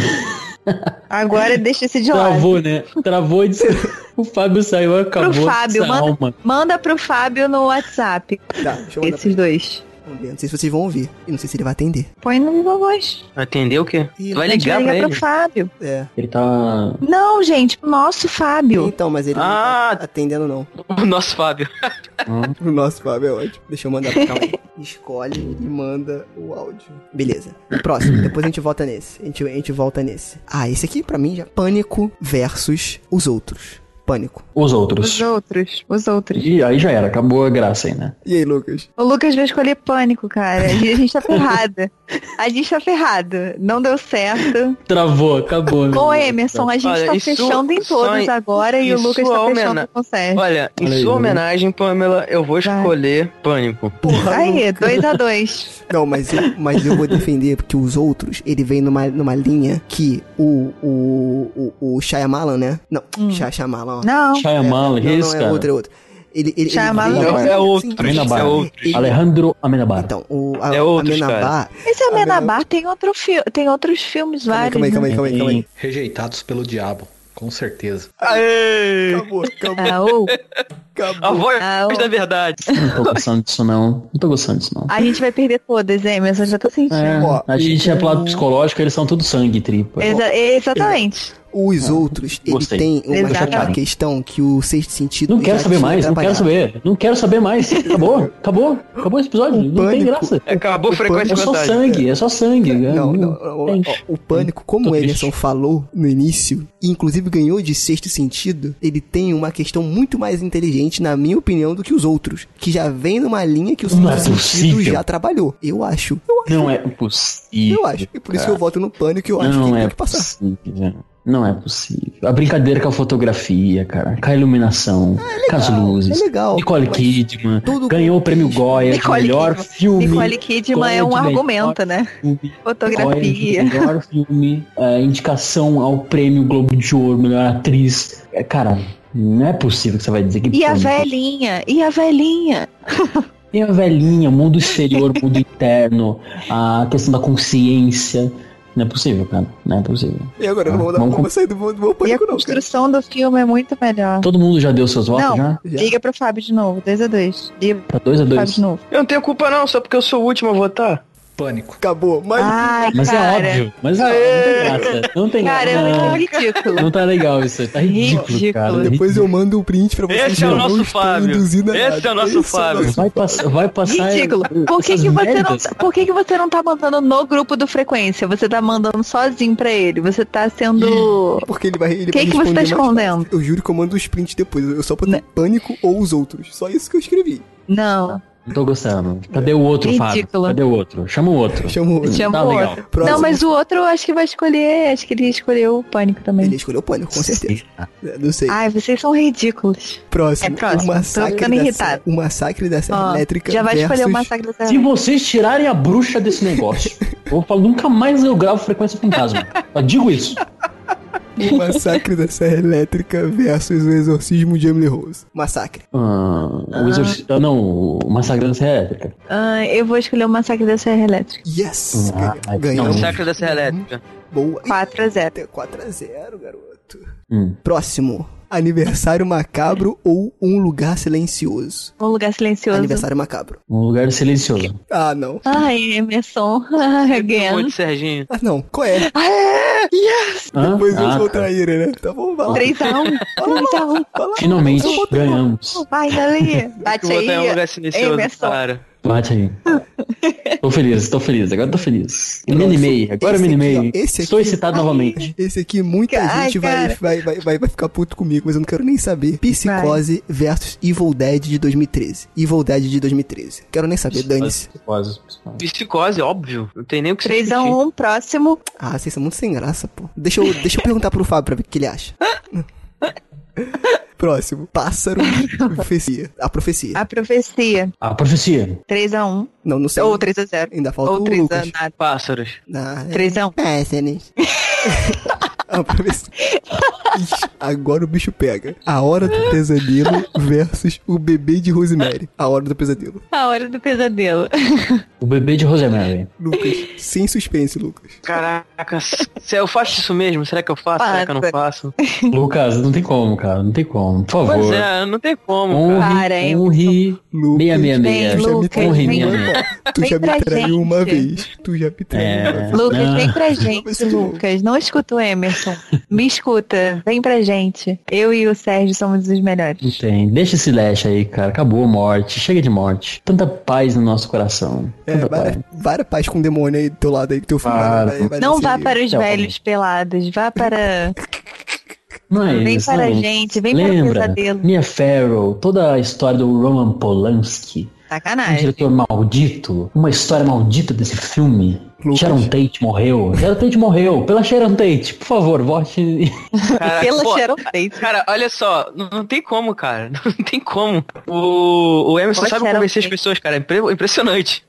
Agora deixa esse de lado.
Travou, né? Travou e disse... O Fábio saiu e acabou.
Pro Fábio,
essa alma.
manda, manda pro Fábio no WhatsApp.
Tá, deixa eu mandar pra
Esses dois.
Vamos ver. Não sei se vocês vão ouvir. E não sei se ele vai atender.
Põe no Viva Voz.
Atender o quê?
Ih,
Tu vai
A gente
ligar
vai
pra
ligar
ele?
pro Fábio.
É.
Ele tá.
Não, gente, pro nosso Fábio.
Então, mas ele
Ah!
não tá atendendo, não.
é
O nosso Fábio.
O nosso Fábio é ótimo. Deixa eu mandar pra calma. aí. Escolhe e manda o áudio. Beleza. Próximo. Depois a gente volta nesse. A gente, a gente volta nesse. Ah, esse aqui, pra mim, já. Pânico versus é os outros. Pânico.
Os outros.
Os outros, os outros.
E aí já era, acabou a graça aí, né?
E aí, Lucas?
O Lucas vai escolher pânico, cara. A gente tá ferrada. A gente tá ferrado. Não deu certo.
Travou, acabou. né?
Com o Emerson, a gente
Olha,
tá
isso-
fechando em
isso
todos
é-
agora e o
isso
Lucas
é
tá
homena-
fechando com o Sérgio.
Olha, em
Olha aí,
sua
viu?
homenagem, Pamela, eu vou
Vai.
escolher Pânico.
Porra,
Tá Aí, 2x2.
Não, mas eu, mas eu vou defender, porque os outros, ele vem numa, numa linha que o, o, o, o Shyamalan, né? Não,
Hum.
Shy- Shyamalan, ó.
Não.
Shyamalan,
não,
isso,
não, é
cara.
outro, é outro. Ele, ele,
Shyamalan
ele
é
vem-
É outro,
Sim,
Amenabar.
é outro.
Ele-
Alejandro Amenabar.
Então, o a,
É outros,
Amenabar...
Esse Amenabar
Amenabar.
tem, outro fi... tem outros filmes
Calma aí,
vários.
Ah,
né?
calma aí, calma aí, calma aí, calma aí.
Rejeitados pelo diabo, com certeza.
Aê!
Acabou, acabou,
Ah, ô.
A
acabou.
voz
Ah, o-
da verdade.
Não tô gostando disso, não. Não tô gostando disso, não.
a gente vai perder todas, Emerson. Já tô sentindo. É,
É,
Ó,
a gente é pro lado psicológico, eles são tudo sangue e
É.
tripa.
Exa- exatamente.
Os outros, ele
Gostei.
tem uma,
Exatamente.
uma questão que o sexto sentido...
Não quero
já
saber
tinha
mais, não quero
trabalhado. Um
saber. Não quero saber mais. Acabou, acabou, acabou esse episódio. não tem
pânico.
graça.
Acabou a frequência
É só
contagem.
sangue, é só sangue. É,
Não,
hum,
não, ó,
tem.
ó, o pânico, como
Tô
o Emerson
triste.
falou no início, e inclusive ganhou de sexto sentido, ele tem uma questão muito mais inteligente, na minha opinião, do que os outros. Que já vem numa linha que o sexto
Não é
sentido
possível.
já trabalhou. Eu acho.
Não é possível.
Eu acho. E por isso que eu voto no pânico, eu acho que
Não
ele
é
tem que passar.
possível. Não é possível. A brincadeira com a fotografia, cara. Com a iluminação, com as luzes.
Ah, É legal.
Nicole
mas
Kidman
tudo
ganhou o prêmio Goya de
Nicole
melhor
Kidman.
filme.
Nicole Kidman é um
Goya de melhor
argumento, né?
filme.
Fotografia.
Goya de é melhor filme, é, indicação ao prêmio Globo de Ouro, melhor atriz. É, cara, não é possível que você vai dizer que.
E a
Pânico-
velhinha, e a velhinha.
E a velhinha, mundo exterior, mundo interno, a questão da consciência. Não é possível, cara. Não é possível.
E agora eu não vou, dar,
Vamos
não vou sair do meu, do meu
E a
pânico, não, cara.
construção do filme é muito melhor.
Todo mundo já deu seus votos
Não.
já?
Já.
Liga pro Fábio de novo, 2x2. Liga pro
Tá 2 a 2
Fábio de novo.
Eu não tenho culpa não, só porque eu sou o último a votar.
Pânico.
Acabou. Mas
Ai,
Mas
cara.
é óbvio. Mas não
Aê!
tem graça. Não tem
Cara, é
graça.
muito
Não,
ridículo.
não tá legal isso. aí, Tá ridículo,
Ridículo.
cara.
depois eu mando o print pra vocês.
Esse é o
Eu
nosso
não estou
Fábio.
induzindo a
Esse
nada.
é o nosso
Esse
Fábio.
Vai passar. Vai passar
Ridículo. Por que,
essas
que você não,
merdas.
por que, que você não tá mandando no grupo do Frequência? Você tá mandando sozinho pra ele. Você tá sendo.
Porque ele vai. Ele
O que,
vai
que você tá
responder mais
escondendo?
Eu juro que eu mando os prints depois. Eu só botei pânico ou os outros. Só isso que eu escrevi.
Não.
Não tô gostando. Cadê o outro,
Ridículo.
Fábio? Cadê o outro? Chama o outro.
Chamou outro.
Chama
tá
o
legal.
outro.
Próximo.
Não, mas o outro eu acho que vai escolher. Acho que ele escolheu o pânico também.
Ele escolheu pânico, com certeza. É, Não sei.
Ai, vocês são ridículos.
Próximo.
Ah, é próximo.
O massacre
Tô ficando
da
irritada.
Serra- o massacre da Serra
Ó,
Elétrica.
Já vai escolher o
versus-
massacre da
Se
Serra.
vocês tirarem a bruxa desse negócio, eu vou falar, nunca mais eu gravo frequência fantasma. Eu digo isso.
O massacre da Serra Elétrica versus o exorcismo de Emily Rose. Massacre.
Ah, o exorci... ah, Não, o é Massacre da Serra Elétrica.
Ah, eu vou escolher o massacre da Serra Elétrica.
Yes!
Ah,
Ganha-
não.
Ganhamos.
Massacre da Serra
Uhum.
Elétrica.
Boa.
4x0.
4x0, garoto.
Hum.
Próximo. Aniversário macabro ou um lugar silencioso?
Um lugar silencioso.
Aniversário macabro.
Um lugar silencioso.
Ah, não.
Ai, Emerson.
Muito
Again.
Serginho.
Ah, não. Qual é?
Hã?
Depois eu
Ah,
sou
tá.
traíra, né? Tá bom, vai lá.
3x1. 3x1.
Vai lá.
Finalmente,
Eu botei-
ganhamos.
Vai, Dali. Bate
Eu vou botar em um
aí.
lugar silencioso,
Emerson.
cara.
Bate aí. tô feliz, tô feliz, agora tô feliz. Eu me
Nossa,
animei, agora eu me
esse aqui,
animei.
ó, esse
Estou
aqui-
excitado
Ai.
novamente.
Esse aqui, muita
Ai,
gente vai,
cara.
vai, vai, vai, vai ficar puto comigo, mas eu não quero nem saber. Psicose versus Evil Dead de 2013. Evil Dead de 2013. Quero nem saber, dane-se.
Psicose, psicose.
Psicose, óbvio. Não tem nem o que se discutir.
3x1, próximo.
Ah, vocês são muito sem graça, pô. Deixa eu, deixa eu perguntar pro Fábio pra ver o que ele acha. Próximo. Pássaro. profecia. A profecia.
A profecia.
A Ah, profecia.
3x1.
Não, não sei.
Ou 3x0.
Ainda falta
Ou
o Lucas.
3x0.
Pássaros.
Ah, é.
3x1.
Pássaros. A profecia. Ixi, Agora o bicho pega. A Hora do Pesadelo versus o Bebê de Rosemary. A Hora do Pesadelo.
A hora do pesadelo.
O bebê de Rosemary.
Lucas, sem suspense, Lucas.
Caraca, se eu faço isso mesmo? Será que eu faço? Será que eu não faço?
Lucas, não tem como, cara. Não tem como. Por
Pois
favor.
é, não tem
Um
Um
como,
Para,
cara.
Honre,
hein,
honre.
Lucas.
Vem,
666.
Lucas,
Honre,
vem.
minha amiga.
Tu
Vem
já
pra
me traiu uma
gente.
vez. Tu já me traiu
É.
uma vez.
Lucas,
Ah.
vem pra
Mas
gente,
que bom.
Lucas. Não escuta o Emerson. Me escuta. Vem pra gente. Eu e o Sérgio somos os melhores.
Não tem. Deixa esse leste aí, cara. Acabou a morte. Chega de morte. Tanta paz no nosso coração.
É,
Tanta paz.
vara, vara paz com o demônio aí do teu lado aí, que teu filho
Para.
vai- vai
Não
nascer.
vá para os
Não.
velhos pelados. Vá para
Não é
Vem
isso,
para a
né?
gente, vem
Lembra?
para o pesadelo.
Mia Farrow, toda a história do Roman Polanski, um
Sacanagem.
diretor maldito, uma história maldita desse filme.
Lucas.
Sharon Tate morreu. Sharon Tate morreu. Pela Sharon Tate, por favor, vote.
Caraca,
Pela
pô,
Sharon Tate.
Cara, olha só, não, não tem como, cara. Não tem como. O, o Emerson
Pô,
sabe
Sharon
convencer as
Tate.
pessoas, cara. É impre- impressionante.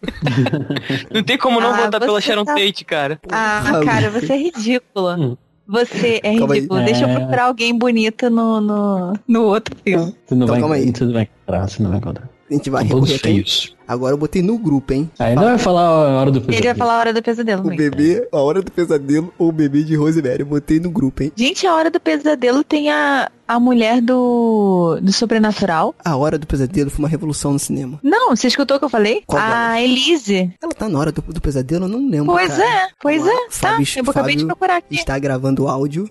não tem como não
Ah,
votar pela
você
Sharon
tá-
Tate, cara.
Ah,
Sabe?
cara, você é ridícula. Você é
Calma aí.
ridículo. Deixa eu procurar alguém bonita no, no, no outro filme.
Você não
Então,
vai
calma aí.
Você não vai encontrar, você não vai encontrar.
A gente vai
São todos
recorrer aqui.
feios.
Agora eu botei no grupo, hein?
Ainda vai falar a hora do
Ele vai
pesadelo.
falar a hora do pesadelo.
é, O
comigo.
bebê, a hora do pesadelo ou o bebê de Rosemary. Eu botei no grupo, hein?
Gente, a hora do pesadelo tem a, a mulher do, do sobrenatural.
A hora do pesadelo foi uma revolução no cinema.
Não, você escutou o que eu falei?
Qual
a Elise.
Ela tá na hora do, do pesadelo? Eu não lembro.
Pois
cara.
é, pois é. Tá,
Fábio-
eu acabei de
Fábio
procurar aqui.
Está gravando áudio.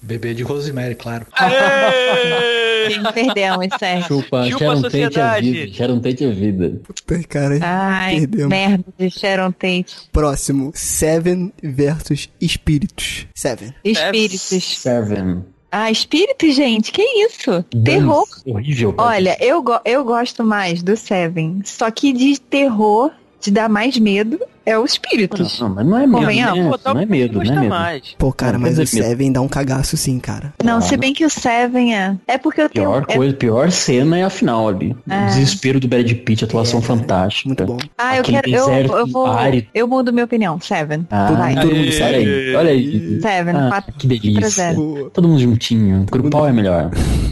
Bebê de Rosemary, claro.
Perdemos, Sérgio.
Chupa,
Chupa a
Sharon Tate é
sociedade.
vida. Sharon Tate é vida.
Puta, cara.
É. Ai,
Perdemos.
merda de Sharon Tate.
Próximo. Seven versus Espíritos. Seven.
Espíritos.
é. Seven.
Ah, espíritos, gente, que isso? Terror.
Dance. Horrível. cara.
Olha, eu, go- eu gosto mais do Seven. Só que de terror, de dar mais medo, é o espíritos.
Não, mas não é medo,
Convenhamos,
né?
Botar o
Não é
que
medo, não
gosta
é assim, medo.
mais.
Pô, cara,
Não,
mas
quer
o
dizer mesmo.
Seven dá um cagaço sim, cara.
Não,
Ah,
se
não.
bem que o Seven é. É porque eu tenho.
Pior
é-
coisa, pior cena é a final ali.
É.
Desespero do Brad Pitt, atuação
É, cara.
fantástica.
Muito bom.
Ah, eu
Aquele
quero. Eu,
deserto
eu vou.
árido.
Eu mudo minha opinião. Seven.
Ah,
Todo-
Vai.
todo mundo
olha
sério.
aí, olha aí.
Seven.
Ah,
quatro
que
pra
delícia.
zero.
Pô.
Todo mundo juntinho. Grupal é melhor.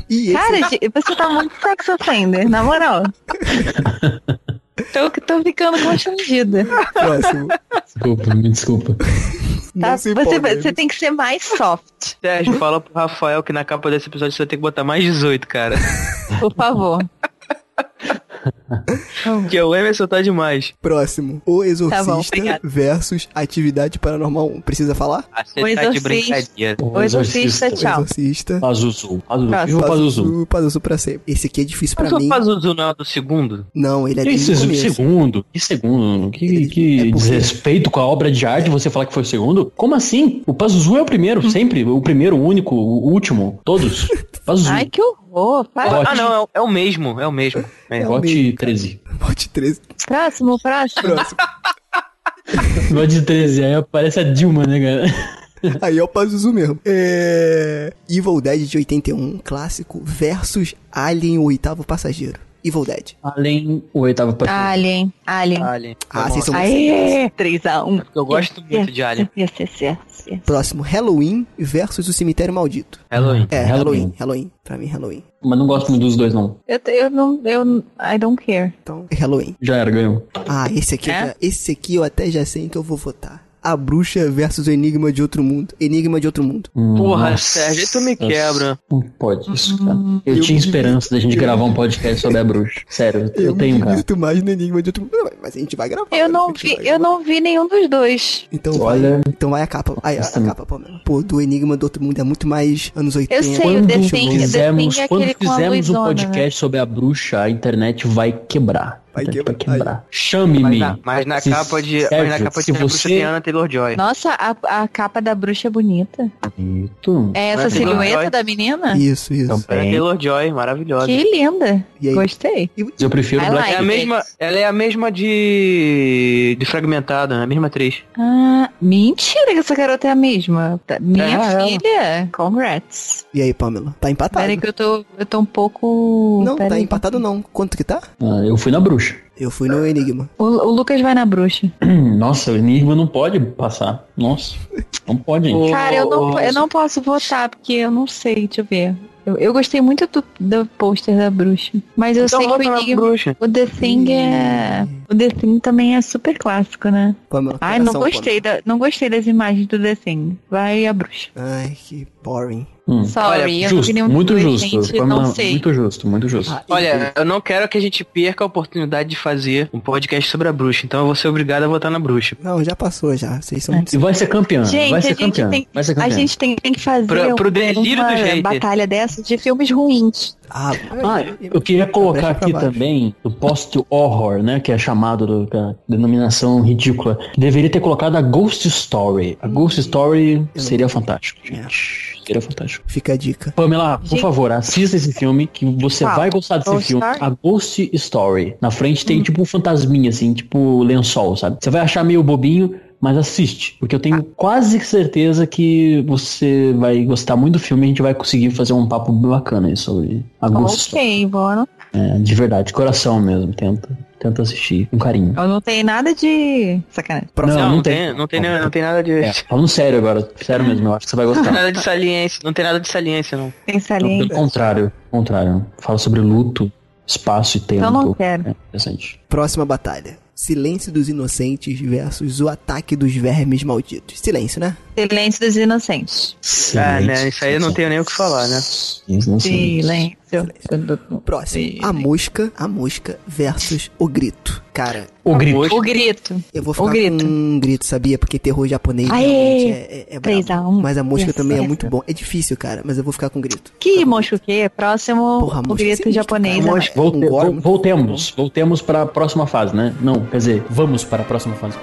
E esse
Cara, gente, você tá muito sex offender, na moral. tô, tô ficando confundida.
é próximo.
Desculpa, me desculpa.
Tá?
Não se
Você,
empolga, né?
você
hein?
tem que ser mais soft,
Sérgio, fala pro Rafael que na capa desse episódio você vai ter que botar mais 18, cara.
por favor.
Porque o Emerson tá demais.
Próximo. O Exorcista
Tá bom, obrigada.
versus Atividade Paranormal 1. Precisa falar?
Ah,
O
você tá de
Exorcista.
brincadeira.
O exorcista, tchau.
Exorcista.
Pazuzu. Pazuzu.
Próximo.
Viva Pazuzu.
Pazuzu, Pazuzu pra sempre. Esse aqui é difícil pra
Mas o
mim.
Pazuzu não é o do segundo?
Não, ele é desde
Esse
o começo.
segundo, que segundo, que, que
É porque-
desrespeito com a obra de arte você falar que foi o segundo? Como assim? O Pazuzu é o
Hum.
primeiro, sempre, o primeiro, o único, o último, todos. Pazuzu,
Ai, que horror. Para.
Ótimo.
Ah, não, é o, é o mesmo, é o mesmo. É.
é o
vote
mesmo,
13.
Vote 13.
Próximo, próximo.
Próximo.
Vote 13, aí aparece a Dilma, né, cara?
Aí é o Pazuzu mesmo. É... Evil Dead de 81, clássico, versus Alien, o oitavo passageiro. Evil Dead.
Além o oitavo passageiro.
Alien, Alien.
Alien.
Ah, vocês são
Aê, 3x1.
Eu gosto muito de Alien.
Ia ser certo. sim.
Próximo, Halloween versus o Cemitério Maldito.
Halloween.
É, Halloween,
Halloween.
Halloween. Pra mim, Halloween.
Mas não gosto muito dos dois, não.
Eu, eu não. Eu, I don't care.
Então, é Halloween.
Já era, ganhou.
Ah, esse aqui,
É?
eu já- esse aqui eu até já sei em que eu vou votar. A Bruxa versus o Enigma de Outro Mundo. Enigma de Outro Mundo.
Hum,
Porra,
nossa.
Sérgio, aí tu me quebra.
Não pode isso, cara. Eu,
Hum. Eu
tinha
me-
esperança da gente gravar um podcast sobre a bruxa. Sério, eu,
me
tenho, cara.
divirto mais no Enigma de Outro Mundo. Não, Mas a gente vai gravar. né?
Eu não
a gente
vi,
vai gravar.
eu não vi nenhum dos dois.
Então
Olha-
vai, então vai a capa. Aí, a,
Nossa,
a capa, Pamela. Pô, do Enigma do Outro Mundo é muito mais anos 80.
Eu sei, o
Quando
The Thing, The
fizermos,
Thing é
quando
aquele com a
fizermos um
Luizona,
podcast
né?
sobre a bruxa, a internet vai quebrar. A
Vai
internet
quebrar.
Mas
Chame-me.
na, mas na
Se-
capa de. mas na
Sérgio,
capa de
se
Bruxa
você...
tem Ana Taylor Joy.
Nossa, a, a capa da bruxa é bonita.
Bonito.
É essa
Mas tem
silhueta
dois.
da menina?
Isso,
Então,
isso.
Ana
Também.
Taylor Joy, maravilhosa.
Que linda.
E aí?
Gostei.
Eu prefiro
Vai lá,
Black
É a
Ai,
mesma,
Deus.
ela é a mesma de. de Fragmentada, a mesma atriz.
Ah, mentira que essa garota é a mesma. Tá- Minha
É,
filha. Congrats.
E aí, Pamela? Tá empatado.
Peraí que eu tô, eu tô um pouco...
Não,
pera
tá
aí.
empatado não. Quanto que tá?
Ah, eu fui na bruxa.
Eu fui no Enigma.
O, o Lucas vai na bruxa.
Nossa, o enigma não pode passar. Nossa, não pode, gente.
Cara, eu
Ô,
não,
ô,
eu não posso votar, porque eu não sei, deixa eu ver. Eu, eu gostei muito do, do pôster da bruxa. Mas eu
Então
sei que o
vota na
Enigma...
bruxa.
O The Thing é... O The Thing também é super clássico, né?
Pamela,
Ai, não
coração,
gostei, da, não gostei das imagens do The Thing. Vai a bruxa.
Pamela. Ai, que boring.
Hum.
Sorry,
Olha,
eu não vi
Justo,
nenhum
muito
dos dois,
justo.
gente,
Pamela,
não sei. Ah.
Muito justo, muito justo.
Ah,
Olha, eu não quero que a gente perca a oportunidade de fazer um podcast sobre a bruxa, então eu vou ser obrigado a votar na bruxa.
Não, já passou já. Vocês são muito...
E vai ser campeã.
Gente,
vai
a
ser
gente
campeã.
tem-
Vai ser
A
campeã.
gente tem, tem que fazer
Pro- pro delírio
uma
do hater.
batalha dessa de filmes ruins.
Ah,
Ah, eu- eu queria colocar aqui também o post horror, né, que é chamado do- da denominação ridícula. Deveria ter colocado a Ghost Story. A Ghost Story seria fantástico, gente. que era fantástico.
Fica a dica.
Pamela, por
Gente.
favor, assista esse filme que você
Qual?
vai gostar desse
Ghost
filme.
Story?
A Ghost Story. Na frente tem tipo um fantasminha, assim, tipo lençol, sabe? Você vai achar meio bobinho. Mas assiste, porque eu tenho quase certeza que você vai gostar muito do filme e a gente vai conseguir fazer um papo bacana aí sobre a Ghost Story.
Ok, vou anotar.
É, de verdade, de coração mesmo. Tenta, tenta assistir com carinho.
Eu não tenho nada de. Sacanagem.
Não,
Não,
não,
não
tem,
tem.
não, tem, nem- não tem nada de.
É, falando sério agora, sério mesmo, eu acho que você vai
Não tem
gostar.
nada de saliência, não tem nada de saliência, não.
Tem
Não, pelo
saliência.
contrário, contrário. Fala sobre luto, espaço e tempo.
Então não quero.
É interessante.
Próxima batalha. Silêncio dos inocentes versus o ataque dos vermes malditos. Silêncio, né?
Silêncio dos inocentes. É,
Ah, né, isso aí eu não tenho nem o que falar, né?
Silêncio.
Silêncio.
Próximo.
Sim.
A mosca, a mosca versus o grito. Cara,
O grito.
O grito.
eu vou ficar
O grito.
com um grito, sabia? Porque terror japonês
Aê!
realmente é, é, é
Três
brabo.
a um.
Mas a mosca
Yes,
também é
yes.
muito bom. É difícil, cara, mas eu vou ficar com grito.
Que mosca o quê? Próximo
Tá Porra,
o
mosca é
grito
sinistro,
japonês.
cara.
é-
Mosca.
Volte-
Agora,
vo-
muito
voltemos, voltemos para a próxima fase, né? Não, quer dizer, vamos para a próxima fase.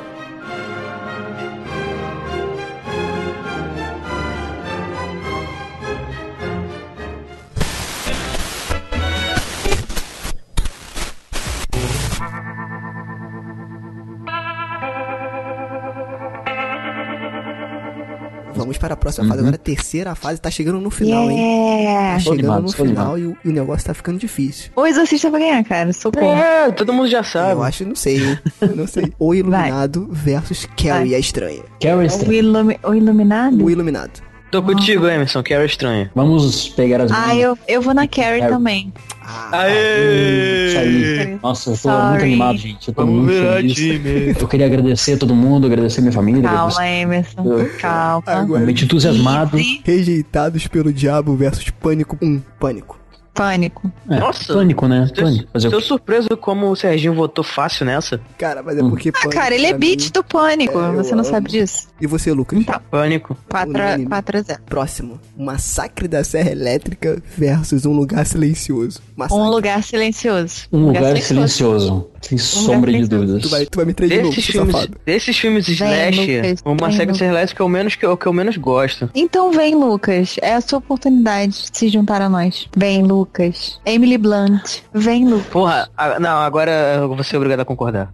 Vamos para a próxima
Uhum.
fase. Agora, a terceira fase tá chegando no final, hein? Tá
Yeah!
Tô
chegando
animado,
no
tô
final e, o- e o negócio tá ficando difícil.
O exorcista vai ganhar, cara. Socorro.
É, todo mundo já
Eu
Ah.
sabe.
acho, não sei, hein? Eu não sei. O Iluminado versus Carrie, a estranha.
Carrie
O,
Strang,
ilumi- o iluminado?
O Iluminado.
Tô contigo, Emerson, que era estranho.
vamos pegar as
Ah,
mãos.
eu, eu vou na Carrie
Carrie.
também.
Ah,
Isso aí.
Aê!
Nossa, eu tô
Sorry.
muito animado, gente. Eu tô muito feliz. Eu queria agradecer a todo mundo, agradecer a minha família. agradecer-
Calma, Emerson.
Eu-
Calma.
Realmente
é
entusiasmado.
Easy.
Rejeitados pelo Diabo versus Pânico 1. Pânico.
Pânico.
É,
Nossa.
Pânico, né?
Tô,
Pânico. Fazer o
tô
quê?
surpreso como o Serginho votou fácil nessa.
Cara, mas é
Hum.
porque
Ah,
Pânico
cara, ele é
pra mim-
beat do pânico.
é, eu
Você não
amo.
sabe disso.
E você, Lucas?
Pânico.
4
Unânime.
4 a 0.
Próximo. Massacre da Serra Elétrica versus Um Lugar Silencioso. Massacre.
Um lugar silencioso.
Um lugar silencioso, sem sombra de
Um silencioso.
dúvidas.
Tu vai, tu vai me trair de novo,
Desses
seu
filmes,
safado.
desses filmes slash,
Lucas,
o
vem,
Massacre
Lucas.
Slash que é o menos que eu, que eu menos gosto.
Então vem, Lucas. É a sua oportunidade de se juntar a nós. Vem, Lucas. Emily Blunt. Vem, Lucas.
Porra, a- não, agora eu vou ser obrigado a concordar.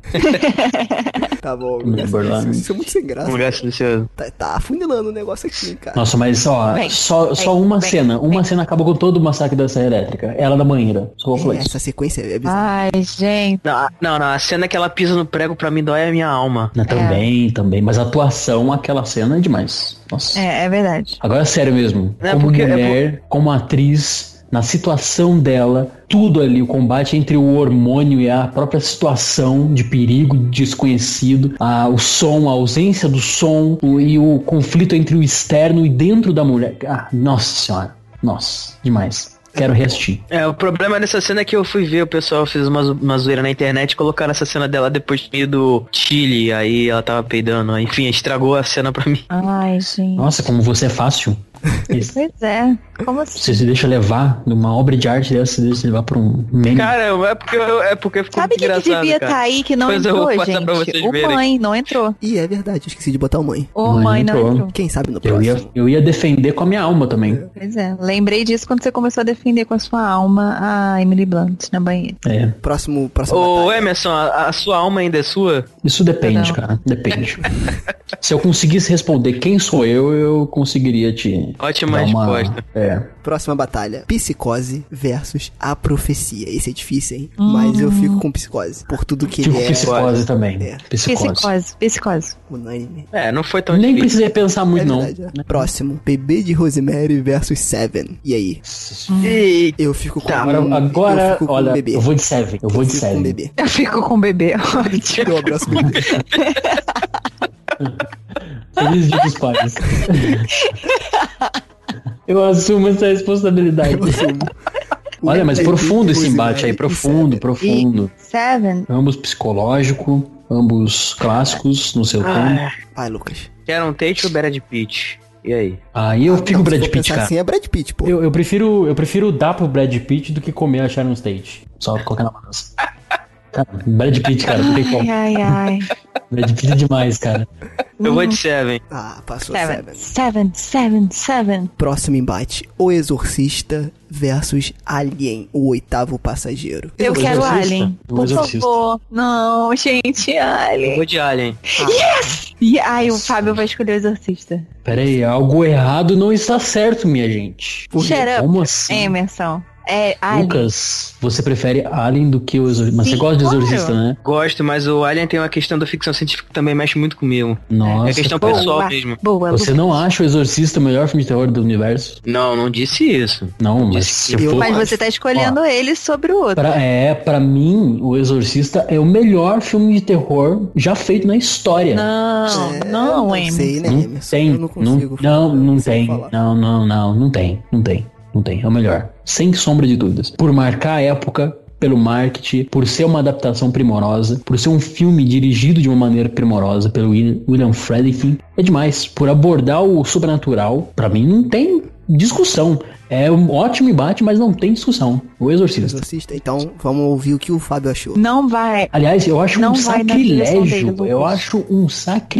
Tá bom.
Meu
Lugar
Borland.
Silencioso. Isso é muito sem
Um
graça.
lugar silencioso.
Tá, tá afunilando o negócio aqui, cara.
Nossa, mas ó,
Vem,
só, só uma
vem,
cena. Uma
vem.
cena acabou com todo o massacre da Serra Elétrica. Ela na banheira. Só vou falar
É,
isso.
essa sequência é bizarra.
Ai, gente.
Não, a- não, não, a cena que ela pisa no prego pra mim dói a minha alma.
Não, Né, também, também. Mas a atuação, aquela cena é demais. Nossa.
É, é verdade.
Agora, sério mesmo.
É,
como
porque- é
mulher, como atriz, na situação dela, tudo ali, o combate entre o hormônio e a própria situação de perigo, de desconhecido, a, o som, a ausência do som o- e o conflito entre o externo e dentro da mulher. Ah, nossa senhora. Nossa, demais. Quero reassistir.
É, o problema dessa cena é que eu fui ver, o pessoal fez uma, zo- uma zoeira na internet e colocaram essa cena dela depois de ir do Chile, aí ela tava peidando, aí, enfim, estragou a cena pra mim.
Ai, gente.
Nossa, como você é fácil.
Pois é. Como assim?
Você se deixa levar numa obra de arte dessa, você deixa levar pra um meme.
Cara, é porque, eu- é porque ficou
Sabe
muito
quem que
engraçado,
devia tá
cara.
estar aí que não
Pois eu
entrou,
vou passar pra
gente?
vocês
O
verem.
mãe não entrou.
Ah.
E é verdade, eu esqueci de botar o mãe.
O
Mãe
mãe,
não
não
entrou.
entrou.
Quem sabe no
eu,
próximo.
ia, eu ia defender com a minha alma também.
Pois é. Lembrei disso quando você começou a defender com a sua alma a Emily Blunt na banheira.
É.
Próximo, próximo.
Ô, é-
batalha.
Emerson, a, a sua alma ainda é sua?
Isso depende,
Não.
cara. Depende. Se eu conseguisse responder quem sou eu, eu conseguiria te.
Ótima
dar uma-
resposta.
É.
Próxima batalha. Psicose versus a profecia. Esse é difícil, hein?
Hum.
Mas eu fico com psicose. Por tudo que
Tipo
ele é.
psicose também.
É.
Psicose.
Psicose. Psicose.
Unânime.
É, não foi tão
Nem
difícil.
precisei pensar muito,
É
não.
verdade, é. Próximo. Bebê de Rosemary versus Seven. E aí?
E-
Eu fico com
Agora,
eu
agora
fico com
olha,
o bebê.
eu vou de Seven. Eu vou de
fico com o
Seven.
bebê.
Eu fico com o bebê. Ótimo.
Eu abraço o bebê.
Feliz dia dos pais. eu assumo essa responsabilidade.
O
Olha, mas
bebê de
profundo esse
Rosemary
embate aí.
Né? e
Profundo,
Seven.
profundo.
Seven.
Ambos psicológico, ambos clássicos no seu tom.
Ah,
Vai, Lucas.
Sharon um Tate ou Brad Pitt? E aí?
Aí eu fico
Não, ah, se
Brad
for
Pitt,
pensar
cara.
assim, é Brad Pitt, pô.
Eu, eu prefiro, eu prefiro dar pro Brad Pitt do que comer a Sharon State.
Só colocar na balança. Cara, Brad Pitt, cara, não tem como.
Ai, ai, ai.
Brad Pitt é demais, cara.
Eu vou de Seven.
Ah, passou
Seven. Seven, Seven, Seven.
Próximo embate: O Exorcista versus Alien, o oitavo passageiro.
Eu
Exorcista.
quero Alien.
O
Por
Exorcista.
favor. Não, gente,
Eu vou
Alien.
de Alien.
Yes! E aí, o Fábio vai escolher o Exorcista.
Peraí, algo errado não está certo, minha gente.
Shut up,
Como assim?
Emerson. É Alien.
Lucas, você prefere Alien do que o Exorcista? Mas
Sim,
você gosta de
claro.
Exorcista, né?
Gosto, mas o Alien tem uma questão da ficção científica que também mexe muito comigo.
Nossa.
é questão
cara.
pessoal mesmo.
Boa,
Você não acha o Exorcista o melhor filme de terror do universo?
Não, não disse isso.
Não, mas se for...
Mas você tá escolhendo ele sobre o outro.
Pra, é, pra mim, O Exorcista é o melhor filme de terror já feito na história.
Não, É, não, Emerson.
é, sei, né,
Não
Emerson?
tem.
Eu não consigo.
Não, não,
consigo
tem.
falar.
Não, não, não, não tem. Não tem. Não tem. É o melhor. Sem sombra de dúvidas. Por marcar a época, pelo marketing, por ser uma adaptação primorosa, por ser um filme dirigido de uma maneira primorosa pelo Wil- William Friedkin, é demais. Por abordar o sobrenatural, pra mim não tem discussão. É um ótimo embate, mas não tem discussão. O Exorcista.
Exorcista. Então, vamos ouvir o que o Fábio achou.
Não vai.
Aliás, eu acho
Não
um
vai na direção dele,
sacrilégio.
Lucas.
eu acho um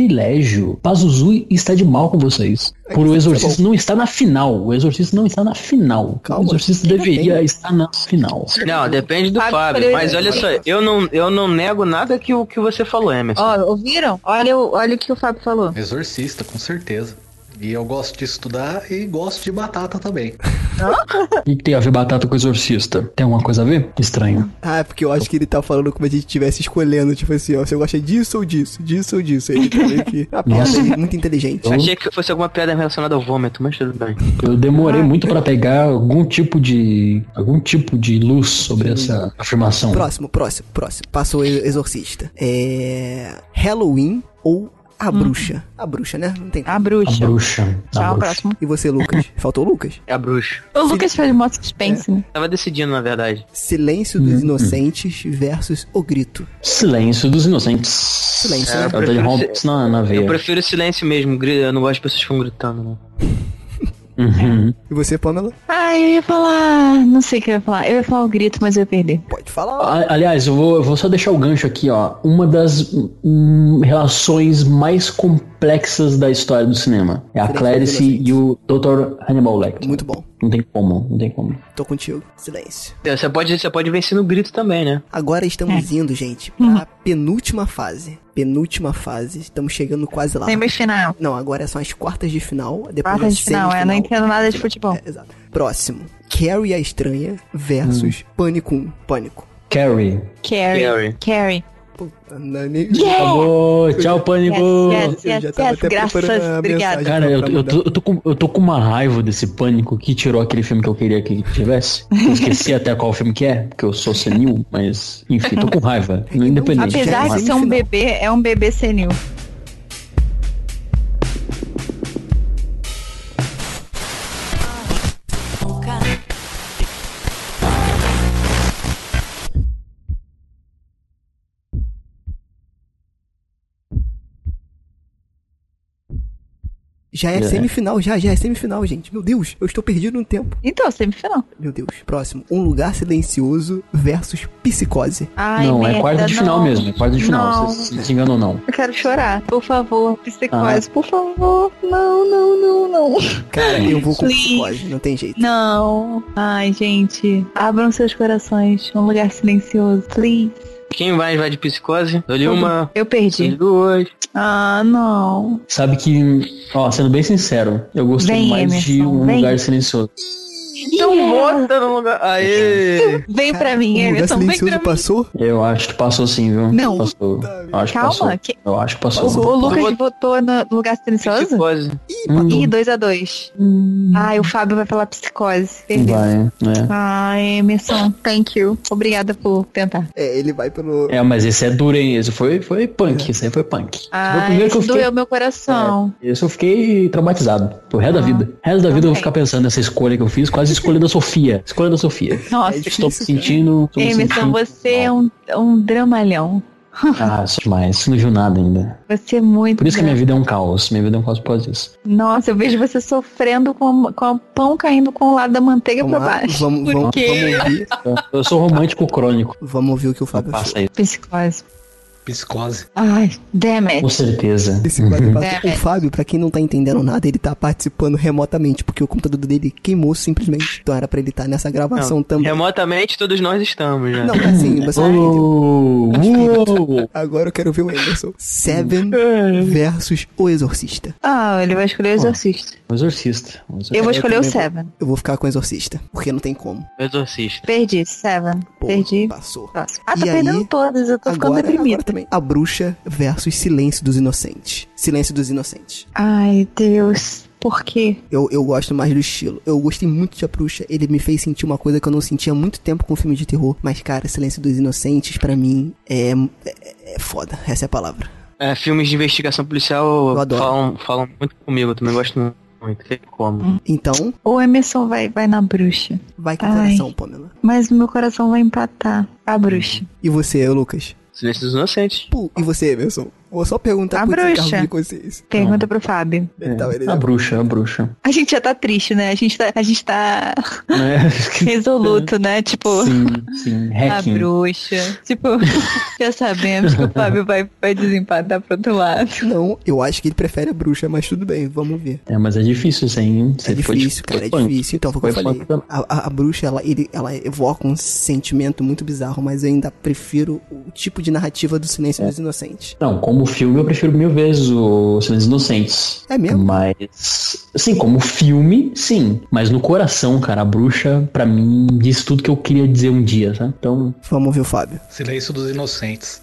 sacrilégio. Pazuzu está de mal com vocês.
É
Por
tá
o Exorcista não está na final. O Exorcista não está na final.
Calma.
O Exorcista deveria estar na final.
Não, depende do
Fábio
Fábio.
escolheu
Mas olha só, eu não, eu não nego nada que, o que você falou, Emerson.
Ó, ouviram? Olha, o- olha o que o Fábio falou.
Exorcista, com certeza. E eu gosto de estudar e gosto de batata também.
O que que tem a ver batata com o Exorcista? Tem alguma coisa a ver? Que Estranho.
Ah, é porque eu acho que ele tá falando como a gente estivesse escolhendo, tipo assim, ó, você gosta disso ou disso, disso ou disso. Ele tá meio que Ah,
Nossa.
ele é muito inteligente.
Achei que fosse alguma piada relacionada ao vômito, mas tudo bem.
Eu
Ah,
demorei muito pra pegar algum tipo de algum tipo de luz sobre essa afirmação.
Próximo, próximo, próximo. Passou o exorcista. É. Halloween ou a bruxa? A bruxa, né? Não tem.
A
A
bruxa.
bruxa. A
Tchau,
bruxa.
próximo.
E você, Lucas? Faltou o Lucas?
É a bruxa.
O Lucas fez mó suspense, né?
Tava decidindo, na verdade.
Silêncio dos Inocentes versus O Grito.
Silêncio dos inocentes. Silêncio.
Silêncio, né?
Eu tô de Hobbes na, na veia.
Eu prefiro o silêncio mesmo. gri- Eu não gosto de pessoas que ficam gritando, não.
Uhum.
E você, Pamela?
Ai, eu ia falar. Não sei o que eu ia falar. Eu ia falar o grito, mas eu ia perder.
Pode falar.
A- Aliás, eu vou, eu vou só deixar o gancho aqui, ó. Uma das hum, relações mais complexas da história do cinema é a
Silêncio
Clarice
dos
e o Dr. Hannibal Lecter.
Muito bom.
Não tem como, não tem como.
Tô contigo. Silêncio.
Você pode, você pode vencer no grito também, né?
Agora estamos indo, gente, pra penúltima fase. Penúltima fase. Estamos chegando quase lá.
Semifinal.
Não, agora são as quartas de final. Depois
Quarta
as
de final, é. Não
semifinal.
entendo nada de futebol.
É, exato. Próximo. Carrie a Estranha versus
Hum.
Pânico 1. Pânico.
Carrie.
Carrie.
Carrie.
Carrie.
Puta, não é nem...
Tá Acabou. Tchau, pânico.
Yes, yes,
Eu
yes,
já tava
yes.
até preparando
Graças.
a
Obrigada.
mensagem.
Cara, eu, eu tô, eu, tô com, eu tô com uma raiva desse pânico que tirou aquele filme que eu queria que tivesse. Eu esqueci até qual filme que é, porque eu sou senil, mas enfim, tô com raiva. Independente. tô com
Apesar
raiva.
de ser um bebê, é um bebê senil.
Já é
É.
semifinal, já, já é semifinal, gente. Meu Deus, eu estou perdido no tempo.
Então, semifinal.
Meu Deus. Próximo. Um Lugar Silencioso versus Psicose.
Ai,
Não, é
merda,
quarta de final
não.
mesmo, é quarta de final,
Não.
se, se, se engano ou não.
Eu quero chorar. Por favor,
Ah.
psicose, por favor. Não, não, não, não.
Cara, eu vou com
Please.
Psicose, não tem jeito.
Não. Ai, gente. Abram seus corações. Um lugar silencioso. Please.
Quem mais vai de psicose? Eu li uma,
Eu
eu
perdi.
li duas.
Ah, não.
Sabe que, ó, sendo bem sincero, eu gostei
Vem,
mais de
Emerson,
um
vem.
lugar silencioso.
Então bota no lugar. Aê!
Vem pra mim,
um Lugar
Emerson. Vem pra
Silencioso
mim.
passou?
Eu acho que passou sim, viu?
Não.
Passou. Eu acho que
Calma,
passou.
que-
Eu acho que
O,
passou.
o Lucas
Eu
votou no lugar silencioso?
Psicose.
Hum,
Ih, 2 a 2 Ai, o Fábio vai falar psicose. Perdeu.
vai, né?
Ai, Emerson, thank you. Obrigada por tentar.
É, ele vai pelo...
É, mas esse é duro, hein? Esse foi, foi punk, esse aí foi punk.
Ah,
foi o
Ai,
primeiro
isso
que eu fiquei-
doeu meu coração.
Isso eu fiquei traumatizado. Pro
Ah,
resto da vida. O resto da vida eu vou
também.
ficar pensando nessa escolha que eu fiz, quase escolha da Sofia. Escolha da Sofia.
Nossa,
Estou
é
me
difícil,
sentindo. estou me
Emerson,
sentindo-
você é um, um dramalhão.
Ah, sou demais. Você não viu nada ainda.
Você é muito.
Por isso que
dra-
minha vida é um caos. Minha vida é um caos por causa disso.
Nossa, eu vejo você sofrendo com, com o pão caindo com o lado da manteiga
Vamos
pra
lá,
baixo.
vamos, vamos, vamos
Porque
ouvir.
Eu sou romântico crônico.
Vamos ouvir o que o
Não
Fábio achou.
passa isso.
psicose.
Psicose.
Ai, damn it.
Com certeza.
Esse quadro passa-
É, é.
O Fábio, pra quem não tá entendendo nada, ele tá participando remotamente, porque o computador dele queimou simplesmente. Então era pra ele estar nessa gravação
Não,
também.
Remotamente todos nós estamos, né?
Não, assim, você não entendeu.
Uou, uou.
Agora eu quero ver o Anderson. Seven
É.
versus o Exorcista.
Ah, ele vai escolher o Exorcista.
Um exorcista. um
eu
exorcista.
vou escolher o
também vou.
Seven.
Eu vou ficar com o Exorcista, porque não tem como.
O Exorcista.
Perdi, Seven.
Porra,
Perdi.
Passou.
Próximo. Ah,
E
tô
aí,
perdendo todas, eu tô ficando
Agora, agora
deprimida.
também. A bruxa versus Silêncio dos Inocentes. Silêncio dos Inocentes.
Ai, Deus. Por quê?
Eu, eu gosto mais do estilo. Eu gostei muito de A Bruxa. Ele me fez sentir uma coisa que eu não sentia há muito tempo com um filme de terror. Mas, cara, Silêncio dos Inocentes, pra mim, é, é, é foda. Essa é a palavra.
É, filmes de investigação policial
Eu adoro.
falam, falam muito comigo, eu também gosto muito. Tem como.
Então,
O Emerson vai, vai na bruxa.
vai com o
Ai.
coração, Pamela.
Mas o meu coração vai empatar. A bruxa.
E você, Lucas?
Silêncio dos Inocentes.
Pú, e você, Emerson? Vou só perguntar
A
por
Bruxa.
desencargo de consciência.
Pergunta pro Fábio.
É.
Então, ele
A
já-
bruxa, a bruxa.
A gente já tá triste, né? A gente tá, a gente tá
Né?
resoluto, né? Tipo,
sim, sim.
é
a
Hacking.
bruxa. Tipo, já sabemos que o Fábio vai, vai desempatar pro outro lado.
Não, eu acho que ele prefere a bruxa, mas tudo bem, vamos ver.
É, mas é difícil isso aí, hein?
É difícil, cara, é difícil. Então, foi o que eu
Foi
falei.
punk.
A, a- a bruxa, ela, ele- ela evoca um sentimento muito bizarro, mas eu ainda prefiro o tipo de narrativa do Silêncio
É.
dos Inocentes.
Não, como filme eu prefiro mil vezes o Silêncio dos Inocentes.
É mesmo?
Mas, assim, como filme, sim. Mas no coração, cara, a bruxa, pra mim, diz tudo que eu queria dizer um dia, tá? Então,
Vamos ver o Fábio.
Silêncio dos Inocentes.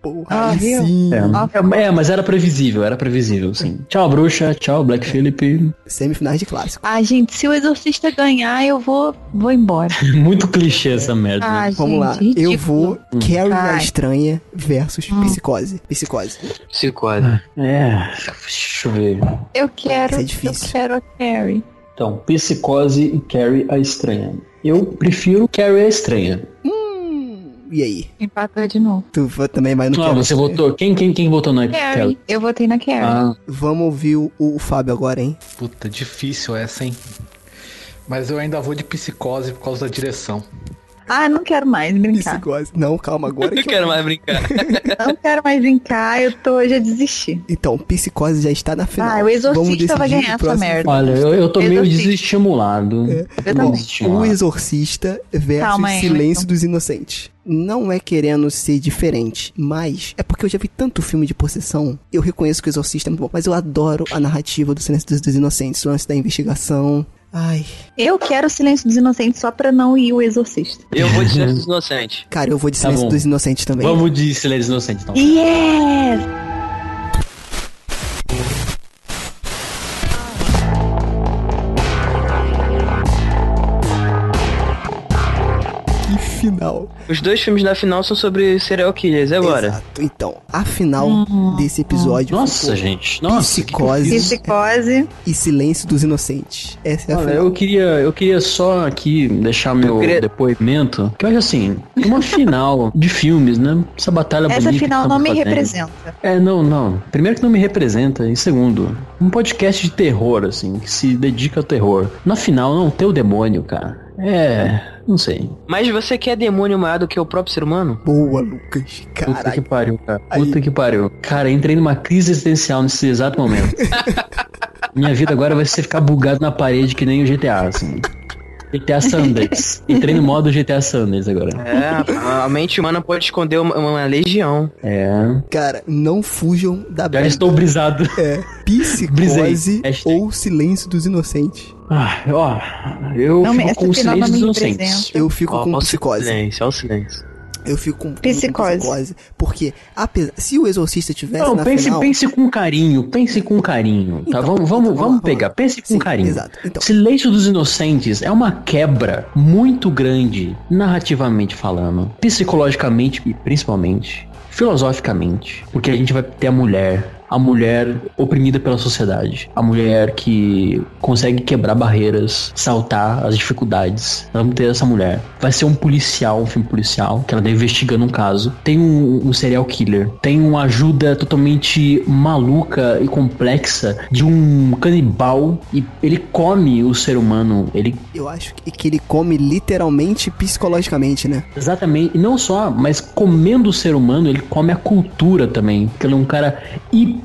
Porra,
Ah,
aí
viu?
sim.
é, é, mas era previsível, era previsível, sim. Tchau, bruxa, tchau, Black Phillip.
Semifinais de clássico.
Ah, gente, se o exorcista ganhar, eu vou, vou embora.
Muito clichê essa merda.
Ah, gente,
Vamos lá,
ridículo.
eu vou Carrie a
Ai. Hum.
Estranha versus Psicose. Psicose.
Psicose.
É, deixa eu ver.
Eu quero.
Isso é difícil.
Eu quero a Carrie.
Então, Psicose e Carrie a Estranha. Eu prefiro Carrie a Estranha.
Hum, e aí?
Empatou de novo.
Tu vo- também vai no é
Ah,
Carrie a
você
Estranha?
votou. Quem, quem, quem votou na
Carrie. Eu votei na Carrie.
Ah,
Vamos ouvir o, o Fábio agora, hein?
Puta, difícil essa, hein? Mas eu ainda vou de psicose por causa da direção.
Ah, não quero mais brincar.
Psicose. Não, calma, agora
Eu
que eu-
quero mais brincar.
Não quero mais brincar, eu tô, já desisti.
Então, Psicose já está na final.
Ah, o Exorcista
Vamos decidir
vai ganhar
o
essa
próximo
merda.
olha, eu, eu tô meio
Exorcista.
desestimulado.
É.
Eu
Bom,
também.
O
Ex-
Exorcista versus
Calma aí,
Silêncio
Emerson.
dos Inocentes. Não é querendo ser diferente, mas é porque eu já vi tanto filme de possessão. Eu reconheço que o Exorcista é muito bom, mas eu adoro a narrativa do Silêncio dos, dos Inocentes, o lance da investigação. Ai,
Eu quero o Silêncio dos Inocentes só pra não ir o Exorcista.
Eu vou de Silêncio dos Inocentes.
cara, eu vou de
Tá
Silêncio
bom.
dos Inocentes também.
Vamos de Silêncio Inocente, então.
Yes!
Que final.
Os dois filmes da final são sobre serial killers, e agora?
Exato. Então, a final
Hum.
desse episódio
Nossa,
ficou
gente. Nossa. que que eu
Psicose.
fiz?
Psicose.
e Silêncio dos Inocentes. Essa é a
Olha,
final.
eu queria, eu queria só aqui deixar meu
queria-
depoimento. Que eu acho assim, uma final de filmes, né? Essa batalha
Essa
bonita que
final
estamos
não me
fazendo.
representa.
É, não, não. Primeiro que não me representa, e segundo, um podcast de terror, assim, que se dedica ao terror. Na final, não ter o demônio, cara. É, não sei.
Mas você quer demônio maior do que o próprio ser humano?
Boa, Lucas.
Puta
Caralho.
que pariu, cara.
Aí.
Puta que pariu. Cara, entrei numa crise existencial nesse exato momento. Minha vida agora vai ser ficar bugado na parede que nem o GTA, assim. GTA Sanders. Entrei no modo GTA Sanders agora.
É, a mente humana pode esconder uma, uma legião.
É.
Cara, não fujam da
Já
briga.
estou brisado.
É, psicose
Brisei. Hashtag.
ou silêncio dos inocentes.
Ah, ó, eu
Não,
fico
essa
com os
final não
silêncios
me
inocentes.
representa.
Eu fico
Ó,
com
ó o
psicose.
silêncio, ó o silêncio.
Eu fico com com
Psicose.
psicose. Porque apesar, se o exorcista tivesse
Não,
na
pense,
final...
pense com carinho, pense com carinho, tá?
Então,
vamos,
então,
vamos,
vamos lá,
vamos pegar,
vamos lá.
pense com
Sim,
carinho.
exato. Então.
Silêncio dos Inocentes é uma quebra muito grande, narrativamente falando, psicologicamente e principalmente filosoficamente, porque a gente vai ter a mulher a mulher oprimida pela sociedade, a mulher que consegue quebrar barreiras, saltar as dificuldades. Nós vamos ter essa mulher. Vai ser um policial, um filme policial, que ela tá investigando um caso. Tem um, um serial killer, tem uma ajuda totalmente maluca e complexa de um canibal e ele come o ser humano, ele
Eu acho que que ele come literalmente psicologicamente, né?
Exatamente, e não só, mas comendo o ser humano, ele come a cultura também, porque ele é um cara hiper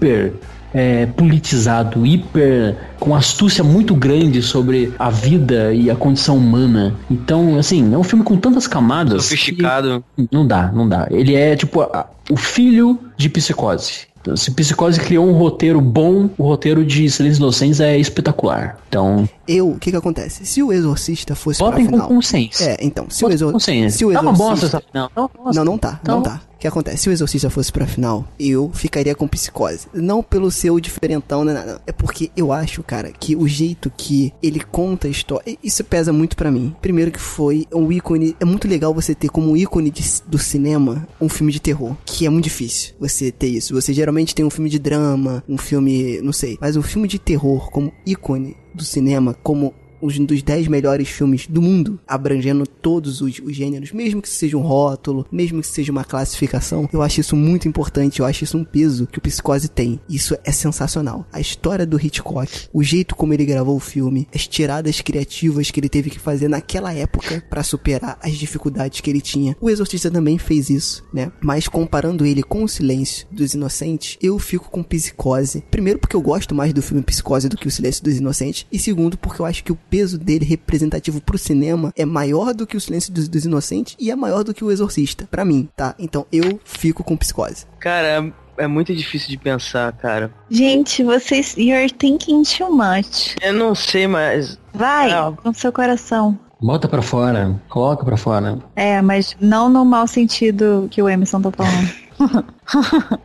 é, politizado, hiper com astúcia muito grande sobre a vida e a condição humana. Então, assim, é um filme com tantas camadas.
Sofisticado.
que Não dá, não dá. Ele é tipo a- o filho de psicose. Então, se psicose criou um roteiro bom, o roteiro de Silêncio dos Inocentes é espetacular. Então,
Eu, o que que acontece? Se é o Exorcista fosse
Botem
pra
com
final...
consciência.
É, então, se o, exor...
consciência.
se o
Tá
Exorcista...
uma bosta essa final, tá uma bosta.
Não, não tá, não
Então-
tá. O que acontece? Se o Exorcista fosse pra final, eu ficaria com psicose. Não pelo seu diferentão, nem nada. É porque eu acho, cara, que o jeito que ele conta a história. Isso pesa muito pra mim. Primeiro, que foi um ícone. É muito legal você ter como ícone de- do cinema um filme de terror. Que é muito difícil você ter isso. Você geralmente tem um filme de drama, um filme. não sei. Mas um filme de terror como ícone do cinema, como os dos 10 melhores filmes do mundo, abrangendo todos os, os gêneros, mesmo que seja um rótulo, mesmo que seja uma classificação, eu acho isso muito importante, eu acho isso um peso que o Psicose tem. Isso é sensacional. A história do Hitchcock, o jeito como ele gravou o filme, as tiradas criativas que ele teve que fazer naquela época pra superar as dificuldades que ele tinha. O Exorcista também fez isso, né? Mas comparando ele com o Silêncio dos Inocentes, eu fico com Psicose. Primeiro porque eu gosto mais do filme Psicose do que o Silêncio dos Inocentes, e segundo porque eu acho que o peso dele representativo pro cinema é maior do que o Silêncio dos, dos Inocentes e é maior do que o Exorcista, pra mim, tá? Então eu fico com Psicose.
Cara, é, é muito difícil de pensar, cara.
Gente, vocês. You're thinking too much.
Eu não sei, mas.
Vai, com seu coração.
bota pra fora, coloca pra fora.
É, mas não no mau sentido que o Emerson tá falando.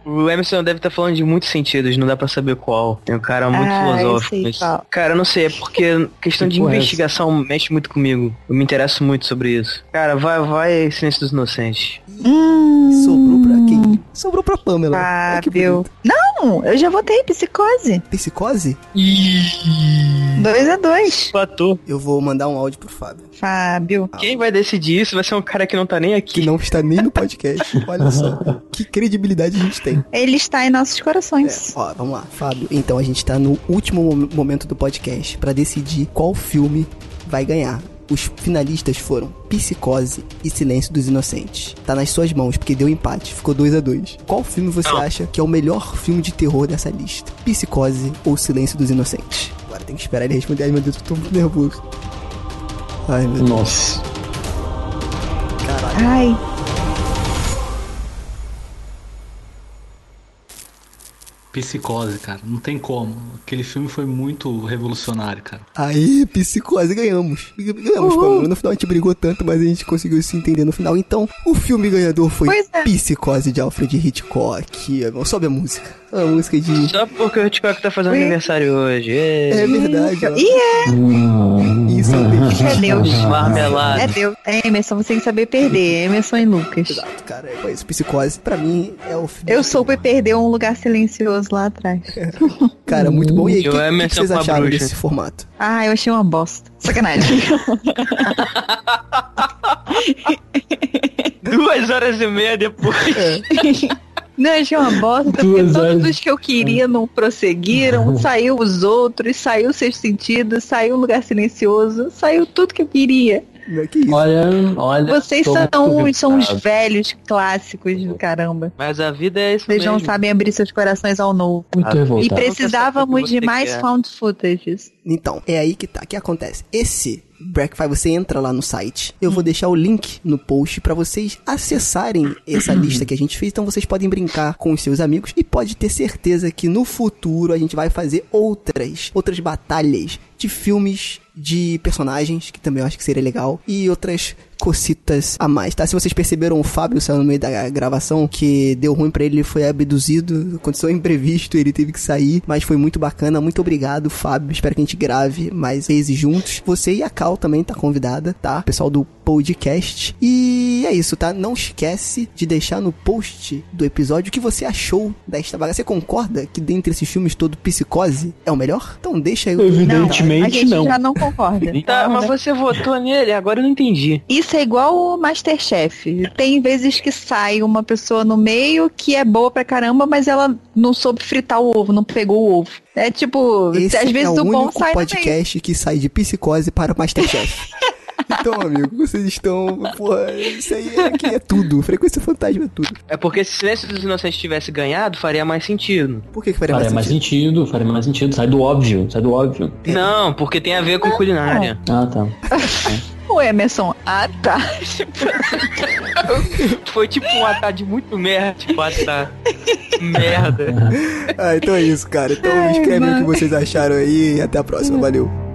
O Emerson deve estar falando de muitos sentidos, não dá pra saber qual. É um cara muito
Ah, eu
filosófico.
sei
mas-
qual.
Cara, eu não sei, é porque questão
Que
de
Tipo
porra é
investigação mexe muito comigo. Eu me interesso muito sobre isso. Cara, vai, vai, Silêncio dos Inocentes.
Hum, Sobrou pra quem? Sobrou pra Pamela.
Ah,
Olha que
Fábio.
bonito.
Não, eu já votei psicose.
Psicose?
Dois a dois.
Fator.
Eu vou mandar um áudio pro Fábio,
Fábio.
Quem vai decidir isso vai ser um cara que não tá nem aqui.
que não está nem no podcast. Olha só, que credibilidade a gente tem.
Ele está em nossos corações.
É, Ó, vamos lá, Fábio. Então a gente tá no último mom- momento do podcast pra decidir qual filme vai ganhar. Os finalistas foram Psicose e Silêncio dos Inocentes. Tá nas suas mãos, porque deu empate, ficou 2 a 2 Qual filme você acha que é o melhor filme de terror dessa lista? Psicose ou Silêncio dos Inocentes? Agora tem que esperar ele responder. Ai meu Deus, eu tô muito nervoso. Ai meu Deus.
Nossa.
Ai,
Psicose, cara. Não tem como. Aquele filme foi muito revolucionário, cara.
Aí, psicose, ganhamos. Ganhamos, Pamela. No final a gente brigou tanto, mas a gente conseguiu se entender no final. Então, o filme ganhador foi
Pois é.
Psicose de Alfred Hitchcock. Agora, Sobe a música. A música de.
Só porque o Hitchcock tá fazendo
Ui.
aniversário hoje.
É
Ê.
verdade, ó.
e é,
Isso é
é
bem.
tá
Deus.
Marmelada.
É Deus. É Emerson, você tem que saber perder. Emerson e Lucas.
Exato, cara. Foi isso. Psicose, pra mim, é o filme.
Eu soube perder um lugar silencioso lá atrás.
Cara, muito bom. E aí, o
Eu
que,
é
que,
Emerson
que vocês
com a
acharam
bruxa.
desse formato?
Ah, eu achei uma bosta. Sacanagem.
Duas horas e meia depois.
Não, eu achei uma bosta, porque
Duas horas.
todos os que eu queria não prosseguiram, saiu os outros, saiu o sexto sentido, saiu o lugar silencioso, saiu tudo que eu queria.
Não é que isso.
Olha, olha.
Vocês
tô
são,
muito
uns- são uns
irritado.
velhos clássicos do caramba.
Mas a vida é isso
Vocês não
mesmo.
sabem abrir seus corações ao novo.
Muito
E
revoltado.
Nunca sabe o
precisávamos
que você
de mais
quer.
found footages.
Então, é aí que tá. O que acontece? Esse Breakfast, você entra lá no site. Eu vou deixar o link no post pra vocês acessarem essa lista que a gente fez. Então vocês podem brincar com os seus amigos e pode ter certeza que no futuro a gente vai fazer outras, outras batalhas de filmes, de personagens, que também eu acho que seria legal, e outras cocitas a mais, tá? Se vocês perceberam, o Fábio saiu no meio da gravação, que deu ruim pra ele, ele foi abduzido, aconteceu um imprevisto, ele teve que sair, mas foi muito bacana, muito obrigado, Fábio, espero que a gente grave mais vezes juntos. Você e a Cal também tá convidada, tá? O pessoal do podcast. E é isso, tá? Não esquece de deixar no post do episódio o que você achou desta bagaça. Você concorda que dentre esses filmes todo Psicose é o melhor? Então deixa aí o
Não, a gente já não concorda. Então,
Tá,
né?
mas você votou nele, agora eu não entendi.
Isso é igual o Masterchef. Tem vezes que sai uma pessoa no meio que é boa pra caramba, mas ela não soube fritar o ovo, não pegou o ovo. É tipo,
Esse
às vezes
é o
o bom
único
sai no meio.
podcast que sai de Psicose para Masterchef. Então, amigo, vocês estão. Porra, isso aí é, que é tudo. Frequência fantasma é tudo.
É porque se Silêncio dos Inocentes tivesse ganhado, faria mais sentido.
Por que, faria
Faria mais sentido, faria mais sentido. Sai do óbvio, sai do óbvio.
É. Não, porque tem a ver com culinária.
Ah, tá.
O Emerson, ah tá. Tipo,
Foi tipo um atade muito merda, tipo atá. merda.
Ah, então é isso, cara. Então
Ai,
escrevem o
mano.
que vocês acharam aí e até a próxima. Valeu.